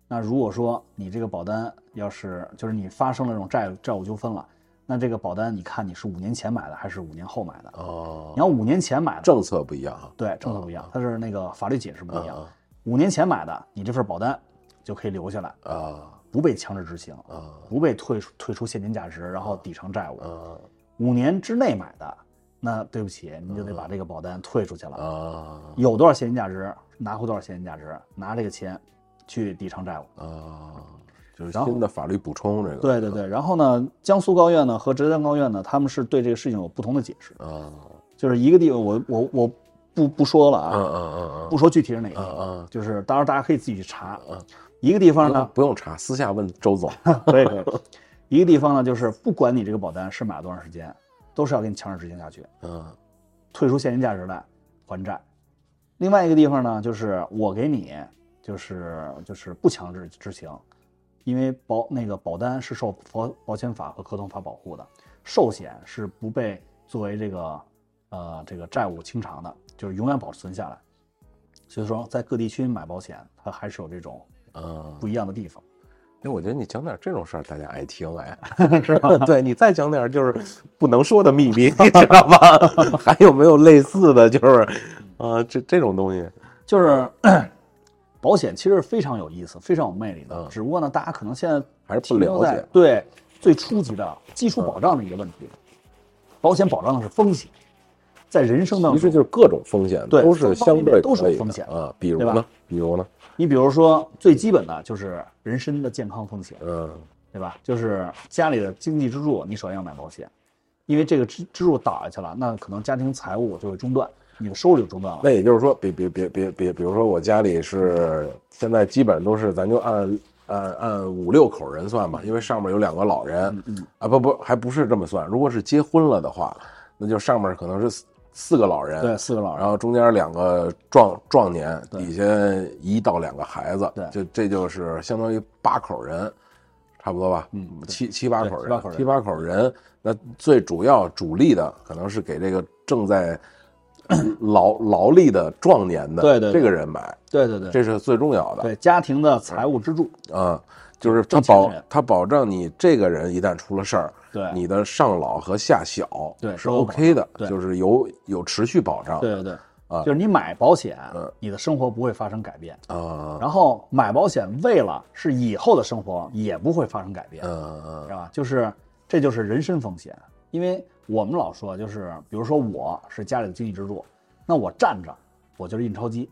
Speaker 2: 那如果说你这个保单要是就是你发生了这种债债务纠纷了，那这个保单你看你是五年前买的还是五年后买的？
Speaker 1: 哦
Speaker 2: 你，要五年前买的，
Speaker 1: 政策不一样啊，
Speaker 2: 对政策不一样，它是那个法律解释不一样
Speaker 1: 啊。
Speaker 2: 五年前买的，你这份保单就可以留下来，
Speaker 1: 啊
Speaker 2: 不被强制执行，
Speaker 1: 啊
Speaker 2: 不被退出退出现金价值，然后抵偿债务。
Speaker 1: 啊
Speaker 2: 五年之内买的，那对不起，您就
Speaker 1: 嗯
Speaker 2: 得把这个保单退出去了。
Speaker 1: 啊
Speaker 2: 有多少现金价值，拿回多少现金价值，拿这个钱去抵偿债务。
Speaker 1: 啊，就是
Speaker 2: 然后
Speaker 1: 新的法律补充这个。
Speaker 2: 对对对，然后呢，江苏高院呢和浙江高院呢，他们是对这个事情有不同的解释，
Speaker 1: 啊，
Speaker 2: 就是一个地方，我我我不不说了
Speaker 1: 嗯
Speaker 2: 啊，
Speaker 1: 嗯嗯嗯
Speaker 2: 不说具体是哪个，
Speaker 1: 嗯嗯
Speaker 2: 就是当然大家可以自己去查
Speaker 1: 嗯。
Speaker 2: 一个地方
Speaker 1: 嗯，
Speaker 2: 呢，
Speaker 1: 不用查，私下问周总。
Speaker 2: 可以可以，一个地方呢，就是不管你这个保单是买了多长时间，都是要给你强制执行下去，
Speaker 1: 嗯
Speaker 2: 退出现金价值来还债。另外一个地方呢，就是我给你，就是就是不强制执行，因为保那个保单是受保保险法和合同法保护的，寿险是不被作为这个呃这个债务清偿的，就是永远保存下来。所以说，在各地区买保险，它还是有这种
Speaker 1: 嗯，
Speaker 2: 不一样的地方。
Speaker 1: 哎，我觉得你讲点这种事儿，大家爱听哎。
Speaker 2: *laughs* 是吧？
Speaker 1: *laughs* 对你再讲点就是不能说的秘密， *laughs* 你知道吧？还有没有类似的就是，啊，这这种东
Speaker 2: 嗯
Speaker 1: 西，
Speaker 2: 就是 *clears throat* 保险其实非常有意思，非常有魅力的。
Speaker 1: 嗯
Speaker 2: 只不过呢，大家可能现在
Speaker 1: 还是不
Speaker 2: 停留
Speaker 1: 了解嗯
Speaker 2: 在对最初级的基础保障的一个问题。保险保障的是风险，在人生当
Speaker 1: 其实
Speaker 2: 中，
Speaker 1: 就是各种风险
Speaker 2: 对
Speaker 1: 都是相对
Speaker 2: 都是
Speaker 1: 可以的
Speaker 2: 风险
Speaker 1: 啊。比如
Speaker 2: 对吧
Speaker 1: 呢？比如呢？
Speaker 2: 你比如说最基本的就是人身的健康风险，
Speaker 1: 嗯
Speaker 2: 对吧？就是家里的经济支柱，你首先要买保险，因为这个支支柱倒下去了，那可能家庭财务就会中断，你的收入就中断了。
Speaker 1: 那也就是说，比比比比比，比如说我家里是现在基本都是，咱就按按按五六口人算吧，因为上面有两个老人，啊不不，还不是这么算。如果是结婚了的话，那就上面可能是四四个老人，
Speaker 2: 对，四个老人
Speaker 1: 然，后中间两个壮壮年，底下一到两个孩子，
Speaker 2: 对
Speaker 1: 就这就是相当于八口人，差不多吧，
Speaker 2: 嗯对
Speaker 1: 七七八口
Speaker 2: 对七八口
Speaker 1: 人，
Speaker 2: 人
Speaker 1: 七八口人，那最主要主力的可能是给这个正在劳劳力的壮年的
Speaker 2: 对对对
Speaker 1: 这个人买，
Speaker 2: 对对对，
Speaker 1: 这是最重要的
Speaker 2: 对家庭的财务支柱，
Speaker 1: 啊、就是他
Speaker 2: 挣钱的
Speaker 1: 保
Speaker 2: 人
Speaker 1: 他保证你这个人一旦出了事儿，
Speaker 2: 对，
Speaker 1: 你的上老和下小
Speaker 2: 对
Speaker 1: 是
Speaker 2: 都有
Speaker 1: OK 的，
Speaker 2: 对
Speaker 1: 就是有有持续保障，
Speaker 2: 对对对，
Speaker 1: 啊
Speaker 2: 就是你买保险
Speaker 1: 嗯，
Speaker 2: 你的生活不会发生改变。
Speaker 1: 啊，
Speaker 2: 然后买保险为了是以后的生活也不会发生改变，
Speaker 1: 嗯嗯
Speaker 2: 知道吧？就是这就是人身风险，因为我们老说就是，比如说我是家里的经济支柱，那我站着我就是印钞机，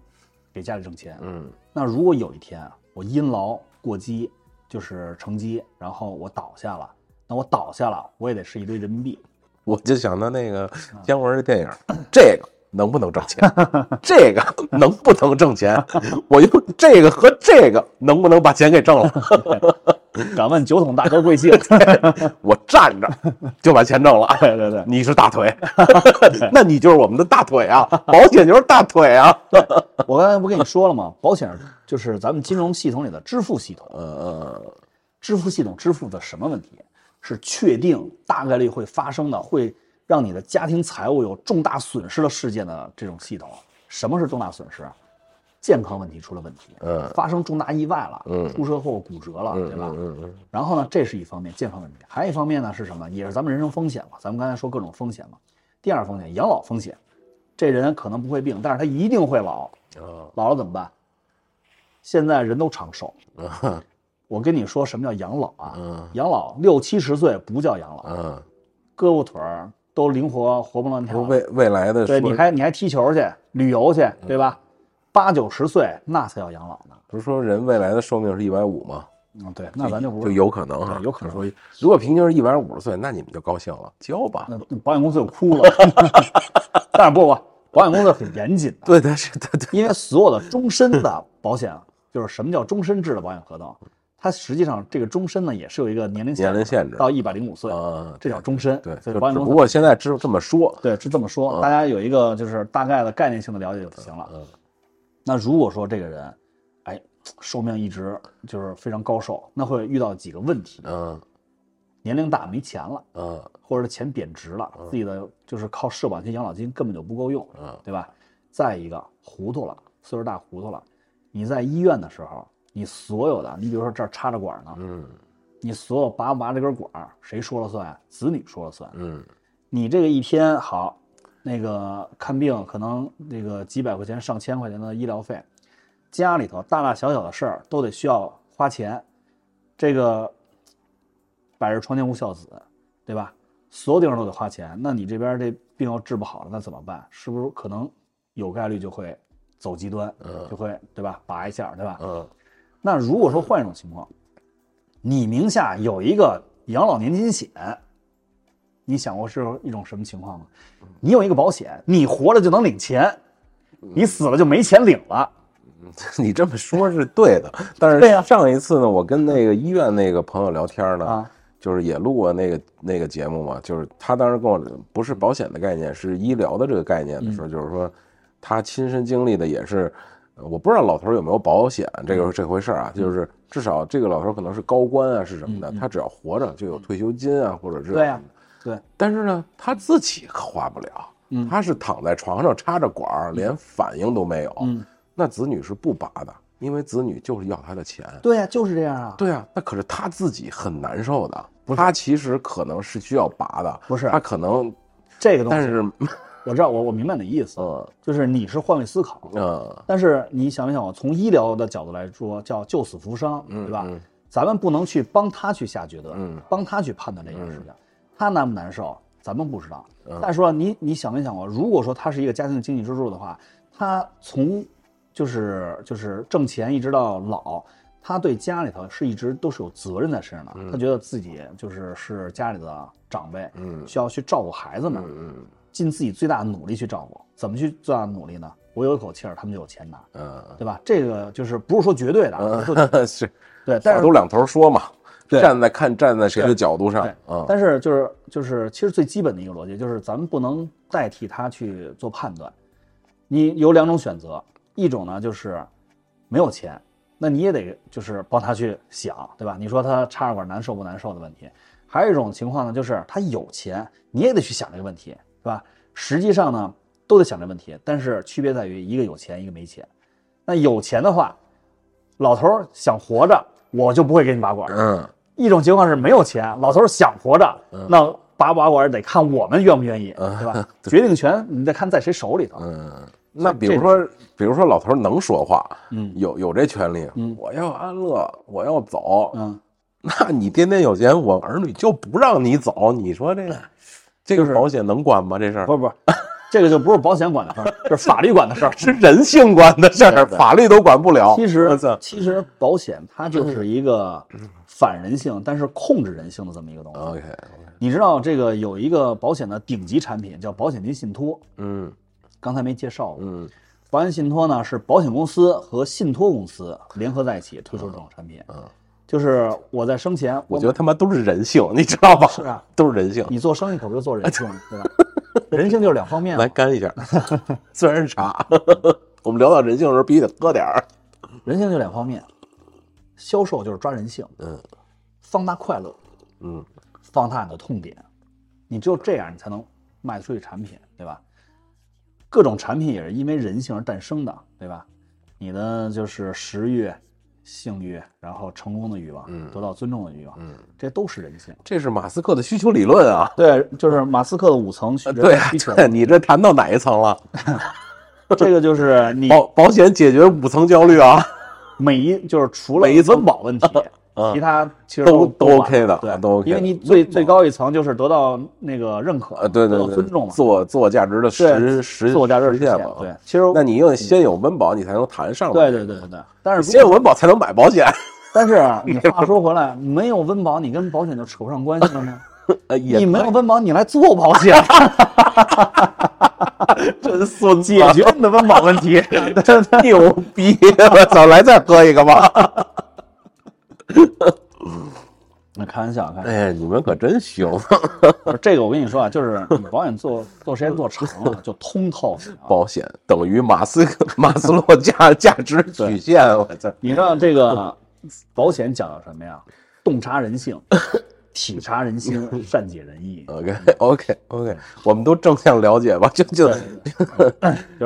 Speaker 2: 给家里挣钱。
Speaker 1: 嗯。
Speaker 2: 那如果有一天啊我因劳过激，就是乘机，然后我倒下了，那我倒下了，我也得是一堆人民币。
Speaker 1: 我就想到那个姜文的电影，这个能不能挣钱？这个能不能挣钱？我用这个和这个能不能把钱给挣了？
Speaker 2: 敢问酒桶大哥贵姓？ *laughs*
Speaker 1: 我站着就把钱挣了。
Speaker 2: 对对对，
Speaker 1: 你是大腿，那你就是我们的大腿啊！保险就是大腿啊！
Speaker 2: 我刚才不跟你说了吗？保险就是咱们金融系统里的支付系统，
Speaker 1: 呃
Speaker 2: 支付系统支付的什么问题？是确定大概率会发生的，会让你的家庭财务有重大损失的事件的这种系统。什么是重大损失？啊健康问题出了问题，
Speaker 1: 嗯
Speaker 2: 发生重大意外了，
Speaker 1: 嗯
Speaker 2: 出车祸骨折了，
Speaker 1: 嗯
Speaker 2: 对吧？
Speaker 1: 嗯嗯
Speaker 2: 然后呢，这是一方面健康问题，还有一方面呢是什么？也是咱们人生风险嘛。咱们刚才说各种风险嘛。第二风险，养老风险，这人可能不会病，但是他一定会老，
Speaker 1: 嗯
Speaker 2: 老了怎么办？现在人都长寿，
Speaker 1: 啊
Speaker 2: *laughs* 我跟你说什么叫养老啊？
Speaker 1: 嗯
Speaker 2: 养老六七十岁不叫养老，
Speaker 1: 嗯，
Speaker 2: 胳膊腿儿都灵活活蹦乱
Speaker 1: 不是
Speaker 2: 跳的。
Speaker 1: 未未来的
Speaker 2: 对，
Speaker 1: 说，嗯
Speaker 2: 你还你还踢球去，旅游去，对吧？八九十岁那才叫养老呢。
Speaker 1: 不是说人未来的寿命是一百五吗？
Speaker 2: 嗯，对，那咱就不。
Speaker 1: 就是有可能嗯哈，
Speaker 2: 对有可能
Speaker 1: 说，如果平均是一百五十岁，那你们就高兴了，交吧。
Speaker 2: 那保险公司就哭了。 *laughs* 但是不不，保险公司很严谨的，啊
Speaker 1: 对，但是对对，
Speaker 2: 因为所有的终身的保险，啊就是什么叫终身制的保险合同，它实际上这个终身呢也是有一个年龄限
Speaker 1: 年龄
Speaker 2: 制
Speaker 1: 限制
Speaker 2: 到一百零五岁，
Speaker 1: 啊，
Speaker 2: 这叫终身。
Speaker 1: 对，
Speaker 2: 所
Speaker 1: 就
Speaker 2: 以保险
Speaker 1: 只
Speaker 2: 公
Speaker 1: 不
Speaker 2: 司
Speaker 1: 过现在只有这么说，
Speaker 2: 对，是这么说，大家有一个就是大概的概念性的了解就行了。
Speaker 1: 嗯
Speaker 2: 那如果说这个人，哎，寿命一直就是非常高寿，那会遇到几个问题：
Speaker 1: 嗯
Speaker 2: 年龄大没钱了，
Speaker 1: 嗯
Speaker 2: 或者钱贬值了，自己的就是靠社保金、养老金根本就不够用，
Speaker 1: 嗯
Speaker 2: 对吧？再一个糊涂了，岁数大糊涂了，你在医院的时候，你所有的，你比如说这儿插着管呢，
Speaker 1: 嗯
Speaker 2: 你所有拔不拔这根管儿，谁说了算？子女说了算。
Speaker 1: 嗯
Speaker 2: 你这个一天好，那个看病可能那个几百块钱、上千块钱的医疗费，家里头大大小小的事儿都得需要花钱，这个百日床前无孝子，对吧？所有地方都得花钱，那你这边这病要治不好了，那怎么办？是不是可能有概率就会走极端，就会对吧？拔一下，对吧？
Speaker 1: 嗯
Speaker 2: 那如果说换一种情况，你名下有一个养老年金险，你想过是一种什么情况吗？你有一个保险，你活着就能领钱，你死了就没钱领了。
Speaker 1: 你这么说是对的，但
Speaker 2: 对呀
Speaker 1: 是上一次呢，我跟那个医院那个朋友聊天呢，
Speaker 2: 啊
Speaker 1: 就是也录过那个那个节目嘛，就是他当时跟我不是保险的概念，是医疗的这个概念的时
Speaker 2: 嗯
Speaker 1: 候，就是说他亲身经历的也是，呃我不知道老头儿有没有保险这
Speaker 2: 嗯
Speaker 1: 个这回事儿啊，就是至少这个老头儿可能是高官啊是什么的，他只要活着就有退休金啊或者是
Speaker 2: 嗯对呀、对，
Speaker 1: 但是呢，他自己花不了，他是躺在床上插着管儿，连反应都没有。
Speaker 2: 嗯
Speaker 1: 那子女是不拔的，因为子女就是要他的钱。
Speaker 2: 对呀、就是这样啊。
Speaker 1: 对啊，那可是他自己很难受的。他其实可能是需要拔的，
Speaker 2: 不是
Speaker 1: 他可能，
Speaker 2: 这个东
Speaker 1: 但
Speaker 2: 西
Speaker 1: 是，
Speaker 2: 我知道，我我明白你的意思，
Speaker 1: 嗯
Speaker 2: 就是你是换位思考。
Speaker 1: 嗯
Speaker 2: 但是你想没想过，从医疗的角度来说，叫救死扶伤，对吧？
Speaker 1: 嗯
Speaker 2: 咱们不能去帮他去下决断，
Speaker 1: 嗯
Speaker 2: 帮他去判断这件事情，他难不难受，咱们不知道。
Speaker 1: 嗯
Speaker 2: 但是说你你想没想过，如果说他是一个家庭经济支柱的话，他从就是就是挣钱一直到老。他对家里头是一直都是有责任在身上的，他觉得自己就是是家里的长辈，
Speaker 1: 嗯
Speaker 2: 需要去照顾孩子们，
Speaker 1: 嗯
Speaker 2: 尽自己最大的努力去照顾。怎么去最大的努力呢？我有一口气儿，他们就有钱拿，
Speaker 1: 嗯
Speaker 2: 对吧？这个就是不是说绝对的，啊，说
Speaker 1: 嗯，是，
Speaker 2: 对，但
Speaker 1: 话
Speaker 2: 是
Speaker 1: 都两头说嘛，
Speaker 2: 对
Speaker 1: 站在看站在谁的角度上
Speaker 2: 对，，
Speaker 1: 嗯
Speaker 2: 但是就是就是，其实最基本的一个逻辑就是，咱们不能代替他去做判断。你有两种选择，一种呢就是没有钱，那你也得就是帮他去想，对吧？你说他插着管难受不难受的问题，还有一种情况呢，就是他有钱，你也得去想这个问题，对吧？实际上呢，都得想这个问题，但是区别在于一个有钱，一个没钱。那有钱的话，老头儿想活着，我就不会给你拔管儿。
Speaker 1: 嗯
Speaker 2: 一种情况是没有钱，老头儿想活着，那拔不拔管儿得看我们愿不愿意，嗯 *laughs* 对吧？决定权你得看在谁手里头。
Speaker 1: 嗯。那比如说，比如说老头儿能说话，
Speaker 2: 嗯
Speaker 1: 有有这权利，我要安乐，我要走， *laughs*
Speaker 2: 嗯，
Speaker 1: 那你天天有钱，我儿女就不让你走，你说这个这个保险能管吗？这事儿
Speaker 2: 哎不 *laughs* 是不是，这个就不是保险管的事儿，这是法律管的事儿。
Speaker 1: 是人性管的事儿，法律都管不了。
Speaker 2: 其
Speaker 1: 我
Speaker 2: 实
Speaker 1: 操，
Speaker 2: 其实保险它就是一个反人性，但是控制人性的这么一个东西。
Speaker 1: ，OK，
Speaker 2: 你知道这个有一个保险的顶级产品叫保险金信托，
Speaker 1: 嗯
Speaker 2: 刚才没介绍过。
Speaker 1: 嗯
Speaker 2: 保险信托呢是保险公司和信托公司联合在一起推出这种产品。
Speaker 1: 嗯，
Speaker 2: 就是我在生前
Speaker 1: 我觉得他妈都是人性，你知道吧？
Speaker 2: 是啊，
Speaker 1: 都是人性。
Speaker 2: 你做生意可不就做
Speaker 1: *laughs*
Speaker 2: 人性吗，对吧？人性就是两方面嘛
Speaker 1: 来，干
Speaker 2: *laughs*
Speaker 1: 一下，虽然是茶， *laughs* 我们聊到人性的时候必须得喝点儿。
Speaker 2: 人性就两方面，销售就是抓人性，
Speaker 1: 嗯
Speaker 2: 放大快乐，
Speaker 1: 嗯
Speaker 2: 放大你的痛点，你只有这样，你才能卖得出去产品，对吧？各种产品也是因为人性而诞生的，对吧？你的就是食欲、性欲，然后成功的欲望，
Speaker 1: 嗯
Speaker 2: 得到尊重的欲望，
Speaker 1: 嗯，
Speaker 2: 这都是人性。
Speaker 1: 这是马斯克的需求理论啊。
Speaker 2: 对，就是马斯克的五层需人
Speaker 1: 对
Speaker 2: 的
Speaker 1: 啊
Speaker 2: 需求，，
Speaker 1: 对你这谈到哪一层了？
Speaker 2: 这个就是你
Speaker 1: 保保险解决五层焦虑啊，
Speaker 2: 每一就是除了
Speaker 1: 每一层
Speaker 2: 温饱问题，
Speaker 1: 嗯
Speaker 2: 其他其实
Speaker 1: 都
Speaker 2: 都
Speaker 1: 都
Speaker 2: 管
Speaker 1: OK 的啊
Speaker 2: 对，
Speaker 1: 都 OK
Speaker 2: 因为
Speaker 1: 的
Speaker 2: 你最最高一层就是得到那个认可，
Speaker 1: 呃，对对
Speaker 2: 得到
Speaker 1: 对，
Speaker 2: 尊重嘛，
Speaker 1: 自我自我价值的实
Speaker 2: 对
Speaker 1: 实
Speaker 2: 自我价值
Speaker 1: 实
Speaker 2: 实
Speaker 1: 现
Speaker 2: 现
Speaker 1: 嘛。啊
Speaker 2: 对，，其实
Speaker 1: 那你又先有温饱，你才能谈上。
Speaker 2: 对对对对对，但是
Speaker 1: 先
Speaker 2: 如
Speaker 1: 有温饱才能买保险，
Speaker 2: 但是
Speaker 1: *laughs*
Speaker 2: 啊你话说回来，没有温饱，你跟保险就扯不上关系了吗？
Speaker 1: 呃 *laughs* 也
Speaker 2: 你没有温饱，你来做保险，
Speaker 1: *laughs* 真孙子
Speaker 2: 解决你
Speaker 1: *laughs*
Speaker 2: 的温饱问题， *laughs* 真的。
Speaker 1: 牛逼！我操，来再喝一个
Speaker 2: *laughs*
Speaker 1: 吧。
Speaker 2: 那开玩笑，开玩笑。
Speaker 1: 哎，你们可真行，啊
Speaker 2: 不是这个我跟你说啊，就是你保险做做时间做长
Speaker 1: *laughs*
Speaker 2: 了就通透了啊。
Speaker 1: 保险等于马斯克马斯洛价价值曲线，我操，
Speaker 2: 你知道这个保险讲究什么呀？洞察
Speaker 1: *laughs*
Speaker 2: 人性，体察人心，善解人意。
Speaker 1: OK OK
Speaker 2: 嗯
Speaker 1: OK，我们都正向了解吧，就就
Speaker 2: 就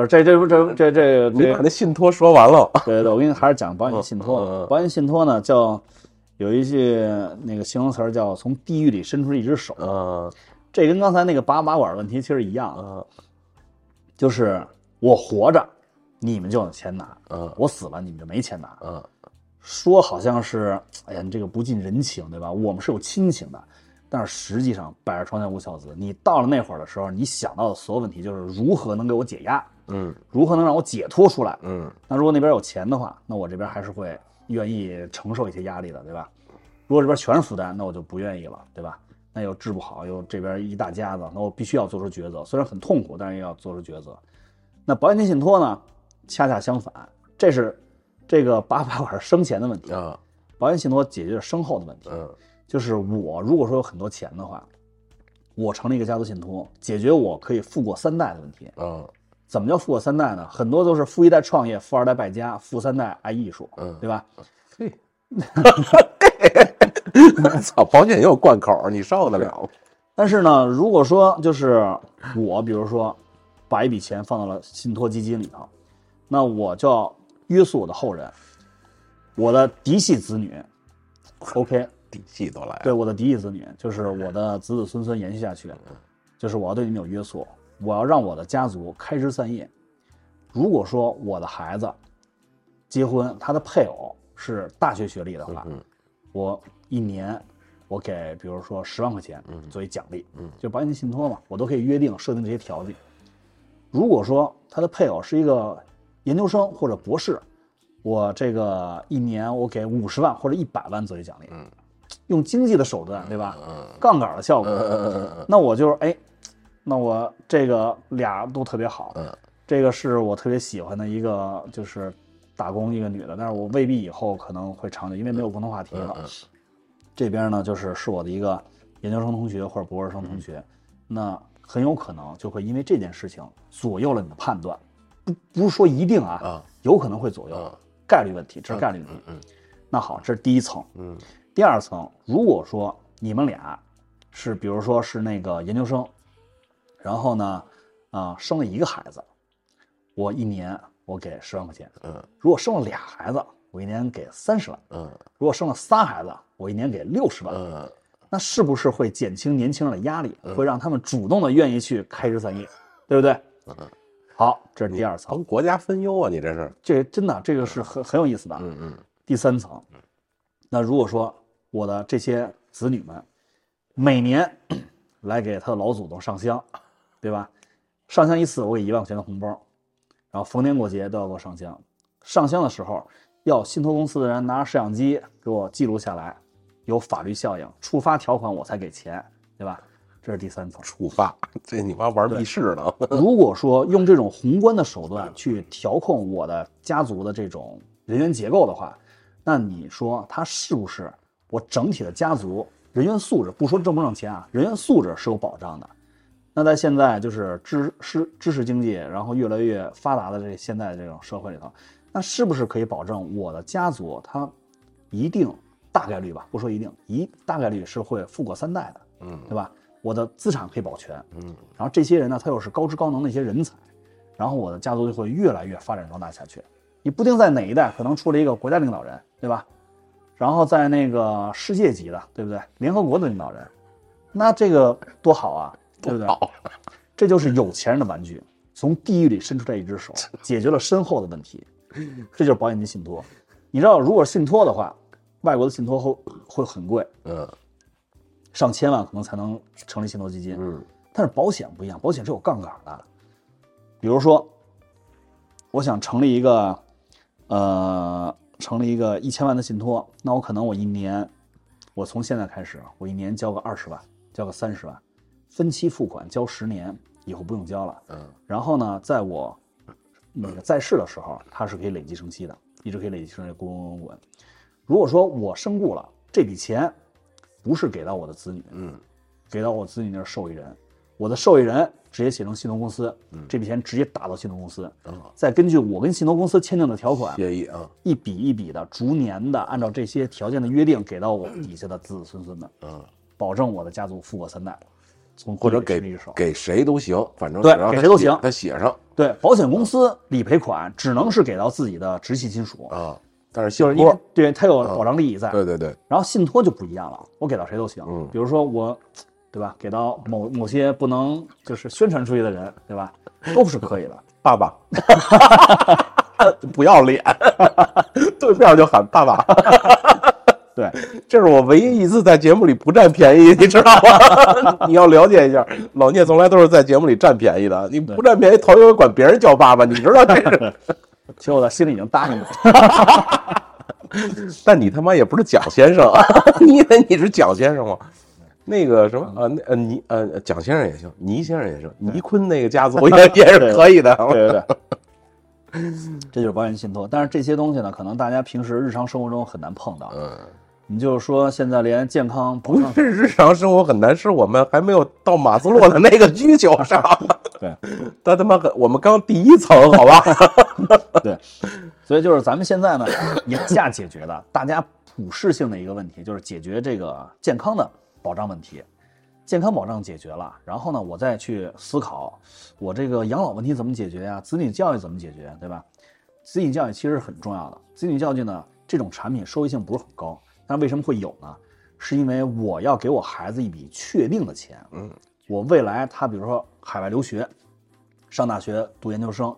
Speaker 2: 是这这这这这
Speaker 1: 你把
Speaker 2: 这，
Speaker 1: 那信托说完了，
Speaker 2: *laughs* 对对，我跟你还是讲保险信
Speaker 1: 嗯
Speaker 2: 托
Speaker 1: 嗯。
Speaker 2: 保险信托呢，叫有一句那个形容词儿叫“从地狱里伸出一只手
Speaker 1: 嗯”，
Speaker 2: 这跟刚才那个拔拔管儿问题其实一样，啊
Speaker 1: 嗯
Speaker 2: 就是我活着，你们就有钱拿；
Speaker 1: 嗯
Speaker 2: 我死了，你们就没钱拿。
Speaker 1: 嗯
Speaker 2: 说好像是，哎呀，你这个不近人情，对吧？我们是有亲情的，但是实际上百日窗前无孝子，你到了那会儿的时候，你想到的所有问题就是如何能给我解压，
Speaker 1: 嗯
Speaker 2: 如何能让我解脱出来。
Speaker 1: 嗯
Speaker 2: 那如果那边有钱的话，那我这边还是会愿意承受一些压力的，对吧？如果这边全是负担，那我就不愿意了，对吧？那又治不好，又这边一大家子，那我必须要做出抉择，虽然很痛苦，但是也要做出抉择。那保险金信托呢，恰恰相反，这是这个八百碗生前的问题，
Speaker 1: 啊
Speaker 2: 保险信托解决生后的问题。
Speaker 1: 嗯
Speaker 2: 就是我如果说有很多钱的话，我成立一个家族信托，解决我可以富过三代的问题。
Speaker 1: 嗯
Speaker 2: 怎么叫富过三代呢？很多都是富一代创业，富二代败家，富三代爱艺术，
Speaker 1: 嗯
Speaker 2: 对吧？
Speaker 1: 嘿，嗯 *laughs* 操，保险也有贯口，你受得了吗？
Speaker 2: 但是呢，如果说就是我，比如说把一笔钱放到了信托基金里头，那我就要约束我的后人，我的嫡系子女，OK，
Speaker 1: 底气都来
Speaker 2: 对
Speaker 1: 了，
Speaker 2: 我的嫡系子女，就是我的子子孙孙延续下去，
Speaker 1: 嗯
Speaker 2: 就是我要对你们有约束，我要让我的家族开枝散叶。如果说我的孩子结婚，他的配偶是大学学历的话，
Speaker 1: 嗯
Speaker 2: 我一年我给比如说十万块钱作为奖励，
Speaker 1: 嗯
Speaker 2: 就保险金信托嘛，我都可以约定设定这些条例。如果说他的配偶是一个研究生或者博士，我这个一年我给五十万或者一百万作为奖励，
Speaker 1: 嗯
Speaker 2: 用经济的手段，对吧？
Speaker 1: 嗯
Speaker 2: 杠杆的效果，
Speaker 1: 嗯
Speaker 2: 那我就是哎，那我这个俩都特别好，
Speaker 1: 嗯
Speaker 2: 这个是我特别喜欢的一个，就是打工一个女的，但是我未必以后可能会长久，因为
Speaker 1: 嗯
Speaker 2: 没有共同话题了。这边呢，就是是我的一个研究生同学或者博士生同
Speaker 1: 嗯
Speaker 2: 学，那很有可能就会因为这件事情左右了你的判断，不不是说一定啊，
Speaker 1: 啊
Speaker 2: 有可能会左右，
Speaker 1: 啊
Speaker 2: 概率问题，这是概率问题。
Speaker 1: 嗯
Speaker 2: 那好，这是第一层。
Speaker 1: 嗯
Speaker 2: 第二层，如果说你们俩是，比如说是那个研究生，然后呢，啊、生了一个孩子，我一年我给十万块钱；
Speaker 1: 嗯
Speaker 2: 如果生了俩孩子，我一年给三十万；
Speaker 1: 嗯
Speaker 2: 如果生了仨孩子，我一年给六十万。
Speaker 1: 嗯
Speaker 2: 那是不是会减轻年轻人的压力，会让他们主动的愿意去开枝散叶，对不对？
Speaker 1: 嗯，
Speaker 2: 好，这是第二层，
Speaker 1: 帮国家分忧啊，你这是，
Speaker 2: 这真的这个是很很有意思的。啊
Speaker 1: 嗯嗯
Speaker 2: 第三层。那如果说我的这些子女们每年 *clears throat* 来给他的老祖宗上香，对吧？上香一次，我给一万块钱的红包，然后逢年过节都要给我上香。上香的时候，要信托公司的人拿着摄像机给我记录下来，有法律效应，触发条款我才给钱，对吧？这是第三层。
Speaker 1: 处罚， *laughs* 这你妈玩密室呢？ *laughs*
Speaker 2: 如果说用这种宏观的手段去调控我的家族的这种人员结构的话，那你说他是不是我整体的家族人员素质？不说挣不挣钱啊，人员素质是有保障的。那在现在就是知识知识经济，然后越来越发达的这现在这种社会里头，那是不是可以保证我的家族它一定大概率吧？不说一定，一大概率是会富过三代的，
Speaker 1: 嗯
Speaker 2: 对吧？我的资产可以保全，
Speaker 1: 嗯
Speaker 2: 然后这些人呢，他又是高知高能的一些人才，然后我的家族就会越来越发展壮大下去。你不定在哪一代可能出了一个国家领导人，对吧？然后在那个世界级的，对不对？联合国的领导人，那这个多好啊，对不对？
Speaker 1: 好，
Speaker 2: 这就是有钱人的玩具，从地狱里伸出来一只手，解决了身后的问题。这就是保险金信托。你知道，如果是信托的话，外国的信托会会很贵，
Speaker 1: 嗯
Speaker 2: 上千万可能才能成立信托基金。
Speaker 1: 嗯
Speaker 2: 但是保险不一样，保险是有杠杆的。比如说，我想成立一个，呃，成立一个一千万的信托，那我可能我一年，我从现在开始，啊我一年交个二十万，交个三十万，分期付款交十年，以后不用交了。
Speaker 1: 嗯
Speaker 2: 然后呢，在我那个在世的时候，它是可以累积生息的，一直可以累积生息，滚滚滚滚。如果说我身故了，这笔钱不是给到我的子女，
Speaker 1: 嗯，
Speaker 2: 给到我子女那儿受益人，我的受益人直接写成信托公司，这笔钱直接打到信托公司，
Speaker 1: 嗯，
Speaker 2: 再根据我跟信托公司签订的条款，
Speaker 1: 协议啊，
Speaker 2: 一笔一笔的逐年的按照这些条件的约定给到我底下的子子孙孙们，
Speaker 1: 嗯，
Speaker 2: 保证我的家族富过三代，从
Speaker 1: 或者
Speaker 2: 地里
Speaker 1: 给
Speaker 2: 伸一手
Speaker 1: 给谁都行，反正
Speaker 2: 对
Speaker 1: 只要
Speaker 2: 给
Speaker 1: 他
Speaker 2: 谁都
Speaker 1: 写
Speaker 2: 行
Speaker 1: 他写上
Speaker 2: 对，保险公司理赔款只能是给到自己的直系亲属，
Speaker 1: 啊，但是信
Speaker 2: 因为
Speaker 1: 托，啊
Speaker 2: 对它有保障利益在。
Speaker 1: 对对对，
Speaker 2: 然后信托就不一样了，我给到谁都行。
Speaker 1: 嗯
Speaker 2: 比如说我，对吧？给到某某些不能就是宣传出去的人，对吧？都是可以的。
Speaker 1: 爸爸， *laughs* 不要脸，对面就喊爸爸，
Speaker 2: 对，对，
Speaker 1: *laughs* 这是我唯一一次在节目里不占便宜，你知道吗？ *laughs* 你要了解一下，老聂从来都是在节目里占便宜的。你不占便宜，头一回管别人叫爸爸，你知道这是？
Speaker 2: 其实我在心里已经答应了。
Speaker 1: *laughs* 但你他妈也不是蒋先生，啊你以为你是蒋先生吗？那个什么啊，呃那呃倪呃蒋先生也行，倪先生也行，倪坤那个家族也也是可以的。
Speaker 2: 对对对， *laughs* 这就是保险信托。但是这些东西呢，可能大家平时日常生活中很难碰到。
Speaker 1: 嗯，
Speaker 2: 你就是说，现在连健康保
Speaker 1: 不
Speaker 2: 障
Speaker 1: 是日常生活很难，是我们还没有到马斯洛的那个需求上。 *laughs*
Speaker 2: 对
Speaker 1: 他他妈很，我们刚第一层，好吧？ *laughs*
Speaker 2: 对，所以就是咱们现在呢，眼下解决的大家普适性的一个问题，就是解决这个健康的保障问题。健康保障解决了，然后呢，我再去思考我这个养老问题怎么解决呀、子女教育怎么解决，对吧？子女教育其实很重要的。子女教育呢，这种产品收益性不是很高，但为什么会有呢？是因为我要给我孩子一笔确定的钱，
Speaker 1: 嗯，
Speaker 2: 我未来他比如说海外留学，上大学读研究生，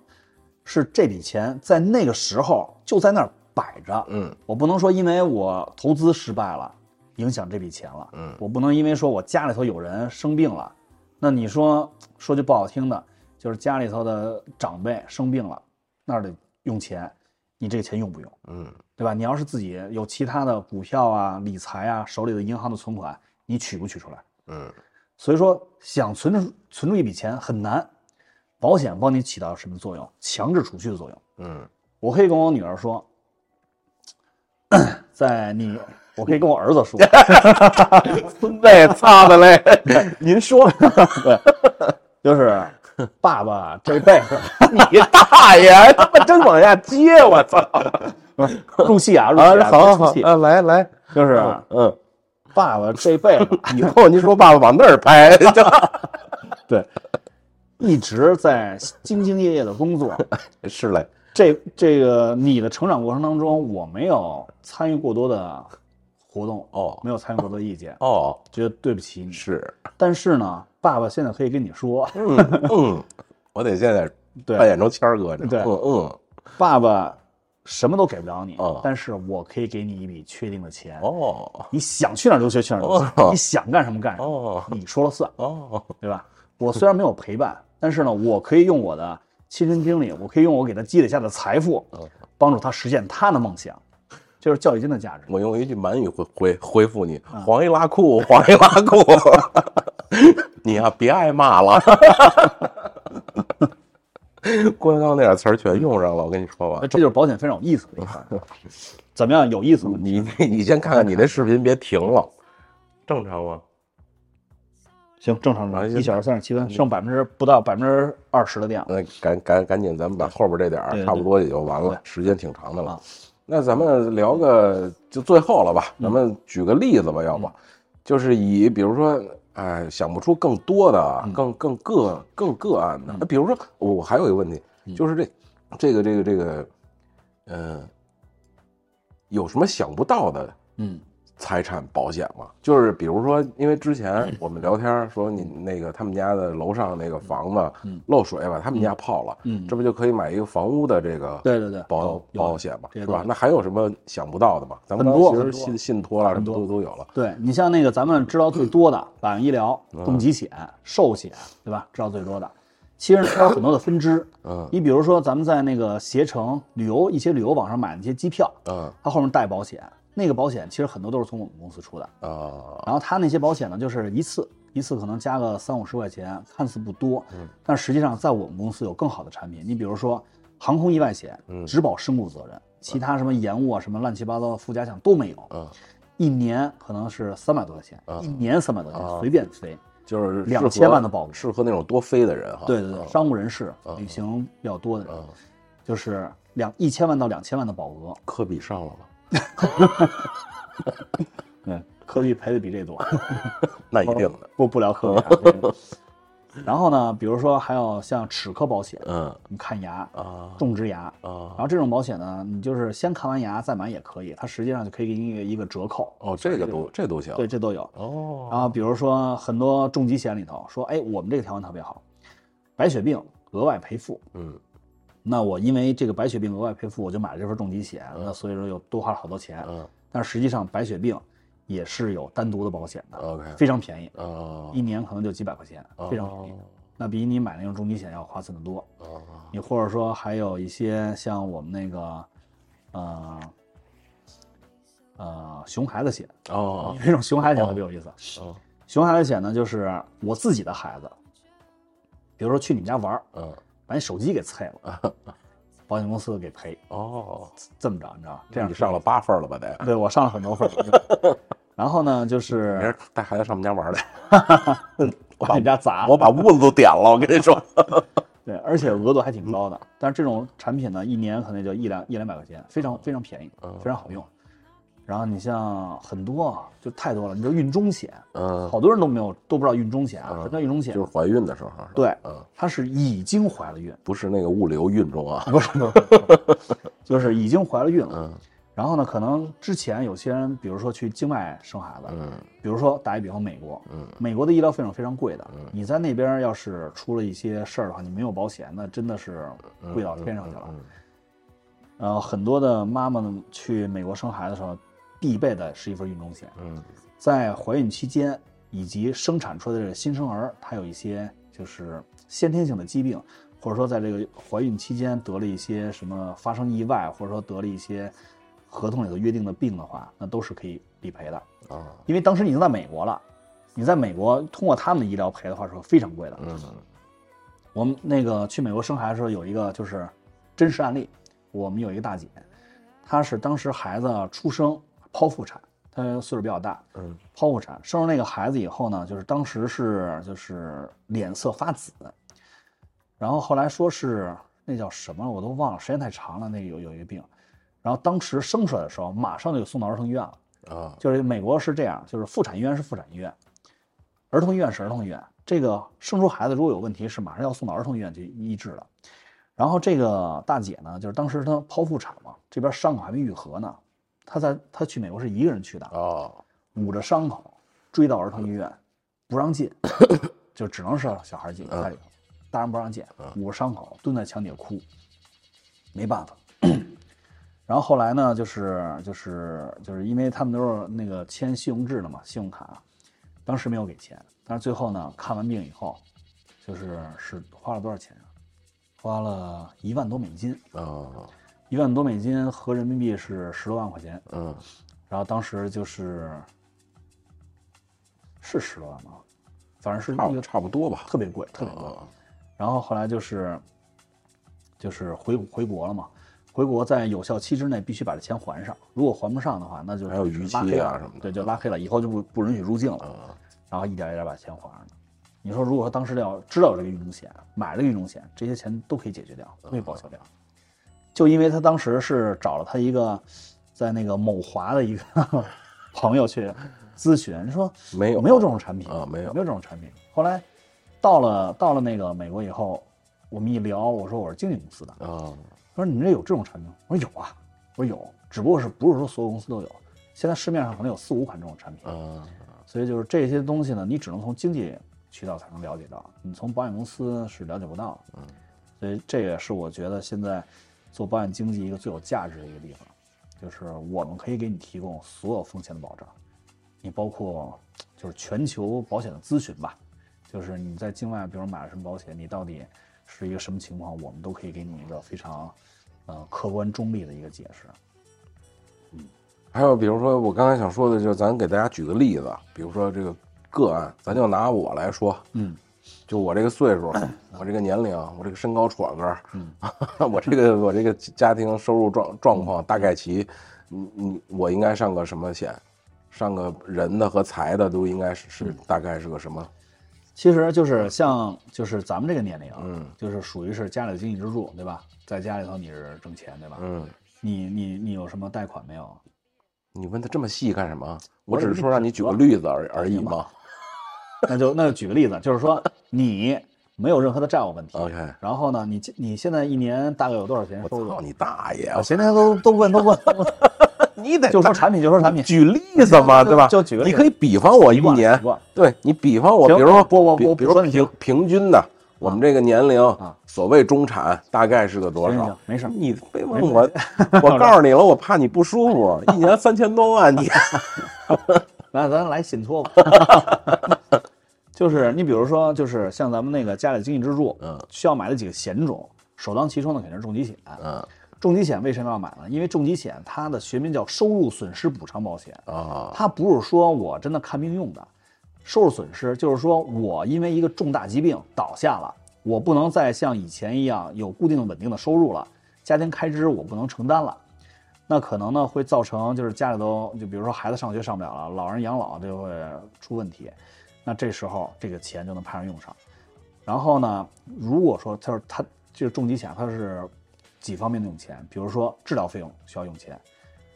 Speaker 2: 是这笔钱在那个时候就在那儿摆着，
Speaker 1: 嗯，
Speaker 2: 我不能说因为我投资失败了，影响这笔钱了，
Speaker 1: 嗯
Speaker 2: 我不能因为说我家里头有人生病了，那你说说句不好听的，就是家里头的长辈生病了，那儿得用钱，你这个钱用不用？
Speaker 1: 嗯
Speaker 2: 对吧？你要是自己有其他的股票啊、理财啊，手里的银行的存款，你取不取出来？
Speaker 1: 嗯
Speaker 2: 所以说，想存住存住一笔钱很难。保险帮你起到什么作用？强制储蓄的作用。
Speaker 1: 嗯
Speaker 2: 我可以跟我女儿说， *coughs* 在你，我可以跟我儿子说，
Speaker 1: 孙子也擦的 *laughs* 嘞。
Speaker 2: 您说，对，就是爸爸这辈子
Speaker 1: *laughs* 你大爷！他妈真往下接，我操！
Speaker 2: 入戏啊，入戏
Speaker 1: 啊，
Speaker 2: 啊，
Speaker 1: 好好
Speaker 2: 入
Speaker 1: 好
Speaker 2: 戏，
Speaker 1: 啊，来来，
Speaker 2: 就是
Speaker 1: 嗯，
Speaker 2: 爸爸这辈子
Speaker 1: 以后您说爸爸往那儿 *laughs* 拍，
Speaker 2: 对，一直在兢兢业业的工
Speaker 1: *laughs*
Speaker 2: 作。
Speaker 1: 是嘞，
Speaker 2: 这这个你的成长过程当中，我没有参与过多的活动，
Speaker 1: 哦
Speaker 2: 没有参与过多的意见，
Speaker 1: 哦，
Speaker 2: 觉得对不起你。
Speaker 1: 是，
Speaker 2: 但是呢，爸爸现在可以跟
Speaker 1: *laughs*
Speaker 2: 你说，
Speaker 1: 嗯嗯，我得 *laughs* 现在扮
Speaker 2: 对，
Speaker 1: 演成谦儿哥这，
Speaker 2: 对
Speaker 1: 嗯
Speaker 2: 爸爸什么都给不了你
Speaker 1: 哦，
Speaker 2: 但是我可以给你一笔确定的钱
Speaker 1: 嗯，，哦
Speaker 2: 你想去哪儿留学去哪儿留
Speaker 1: 哦
Speaker 2: 学， *laughs* 你想干什么干什么，
Speaker 1: 哦
Speaker 2: 你说了算，
Speaker 1: 哦，*laughs*
Speaker 2: 对吧？我虽然没有陪伴，但是呢，我可以用我的亲身经历，我可以用我给他积累下的财富，
Speaker 1: 哦
Speaker 2: 帮助他实现他的梦想，这就是教育金的价值。
Speaker 1: 我用一句满语回回回复你：黄一拉裤， *laughs* 黄一拉裤，你呀、别挨骂了。 *laughs* 郭德纲那点词儿全用上了，我跟你说
Speaker 2: *laughs*
Speaker 1: 吧
Speaker 2: 哎那，这就是保险非常有意思的一块儿。 *laughs* 怎么样？有意思吗？
Speaker 1: 哦你你你先看看你那视频，别停了，正常吗？
Speaker 2: 行，正常
Speaker 1: 啊
Speaker 2: 的，
Speaker 1: 行
Speaker 2: 一小时三十七分，剩百分之不到百分之二十的量。
Speaker 1: 那赶赶赶紧，咱们把后边这点
Speaker 2: 对
Speaker 1: 儿
Speaker 2: 对
Speaker 1: 差不多也就完
Speaker 2: 对
Speaker 1: 了，时间挺长的了
Speaker 2: 啊。
Speaker 1: 那咱们聊个就最后了
Speaker 2: 嗯
Speaker 1: 吧，咱们举个例子吧，要不就是以比如说，哎，想不出更多的、
Speaker 2: 嗯
Speaker 1: 更更个更个案的。那比如说，我我还有一个问
Speaker 2: 嗯
Speaker 1: 题，就是这这个这个这个，呃，有什么想不到的
Speaker 2: 嗯
Speaker 1: 财产保险嘛，就是比如说，因为之前我们聊天儿说你那个他们家的楼上那个房子
Speaker 2: 嗯
Speaker 1: 漏水，把他们家泡了，
Speaker 2: 嗯，
Speaker 1: 这不就可以买一个房屋的这个
Speaker 2: 对对对，
Speaker 1: 保
Speaker 2: 有有
Speaker 1: 保险嘛，
Speaker 2: 这
Speaker 1: 是
Speaker 2: 些
Speaker 1: 吧
Speaker 2: 都？有
Speaker 1: 那还有什么想不到的嘛？咱们
Speaker 2: 很
Speaker 1: 刚
Speaker 2: 多
Speaker 1: 其实
Speaker 2: 很多
Speaker 1: 信信托啊啦什么
Speaker 2: 多
Speaker 1: 都都有了，
Speaker 2: 对你像那个咱们知道最多的百万医疗、重疾险、寿险，对吧？知道最多的，其实呢它有很多的分支。
Speaker 1: 嗯
Speaker 2: 你比如说，咱们在那个携程旅游一些旅游网上买的一些机票，
Speaker 1: 嗯
Speaker 2: 它后面带保险，那个保险其实很多都是从我们公司出的。
Speaker 1: 啊
Speaker 2: 然后它那些保险呢，就是一次一次可能加个三五十块钱，看似不多，但实际上在我们公司有更好的产品。你比如说航空意外险，只保身故责任，其他什么延误啊、什么乱七八糟的附加项都没有。
Speaker 1: 啊，
Speaker 2: 一年可能是三百多块钱，一年三百多块钱，
Speaker 1: 啊
Speaker 2: 随便飞。
Speaker 1: 就是
Speaker 2: 两
Speaker 1: 适合
Speaker 2: 千万的保额
Speaker 1: 适合那种多飞的人哈。
Speaker 2: 对对对，
Speaker 1: 嗯
Speaker 2: 商务人士、旅行比较多的人，
Speaker 1: 嗯
Speaker 2: 就是两一千万到两千万的保额。
Speaker 1: 科比上了吗？
Speaker 2: 嗯，科比赔的
Speaker 1: *laughs*
Speaker 2: 比这多。
Speaker 1: 那一定的，
Speaker 2: 不不聊科比
Speaker 1: *laughs*
Speaker 2: 啊。这个然后呢，比如说还有像齿科保险，
Speaker 1: 嗯
Speaker 2: 你看牙，
Speaker 1: 啊
Speaker 2: 种植牙。然
Speaker 1: 啊
Speaker 2: 后这种保险呢，你就是先看完牙再买也可以，它实际上就可以给你一个一个折扣。
Speaker 1: 哦，这个都这都行，
Speaker 2: 对，这都有。
Speaker 1: 哦
Speaker 2: 然后比如说很多重疾险里头说，哎，我们这个条款特别好，白血病额外赔付。
Speaker 1: 嗯
Speaker 2: 那我因为这个白血病额外赔付，我就买了这份重疾险，那所以说又多花了好多钱。
Speaker 1: 嗯
Speaker 2: 但实际上白血病也是有单独的保险的，
Speaker 1: OK
Speaker 2: 非常便宜，
Speaker 1: 啊
Speaker 2: 一年可能就几百块钱，
Speaker 1: 呃
Speaker 2: 非常便宜。
Speaker 1: 哦
Speaker 2: 那比你买那种重疾险要划算的多。
Speaker 1: 啊
Speaker 2: 你或者说还有一些像我们那个，呃，呃，熊孩子险，
Speaker 1: 哦
Speaker 2: 这种熊孩子险特别有意思。
Speaker 1: 哦
Speaker 2: 熊孩子险呢，就是我自己的孩子，比如说去你们家玩儿，
Speaker 1: 嗯
Speaker 2: 把你手机给碎了，保险公司给赔，
Speaker 1: 哦，
Speaker 2: 这么着，你知道吗？这样
Speaker 1: 你上了八分了吧得？
Speaker 2: 对我上了很多份儿。
Speaker 1: *laughs*
Speaker 2: 然后呢，就
Speaker 1: 明儿
Speaker 2: 是
Speaker 1: 带孩子上我们家玩儿来，
Speaker 2: 往你家砸，
Speaker 1: 我把屋子都点了，我跟你
Speaker 2: *laughs*
Speaker 1: 说。
Speaker 2: 对，而且额度还挺高的。
Speaker 1: 嗯
Speaker 2: 但是这种产品呢，一年可能也就一两一两百块钱，非
Speaker 1: 嗯
Speaker 2: 常非常便宜，非常好用。然后你像很多啊，就太多了，你知道孕中险，
Speaker 1: 嗯，
Speaker 2: 好多人都没有都不知道孕中险啊，
Speaker 1: 嗯
Speaker 2: 什么叫孕中险
Speaker 1: 就是？怀孕的时候是吧，
Speaker 2: 对
Speaker 1: 嗯，
Speaker 2: 它是已经怀了孕，
Speaker 1: 不是那个物流运中啊，
Speaker 2: 不是，不是就是已经怀了孕了。
Speaker 1: 嗯
Speaker 2: 然后呢，可能之前有些人，比如说去境外生孩子，
Speaker 1: 嗯
Speaker 2: 比如说打一比方，美国，
Speaker 1: 嗯
Speaker 2: 美国的医疗费用非常贵的，你在那边要是出了一些事儿的话，你没有保险，那真的是贵到天上去了。
Speaker 1: 嗯
Speaker 2: 然后很多的妈妈呢去美国生孩子的时候，必备的是一份孕中险，
Speaker 1: 嗯
Speaker 2: 在怀孕期间以及生产出来的新生儿，他有一些就是先天性的疾病，或者说在这个怀孕期间得了一些什么发生意外，或者说得了一些合同里头约定的病的话，那都是可以理赔的。
Speaker 1: 嗯啊
Speaker 2: 因为当时你已经在美国了，你在美国通过他们的医疗赔的话是非常贵的。
Speaker 1: 嗯
Speaker 2: 我们那个去美国生孩子的时候有一个就是真实案例，我们有一个大姐，她是当时孩子出生剖腹产，她岁数比较大，
Speaker 1: 嗯
Speaker 2: 剖腹产生了那个孩子以后呢，就是当时是就是脸色发紫，然后后来说是那叫什么我都忘了，时间太长了，那个有有一个病，然后当时生出来的时候马上就送到儿童医院了。
Speaker 1: 啊
Speaker 2: 就是美国是这样，就是妇产医院是妇产医院，儿童医院是儿童医院。这个生出孩子如果有问题，是马上要送到儿童医院去医治的。然后这个大姐呢，就是当时她剖腹产嘛，这边伤口还没愈合呢，她在她去美国是一个人去的，
Speaker 1: 哦
Speaker 2: 捂着伤口追到儿童医院，不让进，就只能是小孩进家里头，大人不让进，捂着伤口蹲在墙底下哭，没办法。 *coughs* 然后后来呢，就是就是就是因为他们都是那个签信用制的嘛，信用卡，当时没有给钱，但是最后呢，看完病以后，就是是花了多少钱啊？花了一万多美金，
Speaker 1: 哦
Speaker 2: 一万多美金合人民币是十多万块钱，
Speaker 1: 嗯
Speaker 2: 然后当时就是是十多万吗？反正是
Speaker 1: 差
Speaker 2: 那
Speaker 1: 不
Speaker 2: 个
Speaker 1: 差不多吧
Speaker 2: 特别贵，特别贵。
Speaker 1: 啊
Speaker 2: 然后后来就是就是回回国了嘛，回国在有效期之内必须把这钱还上，如果还不上的话，那就
Speaker 1: 还有逾期啊
Speaker 2: 拉黑了
Speaker 1: 什么的
Speaker 2: 对，就拉黑了，以后就不不允许入境了。
Speaker 1: 啊
Speaker 2: 然后一点一点把钱还上了。你说，如果说当时要知道有这个运动险，买了运动险，这些钱都可以解决掉，都可以报销掉。
Speaker 1: 嗯
Speaker 2: 就因为他当时是找了他一个在那个某华的一个 *laughs* 朋友去咨询，人说
Speaker 1: 没有
Speaker 2: 没有这种产品
Speaker 1: 啊没有
Speaker 2: 没有这种产品。后来到了到了那个美国以后，我们一聊，我说我是经纪公司的，
Speaker 1: 啊
Speaker 2: 他说你们这有这种产品吗？我说有啊，我说有，只不过是不是说所有公司都有，现在市面上可能有四五款这种产品。
Speaker 1: 啊
Speaker 2: 所以就是这些东西呢，你只能从经济渠道才能了解到，你从保险公司是了解不到的。嗯，所以这也是我觉得现在做保险经纪一个最有价值的一个地方，就是我们可以给你提供所有风险的保障，你包括就是全球保险的咨询吧，就是你在境外，比如买了什么保险，你到底是一个什么情况，我们都可以给你一个非常呃客观中立的一个解释。
Speaker 1: 还有比如说，我刚才想说的，就是咱给大家举个例子，比如说这个个案，咱就拿我来说，
Speaker 2: 嗯，
Speaker 1: 就我这个岁 *coughs* 数，我这个年龄，我这个身高戳个儿， *laughs* 我这个我这个家庭收入状状况大概齐，你你我应该上个什么险？上个人的和财的都应该是是大概是个什么？
Speaker 2: 其实就是像就是咱们这个年龄啊，
Speaker 1: 嗯
Speaker 2: 就是属于是家里的经济支柱，对吧？在家里头你是挣钱，对吧？
Speaker 1: 嗯，
Speaker 2: 你你你有什么贷款没有？
Speaker 1: 你问的这么细干什么？我
Speaker 2: 我
Speaker 1: 只
Speaker 2: 也
Speaker 1: 是
Speaker 2: 不
Speaker 1: 说让你举个例子而而已嘛。
Speaker 2: 那就那就举个例子，就是说你没有任何的债务问题。
Speaker 1: OK，
Speaker 2: 然后呢，你你现在一年大概有多少钱
Speaker 1: 我
Speaker 2: 收入
Speaker 1: 操？你大爷！
Speaker 2: 啊行，那都都问都问，都
Speaker 1: *laughs*
Speaker 2: 问
Speaker 1: 你得
Speaker 2: 就说产品就说产品，
Speaker 1: 举例子嘛，
Speaker 2: 就
Speaker 1: 对吧？
Speaker 2: 就举个例
Speaker 1: 你
Speaker 2: 子
Speaker 1: 可以比方我一
Speaker 2: 习惯了
Speaker 1: 年
Speaker 2: 习惯了，
Speaker 1: 对你比方我，
Speaker 2: 行
Speaker 1: 比如说
Speaker 2: 不不
Speaker 1: 比
Speaker 2: 不
Speaker 1: 比如说
Speaker 2: 不说那
Speaker 1: 平
Speaker 2: 些
Speaker 1: 平均的，我们这个年龄啊，所谓中产大概是个多
Speaker 2: 行行
Speaker 1: 少
Speaker 2: 行？没事儿
Speaker 1: 你别问我，我告诉你了，我怕你不舒服。一年三千多万，你
Speaker 2: 那咱来信托吧。
Speaker 1: *laughs*
Speaker 2: 就是你比如说，就是像咱们那个家里经济支柱，
Speaker 1: 嗯，
Speaker 2: 需要买的几个险种，首当其冲的肯定是重疾险。
Speaker 1: 嗯
Speaker 2: 重疾险为什么要买呢？因为重疾险它的学名叫收入损失补偿保险，
Speaker 1: 啊，
Speaker 2: 它不是说我真的看病用的，收入损失就是说我因为一个重大疾病倒下了，我不能再像以前一样有固定稳定的收入了，家庭开支我不能承担了，那可能呢会造成就是家里头就比如说孩子上学上不了了，老人养老就会出问题，那这时候这个钱就能派上用场。然后呢，如果说他是他就是重疾险，它是几方面的用钱，比如说治疗费用需要用钱，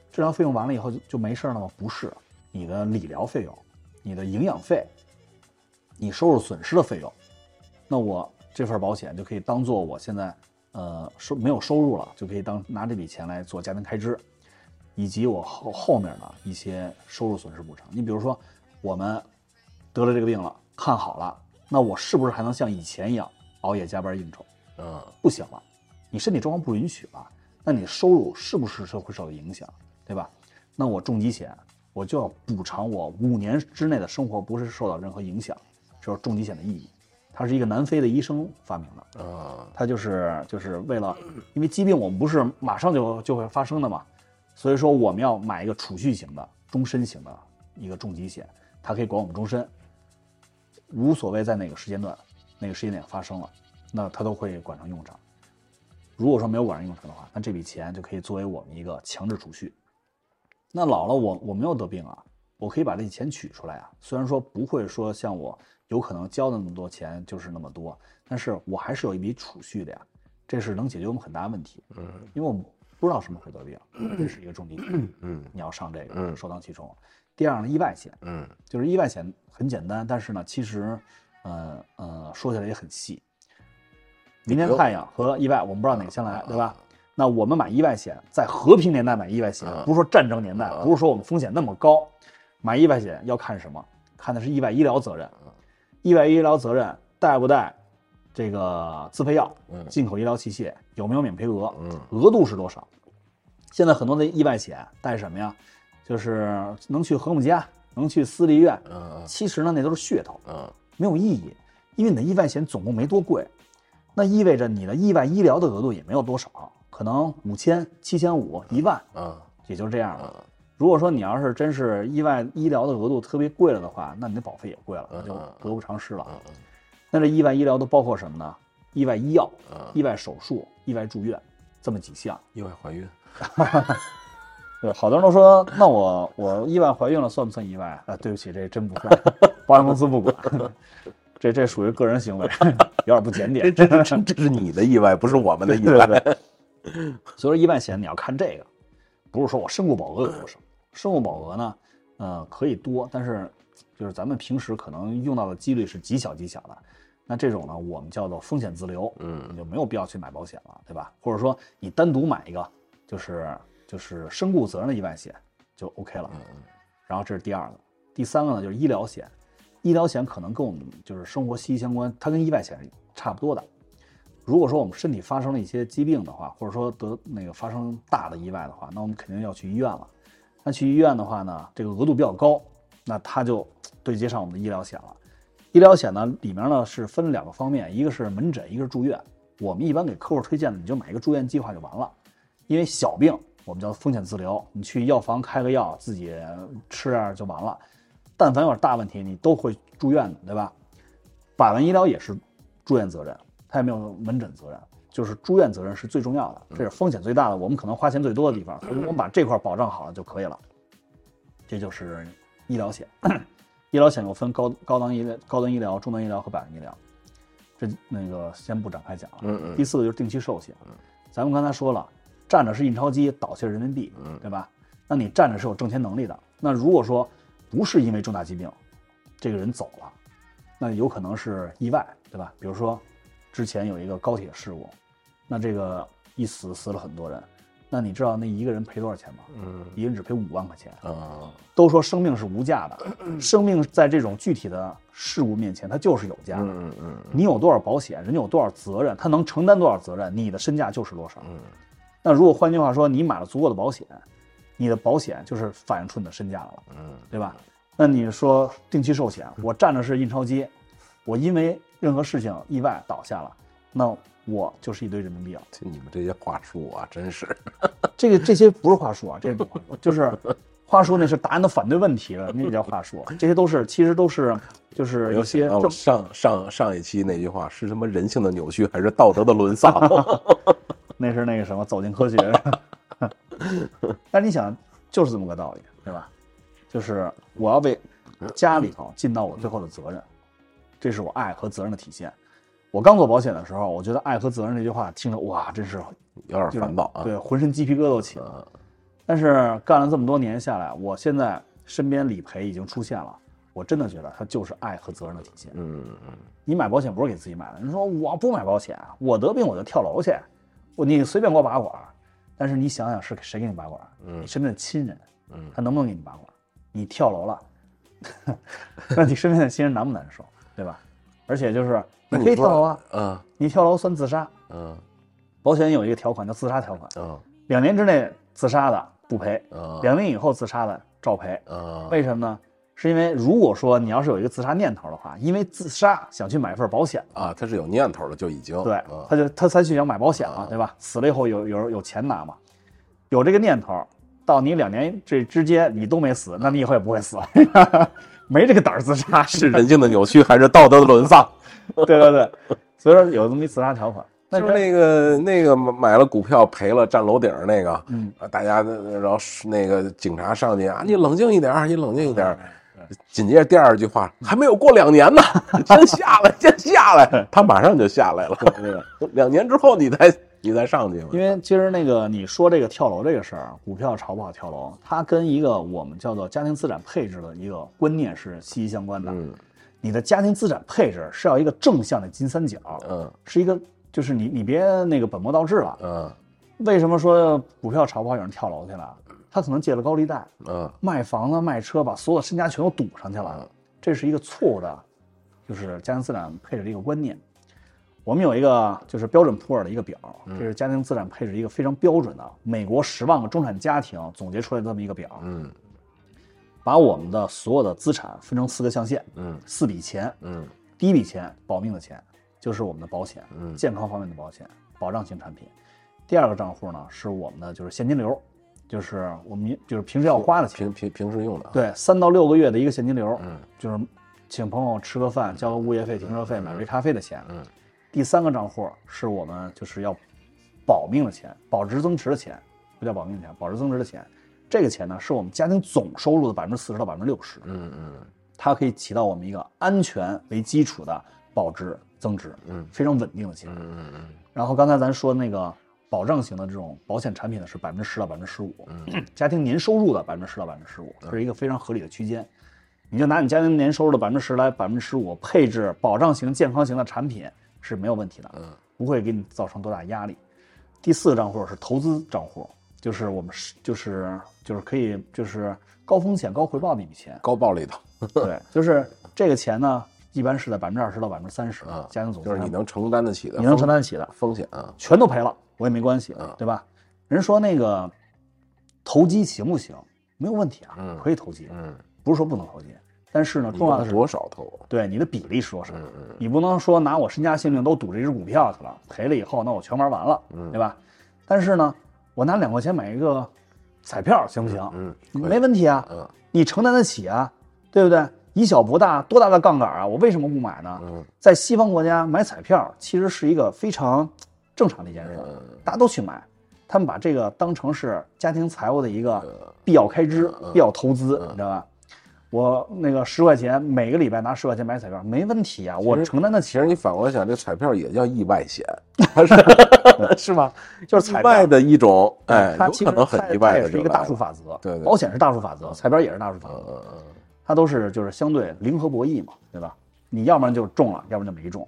Speaker 2: 治疗费用完了以后就就没事儿了吗？不是，你的理疗费用、你的营养费、你收入损失的费用，那我这份保险就可以当做我现在呃收没有收入了，就可以当拿这笔钱来做家庭开支，以及我后后面的一些收入损失补偿。你比如说，我们得了这个病了，看好了，那我是不是还能像以前一样熬夜加班应酬？
Speaker 1: 嗯
Speaker 2: 不行了，你身体状况不允许了，那你的收入是不是就会受到影响，对吧？那我重疾险，我就要补偿我五年之内的生活不是受到任何影响，这是重疾险的意义。它是一个南非的医生发明的，
Speaker 1: 啊，
Speaker 2: 它就是就是为了，因为疾病我们不是马上就就会发生的嘛，所以说我们要买一个储蓄型的、终身型的一个重疾险，它可以管我们终身，无所谓在哪个时间段、哪个时间点发生了，那它都会管上用场。如果说没有管上用场的话，那这笔钱就可以作为我们一个强制储蓄。那老了我我没有得病啊，我可以把这钱取出来啊。虽然说不会说像我有可能交的那么多钱就是那么多，但是我还是有一笔储蓄的呀，这是能解决我们很大的问题。嗯，因为我们不知道什么会得病，这是一个重疾病。
Speaker 1: 嗯
Speaker 2: 你要上这个，
Speaker 1: 嗯
Speaker 2: 首当其冲。第二呢，意外险，
Speaker 1: 嗯
Speaker 2: 就是意外险很简单，但是呢，其实，呃呃，说起来也很细。明天太阳和意外，我们不知道哪个先
Speaker 1: 啊
Speaker 2: 来，对吧？那我们买意外险，在和平年代买意外险，
Speaker 1: 嗯
Speaker 2: 不是说战争年代，
Speaker 1: 嗯
Speaker 2: 不是说我们风险那么高，买意外险要看什么？看的是意外医疗责任，
Speaker 1: 啊
Speaker 2: 意外医疗责任带不带这个自费药
Speaker 1: 嗯、
Speaker 2: 进口医疗器械，有没有免赔额，
Speaker 1: 嗯
Speaker 2: 额度是多少？现在很多的意外险带什么呀？就是能去和睦家，能去私立医院，
Speaker 1: 嗯
Speaker 2: 啊其实呢，那都是噱头，
Speaker 1: 嗯
Speaker 2: 没有意义，因为你的意外险总共没多贵，那意味着你的意外医疗的额度也没有多少，可能五千、七千五、一万，
Speaker 1: 嗯
Speaker 2: 也就这样了。如果说你要是真是意外医疗的额度特别贵了的话，那你的保费也贵了，那就得不偿失了。那这意外医疗都包括什么呢？意外医药、
Speaker 1: 嗯，
Speaker 2: 意外手术、意外住院，这么几项。
Speaker 1: 意外怀孕，
Speaker 2: 对，好多人都说，那我我意外怀孕了算不算意外啊？啊对不起，这真不算，保险公司不管， *laughs* 这这属于个人行为，有点不检点。
Speaker 1: 这这这这是你的意外，不是我们的意
Speaker 2: 对
Speaker 1: 外。
Speaker 2: 对对。所以说意外险你要看这个，不是说我身故保额有多少，身故保额呢，呃，可以多，但是就是咱们平时可能用到的几率是极小极小的。那这种呢，我们叫做风险自留，
Speaker 1: 嗯
Speaker 2: 你就没有必要去买保险了，对吧？或者说你单独买一个，就是就是身故责任的意外险就 OK 了。然后这是第二个，第三个呢就是医疗险，医疗险可能跟我们就是生活息息相关，它跟意外险是差不多的。如果说我们身体发生了一些疾病的话，或者说得那个发生大的意外的话，那我们肯定要去医院了。那去医院的话呢，这个额度比较高，那它就对接上我们的医疗险了。医疗险呢，里面呢是分两个方面，一个是门诊，一个是住院。我们一般给客户推荐的，你就买一个住院计划就完了，因为小病我们叫风险自留，你去药房开个药自己吃点儿就完了。但凡有点大问题，你都会住院的，对吧？百万医疗也是住院责任，它也没有门诊责任，就是住院责任是最重要的，
Speaker 1: 嗯
Speaker 2: 这是风险最大的，我们可能花钱最多的地方，所以我们把这块保障好了就可以了。这就是医疗险， *clears throat* 医疗险又分高高端医疗、高端医疗、中端医疗和百万医疗，这那个先不展开讲了。
Speaker 1: 嗯嗯
Speaker 2: 第四个就是定期寿险，咱们刚才说了，站着是印钞机，倒下是人民币，
Speaker 1: 嗯
Speaker 2: 对吧？那你站着是有挣钱能力的。那如果说不是因为重大疾病，这个人走了，那有可能是意外，对吧？比如说之前有一个高铁事故，那这个一死死了很多人，那你知道那一个人赔多少钱吗？嗯，一个人只赔五万块钱。
Speaker 1: 啊，
Speaker 2: 都说生命是无价的，生命在这种具体的事物面前，它就是有价的。
Speaker 1: 嗯嗯
Speaker 2: 你有多少保险，人有多少责任，他能承担多少责任，你的身价就是多少。
Speaker 1: 嗯
Speaker 2: 那如果换句话说，你买了足够的保险，你的保险就是反映出你的身价了，
Speaker 1: 嗯
Speaker 2: 对吧？那你说定期寿险，我占的是印钞机，我因为任何事情意外倒下了，那我就是一堆人民币了。
Speaker 1: 这你们这些话术啊，真是，
Speaker 2: 这个这些不是话术啊，这不是话术，就是话术那是答案的反对问题了，那就叫话术。这些都是其实都是就是有些
Speaker 1: 啊，
Speaker 2: 政
Speaker 1: 我上上上一期那句话是他妈人性的扭曲还是道德的沦
Speaker 2: *laughs*
Speaker 1: 丧？
Speaker 2: 那是那个什么走进科学。 *laughs* 但你想，就是这么个道理，对吧？就是我要为家里头尽到我最后的责任，这是我爱和责任的体现。我刚做保险的时候，我觉得“爱和责任”这句话听着哇，真是
Speaker 1: 有点烦躁啊。嗯
Speaker 2: 对，浑身鸡皮疙瘩都起了。但是干了这么多年下来，我现在身边理赔已经出现了，我真的觉得它就是爱和责任的体现。
Speaker 1: 嗯，
Speaker 2: 你买保险不是给自己买的，你说我不买保险，啊我得病我就跳楼去，我你随便给我拔管儿，啊但是你想想是谁给你拔管儿？你身边的亲人，
Speaker 1: 嗯
Speaker 2: 他能不能给你拔管儿？你跳楼了， *laughs* 那你身边的亲人难不难受，对吧？而且就是你可以跳楼啊，
Speaker 1: 啊
Speaker 2: 你跳楼算自杀，
Speaker 1: 嗯
Speaker 2: 保险有一个条款叫自杀条款，
Speaker 1: 嗯
Speaker 2: 两年之内自杀的不赔，
Speaker 1: 嗯
Speaker 2: 两年以后自杀的照赔。
Speaker 1: 嗯，
Speaker 2: 为什么呢？是因为如果说你要是有一个自杀念头的话，因为自杀想去买一份保险，
Speaker 1: 啊，他是有念头的，就已经
Speaker 2: 对
Speaker 1: 啊，
Speaker 2: 他就他才去想买保险嘛
Speaker 1: 啊，
Speaker 2: 对吧？死了以后有有有钱拿嘛，有这个念头，到你两年这之间你都没死，那你以后也不会死， *laughs* 没这个胆儿自杀，
Speaker 1: 是人性的扭曲还是道德的沦丧？
Speaker 2: 对对对，所以说有这么一自杀条款，
Speaker 1: 是
Speaker 2: *laughs* 那
Speaker 1: 不是那个那个买了股票赔了站楼顶儿那个？
Speaker 2: 嗯
Speaker 1: 啊，大家呃然后是那个警察上去啊，你冷静一点儿，你冷静一点儿。
Speaker 2: 哎
Speaker 1: 紧接着第二句话，
Speaker 2: 嗯
Speaker 1: 还没有过两年
Speaker 2: *laughs*
Speaker 1: 呢，先下来，先下来。他马上就下来了，
Speaker 2: 哎对对。
Speaker 1: *laughs* 两年之后你再你再上去嘛
Speaker 2: 因。为其实那个你说这个跳楼这个事儿，啊股票炒不好跳楼，它跟一个我们叫做家庭资产配置的一个观念是息息相关的。
Speaker 1: 嗯
Speaker 2: 你的家庭资产配置是要一个正向的金三角，
Speaker 1: 嗯
Speaker 2: 是一个就是你你别那个本末倒置了。
Speaker 1: 嗯
Speaker 2: 为什么说股票炒不好有人跳楼去了？他可能借了高利贷，
Speaker 1: 嗯
Speaker 2: 卖房子、卖车，把所有的身家全都赌上去了
Speaker 1: 嗯，
Speaker 2: 这是一个错误的，就是家庭资产配置的一个观念。我们有一个就是标准普尔的一个表，
Speaker 1: 嗯
Speaker 2: 这是家庭资产配置一个非常标准的美国十万个中产家庭总结出来的这么一个表，
Speaker 1: 嗯
Speaker 2: 把我们的所有的资产分成四个象限，
Speaker 1: 嗯
Speaker 2: 四笔钱，
Speaker 1: 嗯
Speaker 2: 第一笔钱保命的钱就是我们的保险，
Speaker 1: 嗯
Speaker 2: 健康方面的保险，保障型产品。第二个账户呢是我们的就是现金流，就是我们就是平时要花的钱，
Speaker 1: 平平平时用的。啊
Speaker 2: 对，三到六个月的一个现金流，
Speaker 1: 嗯
Speaker 2: 就是请朋友吃个饭、交个物业费、停车费、买杯咖啡的钱。
Speaker 1: 嗯
Speaker 2: 第三个账户是我们就是要保命的钱，保值增值的钱，不叫保命的钱，保值增值的钱。这个钱呢，是我们家庭总收入的百分之四十到百分之六十，
Speaker 1: 嗯嗯
Speaker 2: 它可以起到我们一个安全为基础的保值增值，
Speaker 1: 嗯
Speaker 2: 非常稳定的钱。
Speaker 1: 嗯嗯
Speaker 2: 然后刚才咱说那个保障型的这种保险产品呢，是百分之十到百分之十五，
Speaker 1: 嗯
Speaker 2: 家庭年收入的百分之十到百分之十五，这是一个非常合理的区间。你就拿你家庭年收入的百分之十来百分之十五配置保障型、健康型的产品是没有问题的，
Speaker 1: 嗯
Speaker 2: 不会给你造成多大压力。第四个账户是投资账户，就是我们是就是就是可以就是高风险高回报的一笔钱，
Speaker 1: 高暴力的，
Speaker 2: 对，就是这个钱呢，一般是在百分之二十到百分之三十
Speaker 1: 啊，
Speaker 2: 家庭总
Speaker 1: 就是你
Speaker 2: 资产
Speaker 1: 能承担得起的，
Speaker 2: 你能承担得起的。
Speaker 1: 风险啊。
Speaker 2: 全都赔了，我也没关系
Speaker 1: 嗯，
Speaker 2: 对吧？人说那个投机行不行？没有问题啊
Speaker 1: 嗯，
Speaker 2: 可以投机，
Speaker 1: 嗯，
Speaker 2: 不是说不能投机。但是呢，
Speaker 1: 你
Speaker 2: 重要的
Speaker 1: 能
Speaker 2: 啊是，
Speaker 1: 多少啊投？
Speaker 2: 对你的比例是多少
Speaker 1: 嗯？嗯
Speaker 2: 你不能说拿我身家性命都赌这只股票去了，赔了以后那我全玩完了，
Speaker 1: 嗯
Speaker 2: 对吧？但是呢，我拿两块钱买一个彩票行不行？
Speaker 1: 嗯，可以
Speaker 2: 没问题啊，
Speaker 1: 嗯
Speaker 2: 你承担得起啊，对不对？以小博大，多大的杠杆啊！我为什么不买呢？
Speaker 1: 嗯
Speaker 2: 在西方国家买彩票其实是一个非常正常的一件事儿，
Speaker 1: 嗯
Speaker 2: 大家都去买，他们把这个当成是家庭财务的一
Speaker 1: 嗯
Speaker 2: 个必要开支、必要投资，你知道吧？我那个十块钱，每个礼拜拿十块钱买彩票，没问题啊，我承担得
Speaker 1: 其
Speaker 2: 起。
Speaker 1: 实你反过来想，这彩票也叫意外
Speaker 2: *laughs*
Speaker 1: 险，它是是吧？
Speaker 2: 就是彩
Speaker 1: 意外
Speaker 2: 票，
Speaker 1: 的一种，哎，
Speaker 2: 啊它
Speaker 1: 有
Speaker 2: 其
Speaker 1: 可
Speaker 2: 实
Speaker 1: 能很
Speaker 2: 它
Speaker 1: 意外
Speaker 2: 它
Speaker 1: 的
Speaker 2: 也是
Speaker 1: 就
Speaker 2: 一个
Speaker 1: 来了
Speaker 2: 大数法则，
Speaker 1: 对对
Speaker 2: 保险是大数法则，彩票也是大数法
Speaker 1: 嗯
Speaker 2: 则，
Speaker 1: 嗯
Speaker 2: 它都是就是相对零和博弈嘛，对吧？你要不然就中了，要不然就没中。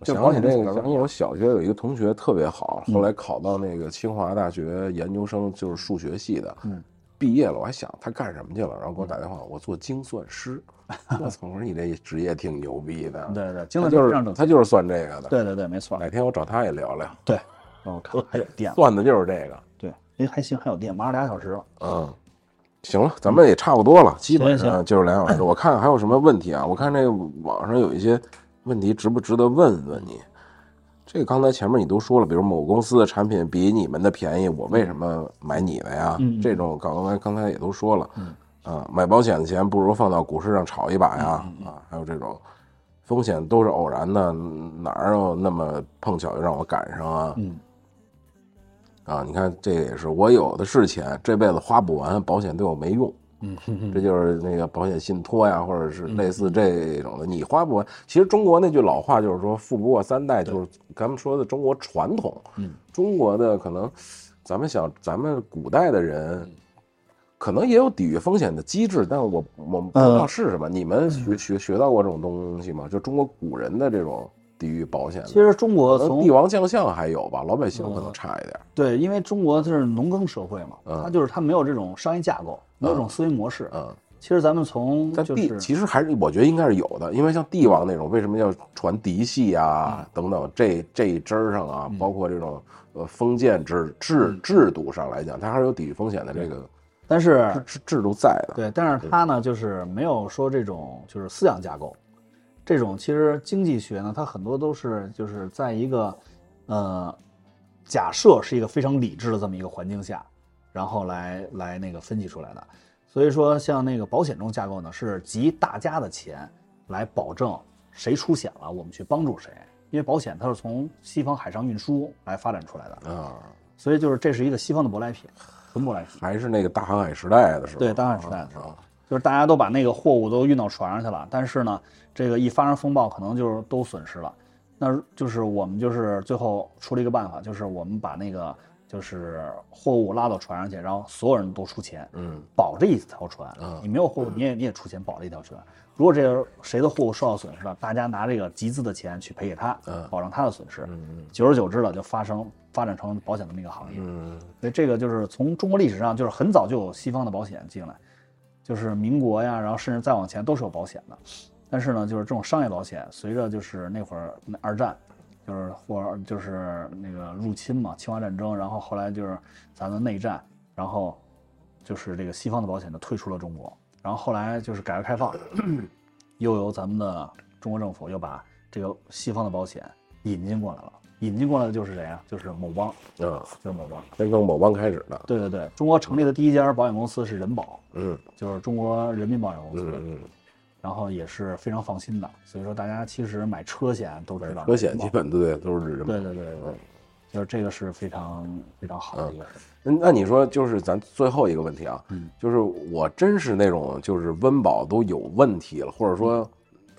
Speaker 1: 我
Speaker 2: 就
Speaker 1: 想
Speaker 2: 保
Speaker 1: 起
Speaker 2: 险
Speaker 1: 这
Speaker 2: 这
Speaker 1: 个，
Speaker 2: 个
Speaker 1: 咱们我小学有一个同学特别好，后
Speaker 2: 嗯
Speaker 1: 来考到那个清华大学研究生，就是数学系的。
Speaker 2: 嗯，
Speaker 1: 毕业了，我还想他干什么去了，然后给我打电话，我做精算
Speaker 2: *laughs*
Speaker 1: 师。我操！我说你这职业挺牛逼的。
Speaker 2: 对对，精
Speaker 1: 他
Speaker 2: 算
Speaker 1: 就
Speaker 2: 这
Speaker 1: 是
Speaker 2: 样整，
Speaker 1: 他就是算这个的。
Speaker 2: 对对对，没错，
Speaker 1: 哪天我找他也聊聊，
Speaker 2: 对，
Speaker 1: 哦
Speaker 2: 让我看还有电了，
Speaker 1: 算的就是这个。
Speaker 2: 对，哎还行，还有电，马上俩小时了，
Speaker 1: 嗯，行了，咱们也差不多了，基本
Speaker 2: 行
Speaker 1: 上
Speaker 2: 行
Speaker 1: 就是两小
Speaker 2: *coughs*
Speaker 1: 时。我看看还有什么问题啊？我看这网上有一些问题，值不值得问问你？这个刚才前面你都说了，比如某公司的产品比你们的便宜，我为什么买你的呀？
Speaker 2: 嗯嗯
Speaker 1: 这种刚才刚才也都说了，
Speaker 2: 嗯
Speaker 1: 啊，买保险的钱不如放到股市上炒一把呀，
Speaker 2: 嗯
Speaker 1: 啊，还有这种风险都是偶然的，哪有那么碰巧就让我赶上啊？
Speaker 2: 嗯，
Speaker 1: 啊，你看这也是我有的是钱，这辈子花不完，保险对我没用。
Speaker 2: 嗯哼哼嗯
Speaker 1: 这就是那个保险信托呀，或者是类似这种的，你花不完。其实中国那句老话就是说“富不过三代”，就是咱们说的中国传统。
Speaker 2: 嗯，
Speaker 1: 中国的可能，咱们想，咱们古代的人，可能也有抵御风险的机制，但我我不知
Speaker 2: 呃
Speaker 1: 道是什么。你
Speaker 2: 嗯
Speaker 1: 们学学学到过这种东西吗？就中国古人的这种抵御保险的，
Speaker 2: 其实中国
Speaker 1: 可能帝
Speaker 2: 从呃
Speaker 1: 王将相还有吧，老百姓可能差一点。
Speaker 2: 对，因为中国它是农耕社会嘛，
Speaker 1: 嗯
Speaker 2: 它就是它没有这种商业架构，没有这种思维模式。
Speaker 1: 嗯，
Speaker 2: 其实咱们从
Speaker 1: 但
Speaker 2: 就
Speaker 1: 帝
Speaker 2: 是
Speaker 1: 其实还是我觉得应该是有的，因为像帝王那种，为什么要传嫡系
Speaker 2: 嗯
Speaker 1: 啊、等等这这一支儿上啊，包括这种呃封建
Speaker 2: 嗯
Speaker 1: 制制制度上来讲，它还是有抵御风险的这个
Speaker 2: 但是
Speaker 1: 制制度在的。
Speaker 2: 对，但是它呢，就是没有说这种就是思想架构，这种其实经济学呢，它很多都是就是在一个呃假设是一个非常理智的这么一个环境下，然后来来那个分析出来的。所以说，像那个保险这种架构呢，是集大家的钱来保证谁出险了，我们去帮助谁。因为保险它是从西方海上运输来发展出来的，
Speaker 1: 啊，
Speaker 2: 所以就是这是一个西方的舶来品，纯舶来品。
Speaker 1: 还是那个大航海时代的时候，
Speaker 2: 对，大汉时代的时候
Speaker 1: 啊，
Speaker 2: 就是大家都把那个货物都运到船上去了，但是呢，这个一发生风暴，可能就是都损失了。那就是我们就是最后出了一个办法，就是我们把那个就是货物拉到船上去，然后所有人都出钱，
Speaker 1: 嗯
Speaker 2: 保这一条船。你没有货物，你也你也出钱保这一条船。如果这个谁的货物受到损失了，大家拿这个集资的钱去赔给他，保障他的损失。
Speaker 1: 嗯
Speaker 2: 久而久之了，就发生发展成保险这么一个行业。
Speaker 1: 嗯
Speaker 2: 所以这个就是从中国历史上，就是很早就有西方的保险进来，就是民国呀，然后甚至再往前都是有保险的。但是呢，就是这种商业保险，随着就是那会儿那二战，就是或者就是那个入侵嘛，侵华战争，然后后来就是咱们内战，然后就是这个西方的保险就退出了中国，然后后来就是改革开放，又由咱们的中国政府又把这个西方的保险引进过来了，引进过来的就是谁啊？就是某邦，
Speaker 1: 嗯啊，
Speaker 2: 就是某邦。
Speaker 1: 先从某邦开始的，
Speaker 2: 对对对，中国成立的第一家保险公司是人保，
Speaker 1: 嗯
Speaker 2: 就是中国人民保险公司，
Speaker 1: 嗯
Speaker 2: 然后也是非常放心的。所以说，大家其实买车险都知道
Speaker 1: 嗯，
Speaker 2: 买
Speaker 1: 车险
Speaker 2: 人
Speaker 1: 基
Speaker 2: 保
Speaker 1: 本对都是人
Speaker 2: 对对对对对，就是这个是非常非常好的一个事。
Speaker 1: 嗯，那你说就是咱最后一个问题啊，
Speaker 2: 嗯
Speaker 1: 就是我真是那种就是温饱都有问题了，或者说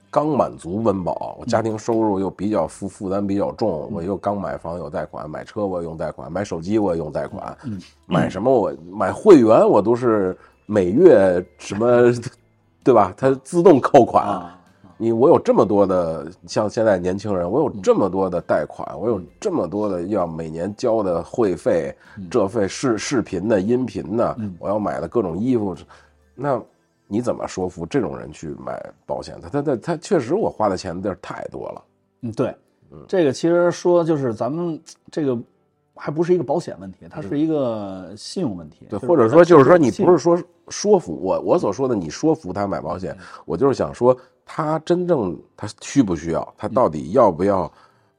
Speaker 1: 刚满足温饱，我家庭收入又比较负负担比较重，
Speaker 2: 嗯
Speaker 1: 我又刚买房有贷款，买车我也用贷款，买手机我也用贷款，
Speaker 2: 嗯
Speaker 1: 买什么我买会员我都是每月什么， *laughs* 对吧？它自动扣款。
Speaker 2: 啊，
Speaker 1: 你我有这么多的，像现在年轻人，我有这么多的贷款，我有这么多的要每年交的会费、这费、视视频的、音频的，我要买的各种衣服，那你怎么说服这种人去买保险？他他他他确实我花的钱地儿太多了，
Speaker 2: 嗯，对，这个其实说就是咱们这个还不是一个保险问题，它是一个信用问题。
Speaker 1: 嗯对，
Speaker 2: 就是
Speaker 1: 或者说就是说你
Speaker 2: 信
Speaker 1: 不是说说服我，我所说的你说服他买保险，我就是想说他真正他需不需要，他到底要不要，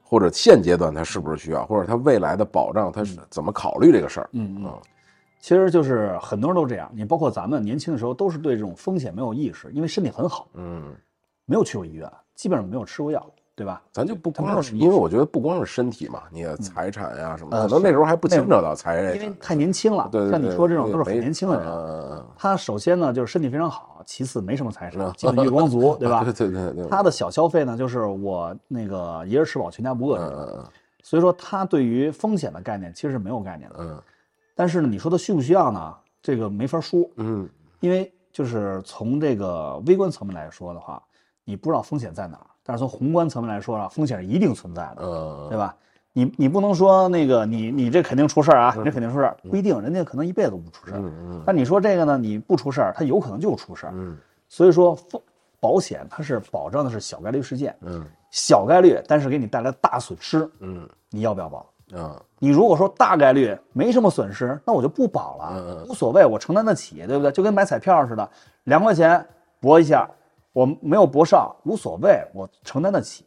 Speaker 1: 或者现阶段他是不是需要，或者他未来的保障他是怎么考虑这个事儿？
Speaker 2: 嗯嗯，其实就是很多人都这样，你包括咱们年轻的时候都是对这种风险没有意识，因为身体很好，
Speaker 1: 嗯，
Speaker 2: 没有去过医院，基本上没有吃过药，对吧？
Speaker 1: 咱就不
Speaker 2: 他们
Speaker 1: 光
Speaker 2: 都
Speaker 1: 是
Speaker 2: 是
Speaker 1: 因为我觉得不光是身体嘛，你的财产呀、什么的，
Speaker 2: 呃
Speaker 1: 可能那时候还不牵扯到财
Speaker 2: 因为
Speaker 1: 产，
Speaker 2: 太年轻了，
Speaker 1: 对对对，
Speaker 2: 像你说这种都是很
Speaker 1: 没
Speaker 2: 年轻的人。
Speaker 1: 嗯
Speaker 2: 他首先呢就是身体非常好，其次没什么财
Speaker 1: 嗯
Speaker 2: 产，基本月光族，对
Speaker 1: 嗯，
Speaker 2: 吧？
Speaker 1: 对对对对，
Speaker 2: 他的小消费呢就是我那个一人吃饱全家不饿这种，
Speaker 1: 嗯
Speaker 2: 所以说他对于风险的概念其实是没有概念的。
Speaker 1: 嗯
Speaker 2: 但是呢，你说他需不需要呢？这个没法说，
Speaker 1: 嗯
Speaker 2: 因为就是从这个微观层面来说的话，你不知道风险在哪儿，但是从宏观层面来说啊，风险是一定存在的。
Speaker 1: 嗯
Speaker 2: 对吧？你你不能说那个你你这肯定出事儿啊，你这肯定出事儿，不一定，人家可能一辈子都不出事儿。
Speaker 1: 嗯
Speaker 2: 但你说这个呢，你不出事儿，它有可能就出事儿。
Speaker 1: 嗯
Speaker 2: 所以说，风保险它是保障的是小概率事件，
Speaker 1: 嗯
Speaker 2: 小概率，但是给你带来大损失，
Speaker 1: 嗯
Speaker 2: 你要不要保？
Speaker 1: 嗯啊
Speaker 2: 你如果说大概率没什么损失，那我就不保了，
Speaker 1: 嗯嗯
Speaker 2: 无所谓，我承担得起，对不对？就跟买彩票似的，两块钱搏一下，我没有搏上，无所谓，我承担得起。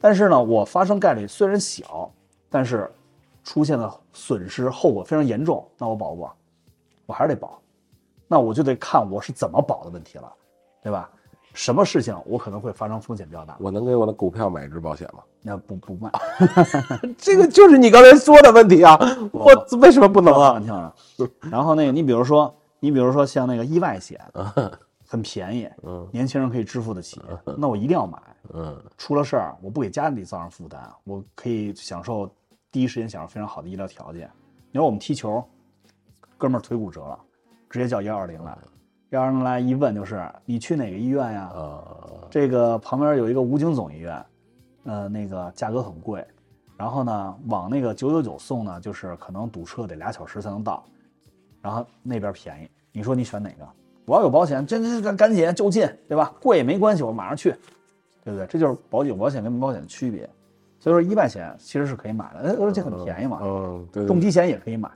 Speaker 2: 但是呢，我发生概率虽然小，但是出现的损失后果非常严重，那我保不保？我还是得保，那我就得看我是怎么保的问题了，对吧？什么事情我可能会发生风险比较大，
Speaker 1: 我能给我的股票买一只保险吗？
Speaker 2: 那不不卖。
Speaker 1: 这个就是你刚才说的问题啊！我为什么不能
Speaker 2: 跳
Speaker 1: 啊
Speaker 2: 上？跳上。然后那个，你比如说，你比如说像那个意外险，很便宜，年轻人可以支付得起，那我一定要买。
Speaker 1: 嗯
Speaker 2: 出了事儿，我不给家里造成负担，我可以享受第一时间享受非常好的医疗条件。你说我们踢球，哥们儿腿骨折了，直接叫幺二零来，幺二零来一问就是你去哪个医院呀？
Speaker 1: 啊
Speaker 2: 这个旁边有一个武警总医院，呃，那个价格很贵，然后呢，往那个九九九送呢，就是可能堵车得俩小时才能到，然后那边便宜，你说你选哪个？我要有保险，这这这赶紧就近，对吧？贵也没关系，我马上去，对不对？这就是保有保险跟没保险的区别。所以说，意外险其实是可以买的，呃而且很便宜嘛。
Speaker 1: 嗯，对
Speaker 2: 重
Speaker 1: 对，
Speaker 2: 疾险也可以买，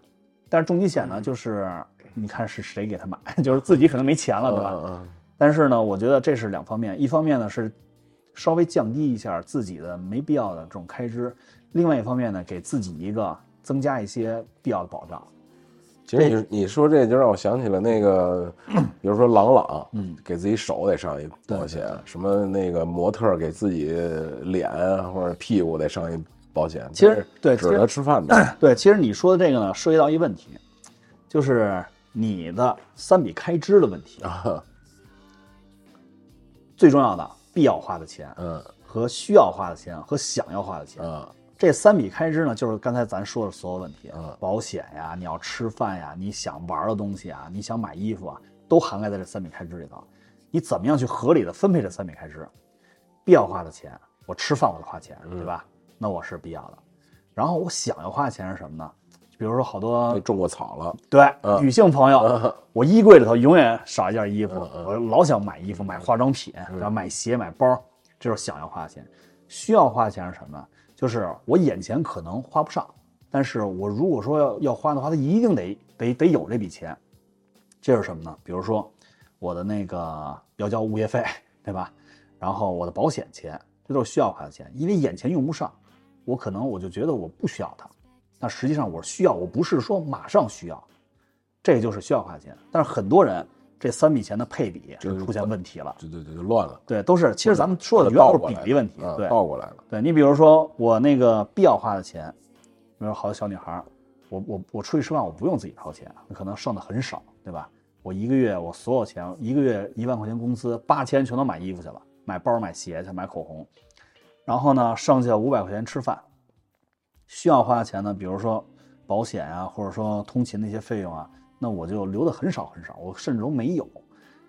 Speaker 2: 但是重疾险呢，就是你看是谁给他买， *laughs* 就是自己可能没钱了，对吧？
Speaker 1: 嗯
Speaker 2: 但是呢，我觉得这是两方面，一方面呢是稍微降低一下自己的没必要的这种开支，另外一方面呢，给自己一个增加一些必要的保障。
Speaker 1: 其实你你说这就让我想起了那 *clears throat* 个，比如说朗朗，
Speaker 2: 嗯，
Speaker 1: 给自己手得上一保险，什么那个模特儿给自己脸啊或者屁股得上一保险，
Speaker 2: 其实对
Speaker 1: 指
Speaker 2: 其实
Speaker 1: 着吃饭 *clears throat* 的，
Speaker 2: 对，其实你说的这个呢，涉及到一问题，就是你的三笔开支的问题，
Speaker 1: 啊
Speaker 2: 最重要的必要花的钱
Speaker 1: 嗯
Speaker 2: 和需要花的钱和想要花的钱。
Speaker 1: 啊
Speaker 2: 这三笔开支呢，就是刚才咱说的所有问题，啊
Speaker 1: 嗯
Speaker 2: 保险呀，你要吃饭呀，你想玩的东西啊，你想买衣服啊，都涵盖在这三笔开支里头。你怎么样去合理的分配这三笔开支？必要花的钱，我吃饭我得花钱，
Speaker 1: 嗯
Speaker 2: 对吧？那我是必要的。然后我想要花的钱是什么呢？比如说好多
Speaker 1: 都种过草了，
Speaker 2: 对，
Speaker 1: 嗯
Speaker 2: 女性朋友，我衣柜里头永远少一件衣服，
Speaker 1: 嗯
Speaker 2: 我老想买衣服、买化妆品，然后买鞋、买包，这就是想要花的钱。需要花的钱是什么呢？就是我眼前可能花不上，但是我如果说要要花的话，它一定得得得有这笔钱。这是什么呢？比如说我的那个要交物业费， *laughs* 对吧？然后我的保险钱，这都是需要花的钱，因为眼前用不上，我可能我就觉得我不需要它，那实际上我需要，我不是说马上需要，这就是需要花钱。但是很多人这三笔钱的配比
Speaker 1: 就是
Speaker 2: 出现问题了，
Speaker 1: 对对对，就乱了，
Speaker 2: 对，都是其实咱们说的原
Speaker 1: 倒
Speaker 2: 来都
Speaker 1: 过
Speaker 2: 是
Speaker 1: 来了
Speaker 2: 比例问题，
Speaker 1: 啊
Speaker 2: 对，
Speaker 1: 倒过来了，
Speaker 2: 对你比如说我那个必要花的钱，比如说好多小女孩儿，我我我出去吃饭我不用自己掏钱，可能剩的很少，对吧？我一个月我所有钱，一个月一万块钱工资，八千全都买衣服去了，买包买鞋去，买口红，然后呢剩下五百块钱吃饭，需要花的钱呢，比如说保险啊，或者说通勤那些费用啊，那我就留的很少很少，我甚至都没有，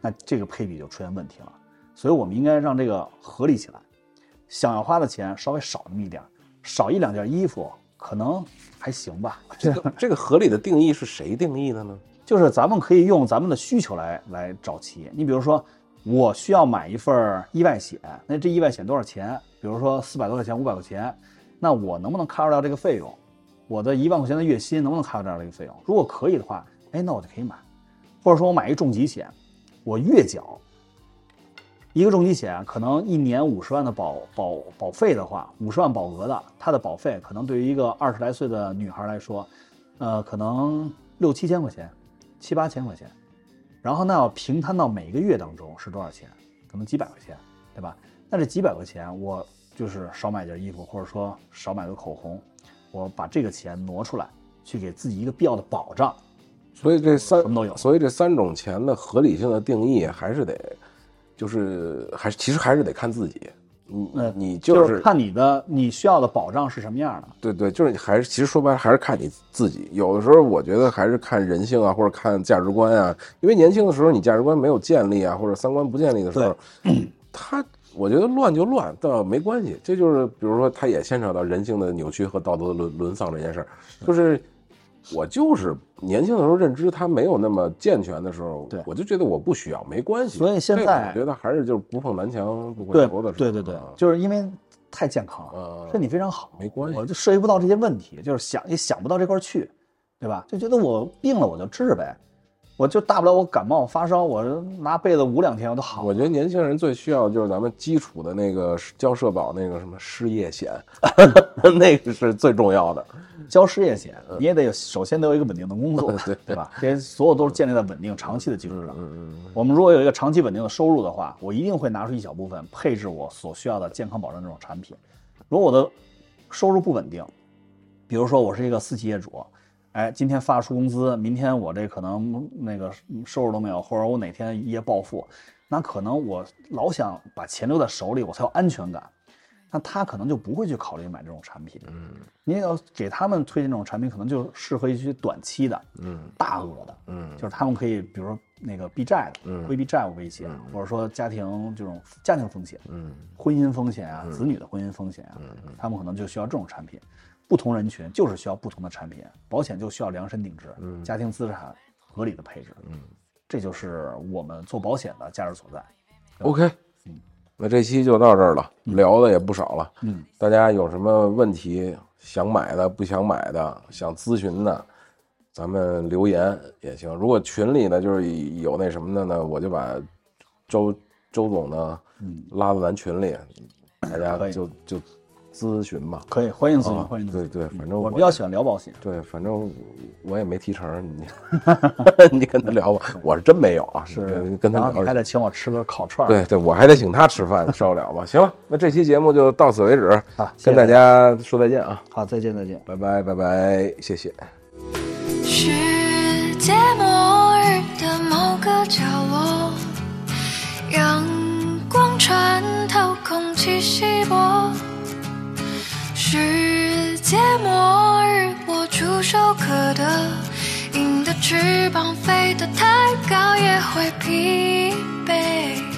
Speaker 2: 那这个配比就出现问题了，所以我们应该让这个合理起来。想要花的钱稍微少那么一点儿，少一两件衣服可能还行吧。
Speaker 1: 这个这个合理的定义是谁定义的呢？
Speaker 2: 就是咱们可以用咱们的需求来来找齐。你比如说，我需要买一份儿意外险，那这意外险多少钱？比如说四百多块钱、五百块钱，那我能不能 cover 掉这个费用？我的一万块钱的月薪能不能 cover 掉这个费用？如果可以的话，哎，那我就可以买。或者说我买一重疾险，我月缴。一个重疾险可能一年五十万的保保保费的话，五十万保额的，它的保费可能对于一个二十来岁的女孩来说，呃，可能六七千块钱，七八千块钱，然后那要平摊到每个月当中是多少钱？可能几百块钱，对吧？那这几百块钱，我就是少买件衣服，或者说少买个口红，我把这个钱挪出来，去给自己一个必要的保障。
Speaker 1: 所以这三
Speaker 2: 什么都有
Speaker 1: 所以这三种钱的合理性的定义还是得，就是还是其实还是得看自己，你
Speaker 2: 嗯
Speaker 1: 你
Speaker 2: 就是看你的你需要的保障是什么样的。
Speaker 1: 对对，就是你还是其实说白了还是看你自己。有的时候我觉得还是看人性啊，或者看价值观啊，因为年轻的时候你价值观没有建立啊，或者三观不建立的时候， *clears throat* 他我觉得乱就乱，倒没关系。这就是比如说，他也牵扯到人性的扭曲和道德的沦沦丧这件事儿，就是。我就是年轻的时候认知他没有那么健全的时候，
Speaker 2: 对
Speaker 1: 我就觉得我不需要，没关系。
Speaker 2: 所以现
Speaker 1: 这个
Speaker 2: 在
Speaker 1: 我觉得还是就是不碰南墙不
Speaker 2: 对
Speaker 1: 回头的时候
Speaker 2: 对对对
Speaker 1: 啊，
Speaker 2: 就是因为太健康了
Speaker 1: 嗯，
Speaker 2: 身体非常好，
Speaker 1: 没关系
Speaker 2: 我就涉及不到这些问题，就是想也想不到这块儿去，对吧？就觉得我病了我就治呗，我就大不了我感冒发烧，我拿被子捂两天我就好
Speaker 1: 我
Speaker 2: 了。
Speaker 1: 觉得年轻人最需要就是咱们基础的那个交社保那个什么失业险， *laughs* 那个是最重要的。
Speaker 2: 交失业险你也得有，首先得有一个稳定的工作，
Speaker 1: 嗯对
Speaker 2: 对吧？这些所有都是建立在稳定长期的基础上。
Speaker 1: 嗯
Speaker 2: 我们如果有一个长期稳定的收入的话，我一定会拿出一小部分配置我所需要的健康保障这种产品。如果我的收入不稳定，比如说我是一个私企业主，哎，今天发出工资，明天我这可能那个收入都没有，或者我哪天一夜暴富，那可能我老想把钱留在手里，我才有安全感。那他可能就不会去考虑买这种产品。
Speaker 1: 嗯
Speaker 2: 你也要给他们推荐这种产品，可能就适合一些短期的、
Speaker 1: 嗯
Speaker 2: 大额的，
Speaker 1: 嗯
Speaker 2: 就是他们可以，比如说那个避债的
Speaker 1: 嗯，
Speaker 2: 规避债务威胁，或者说家庭这种家庭风险、
Speaker 1: 嗯
Speaker 2: 婚姻风险啊、子女的婚姻风险啊，他们可能就需要这种产品。不同人群就是需要不同的产品，保险就需要量身定制，家庭资产合理的配置，
Speaker 1: 嗯
Speaker 2: 这就是我们做保险的价值所在。
Speaker 1: ，OK，
Speaker 2: 嗯
Speaker 1: 那这期就到这儿了，聊的也不少了。
Speaker 2: 嗯，
Speaker 1: 大家有什么问题想买的、不想买的、想咨询的，咱们留言也行。如果群里呢，就是有那什么的呢，我就把周周总呢
Speaker 2: 嗯
Speaker 1: 拉到咱群里，大
Speaker 2: 可
Speaker 1: 家
Speaker 2: 以
Speaker 1: 就就咨询吧。
Speaker 2: 可以，欢迎咨询，
Speaker 1: 啊
Speaker 2: 欢迎咨询。
Speaker 1: 对对，反正
Speaker 2: 我
Speaker 1: 我
Speaker 2: 比较喜欢聊保险，
Speaker 1: 对，反正我也没提成，你 *laughs* 你跟他聊吧，我是真没有啊，
Speaker 2: 是
Speaker 1: 跟
Speaker 2: 然
Speaker 1: 他
Speaker 2: 后你
Speaker 1: 聊。
Speaker 2: 还得请我吃个烤串儿，
Speaker 1: 对对，我还得请他吃饭，受得了吧？行了，那这期节目就到此为止，
Speaker 2: 啊，谢谢
Speaker 1: 跟大家说再见啊。
Speaker 2: 好，再见再见。
Speaker 1: 拜拜拜拜，谢谢。
Speaker 3: 世界末日的某个角落，阳光穿透空气稀薄。世界末日，我触手可得，鹰的翅膀飞得太高也会疲惫。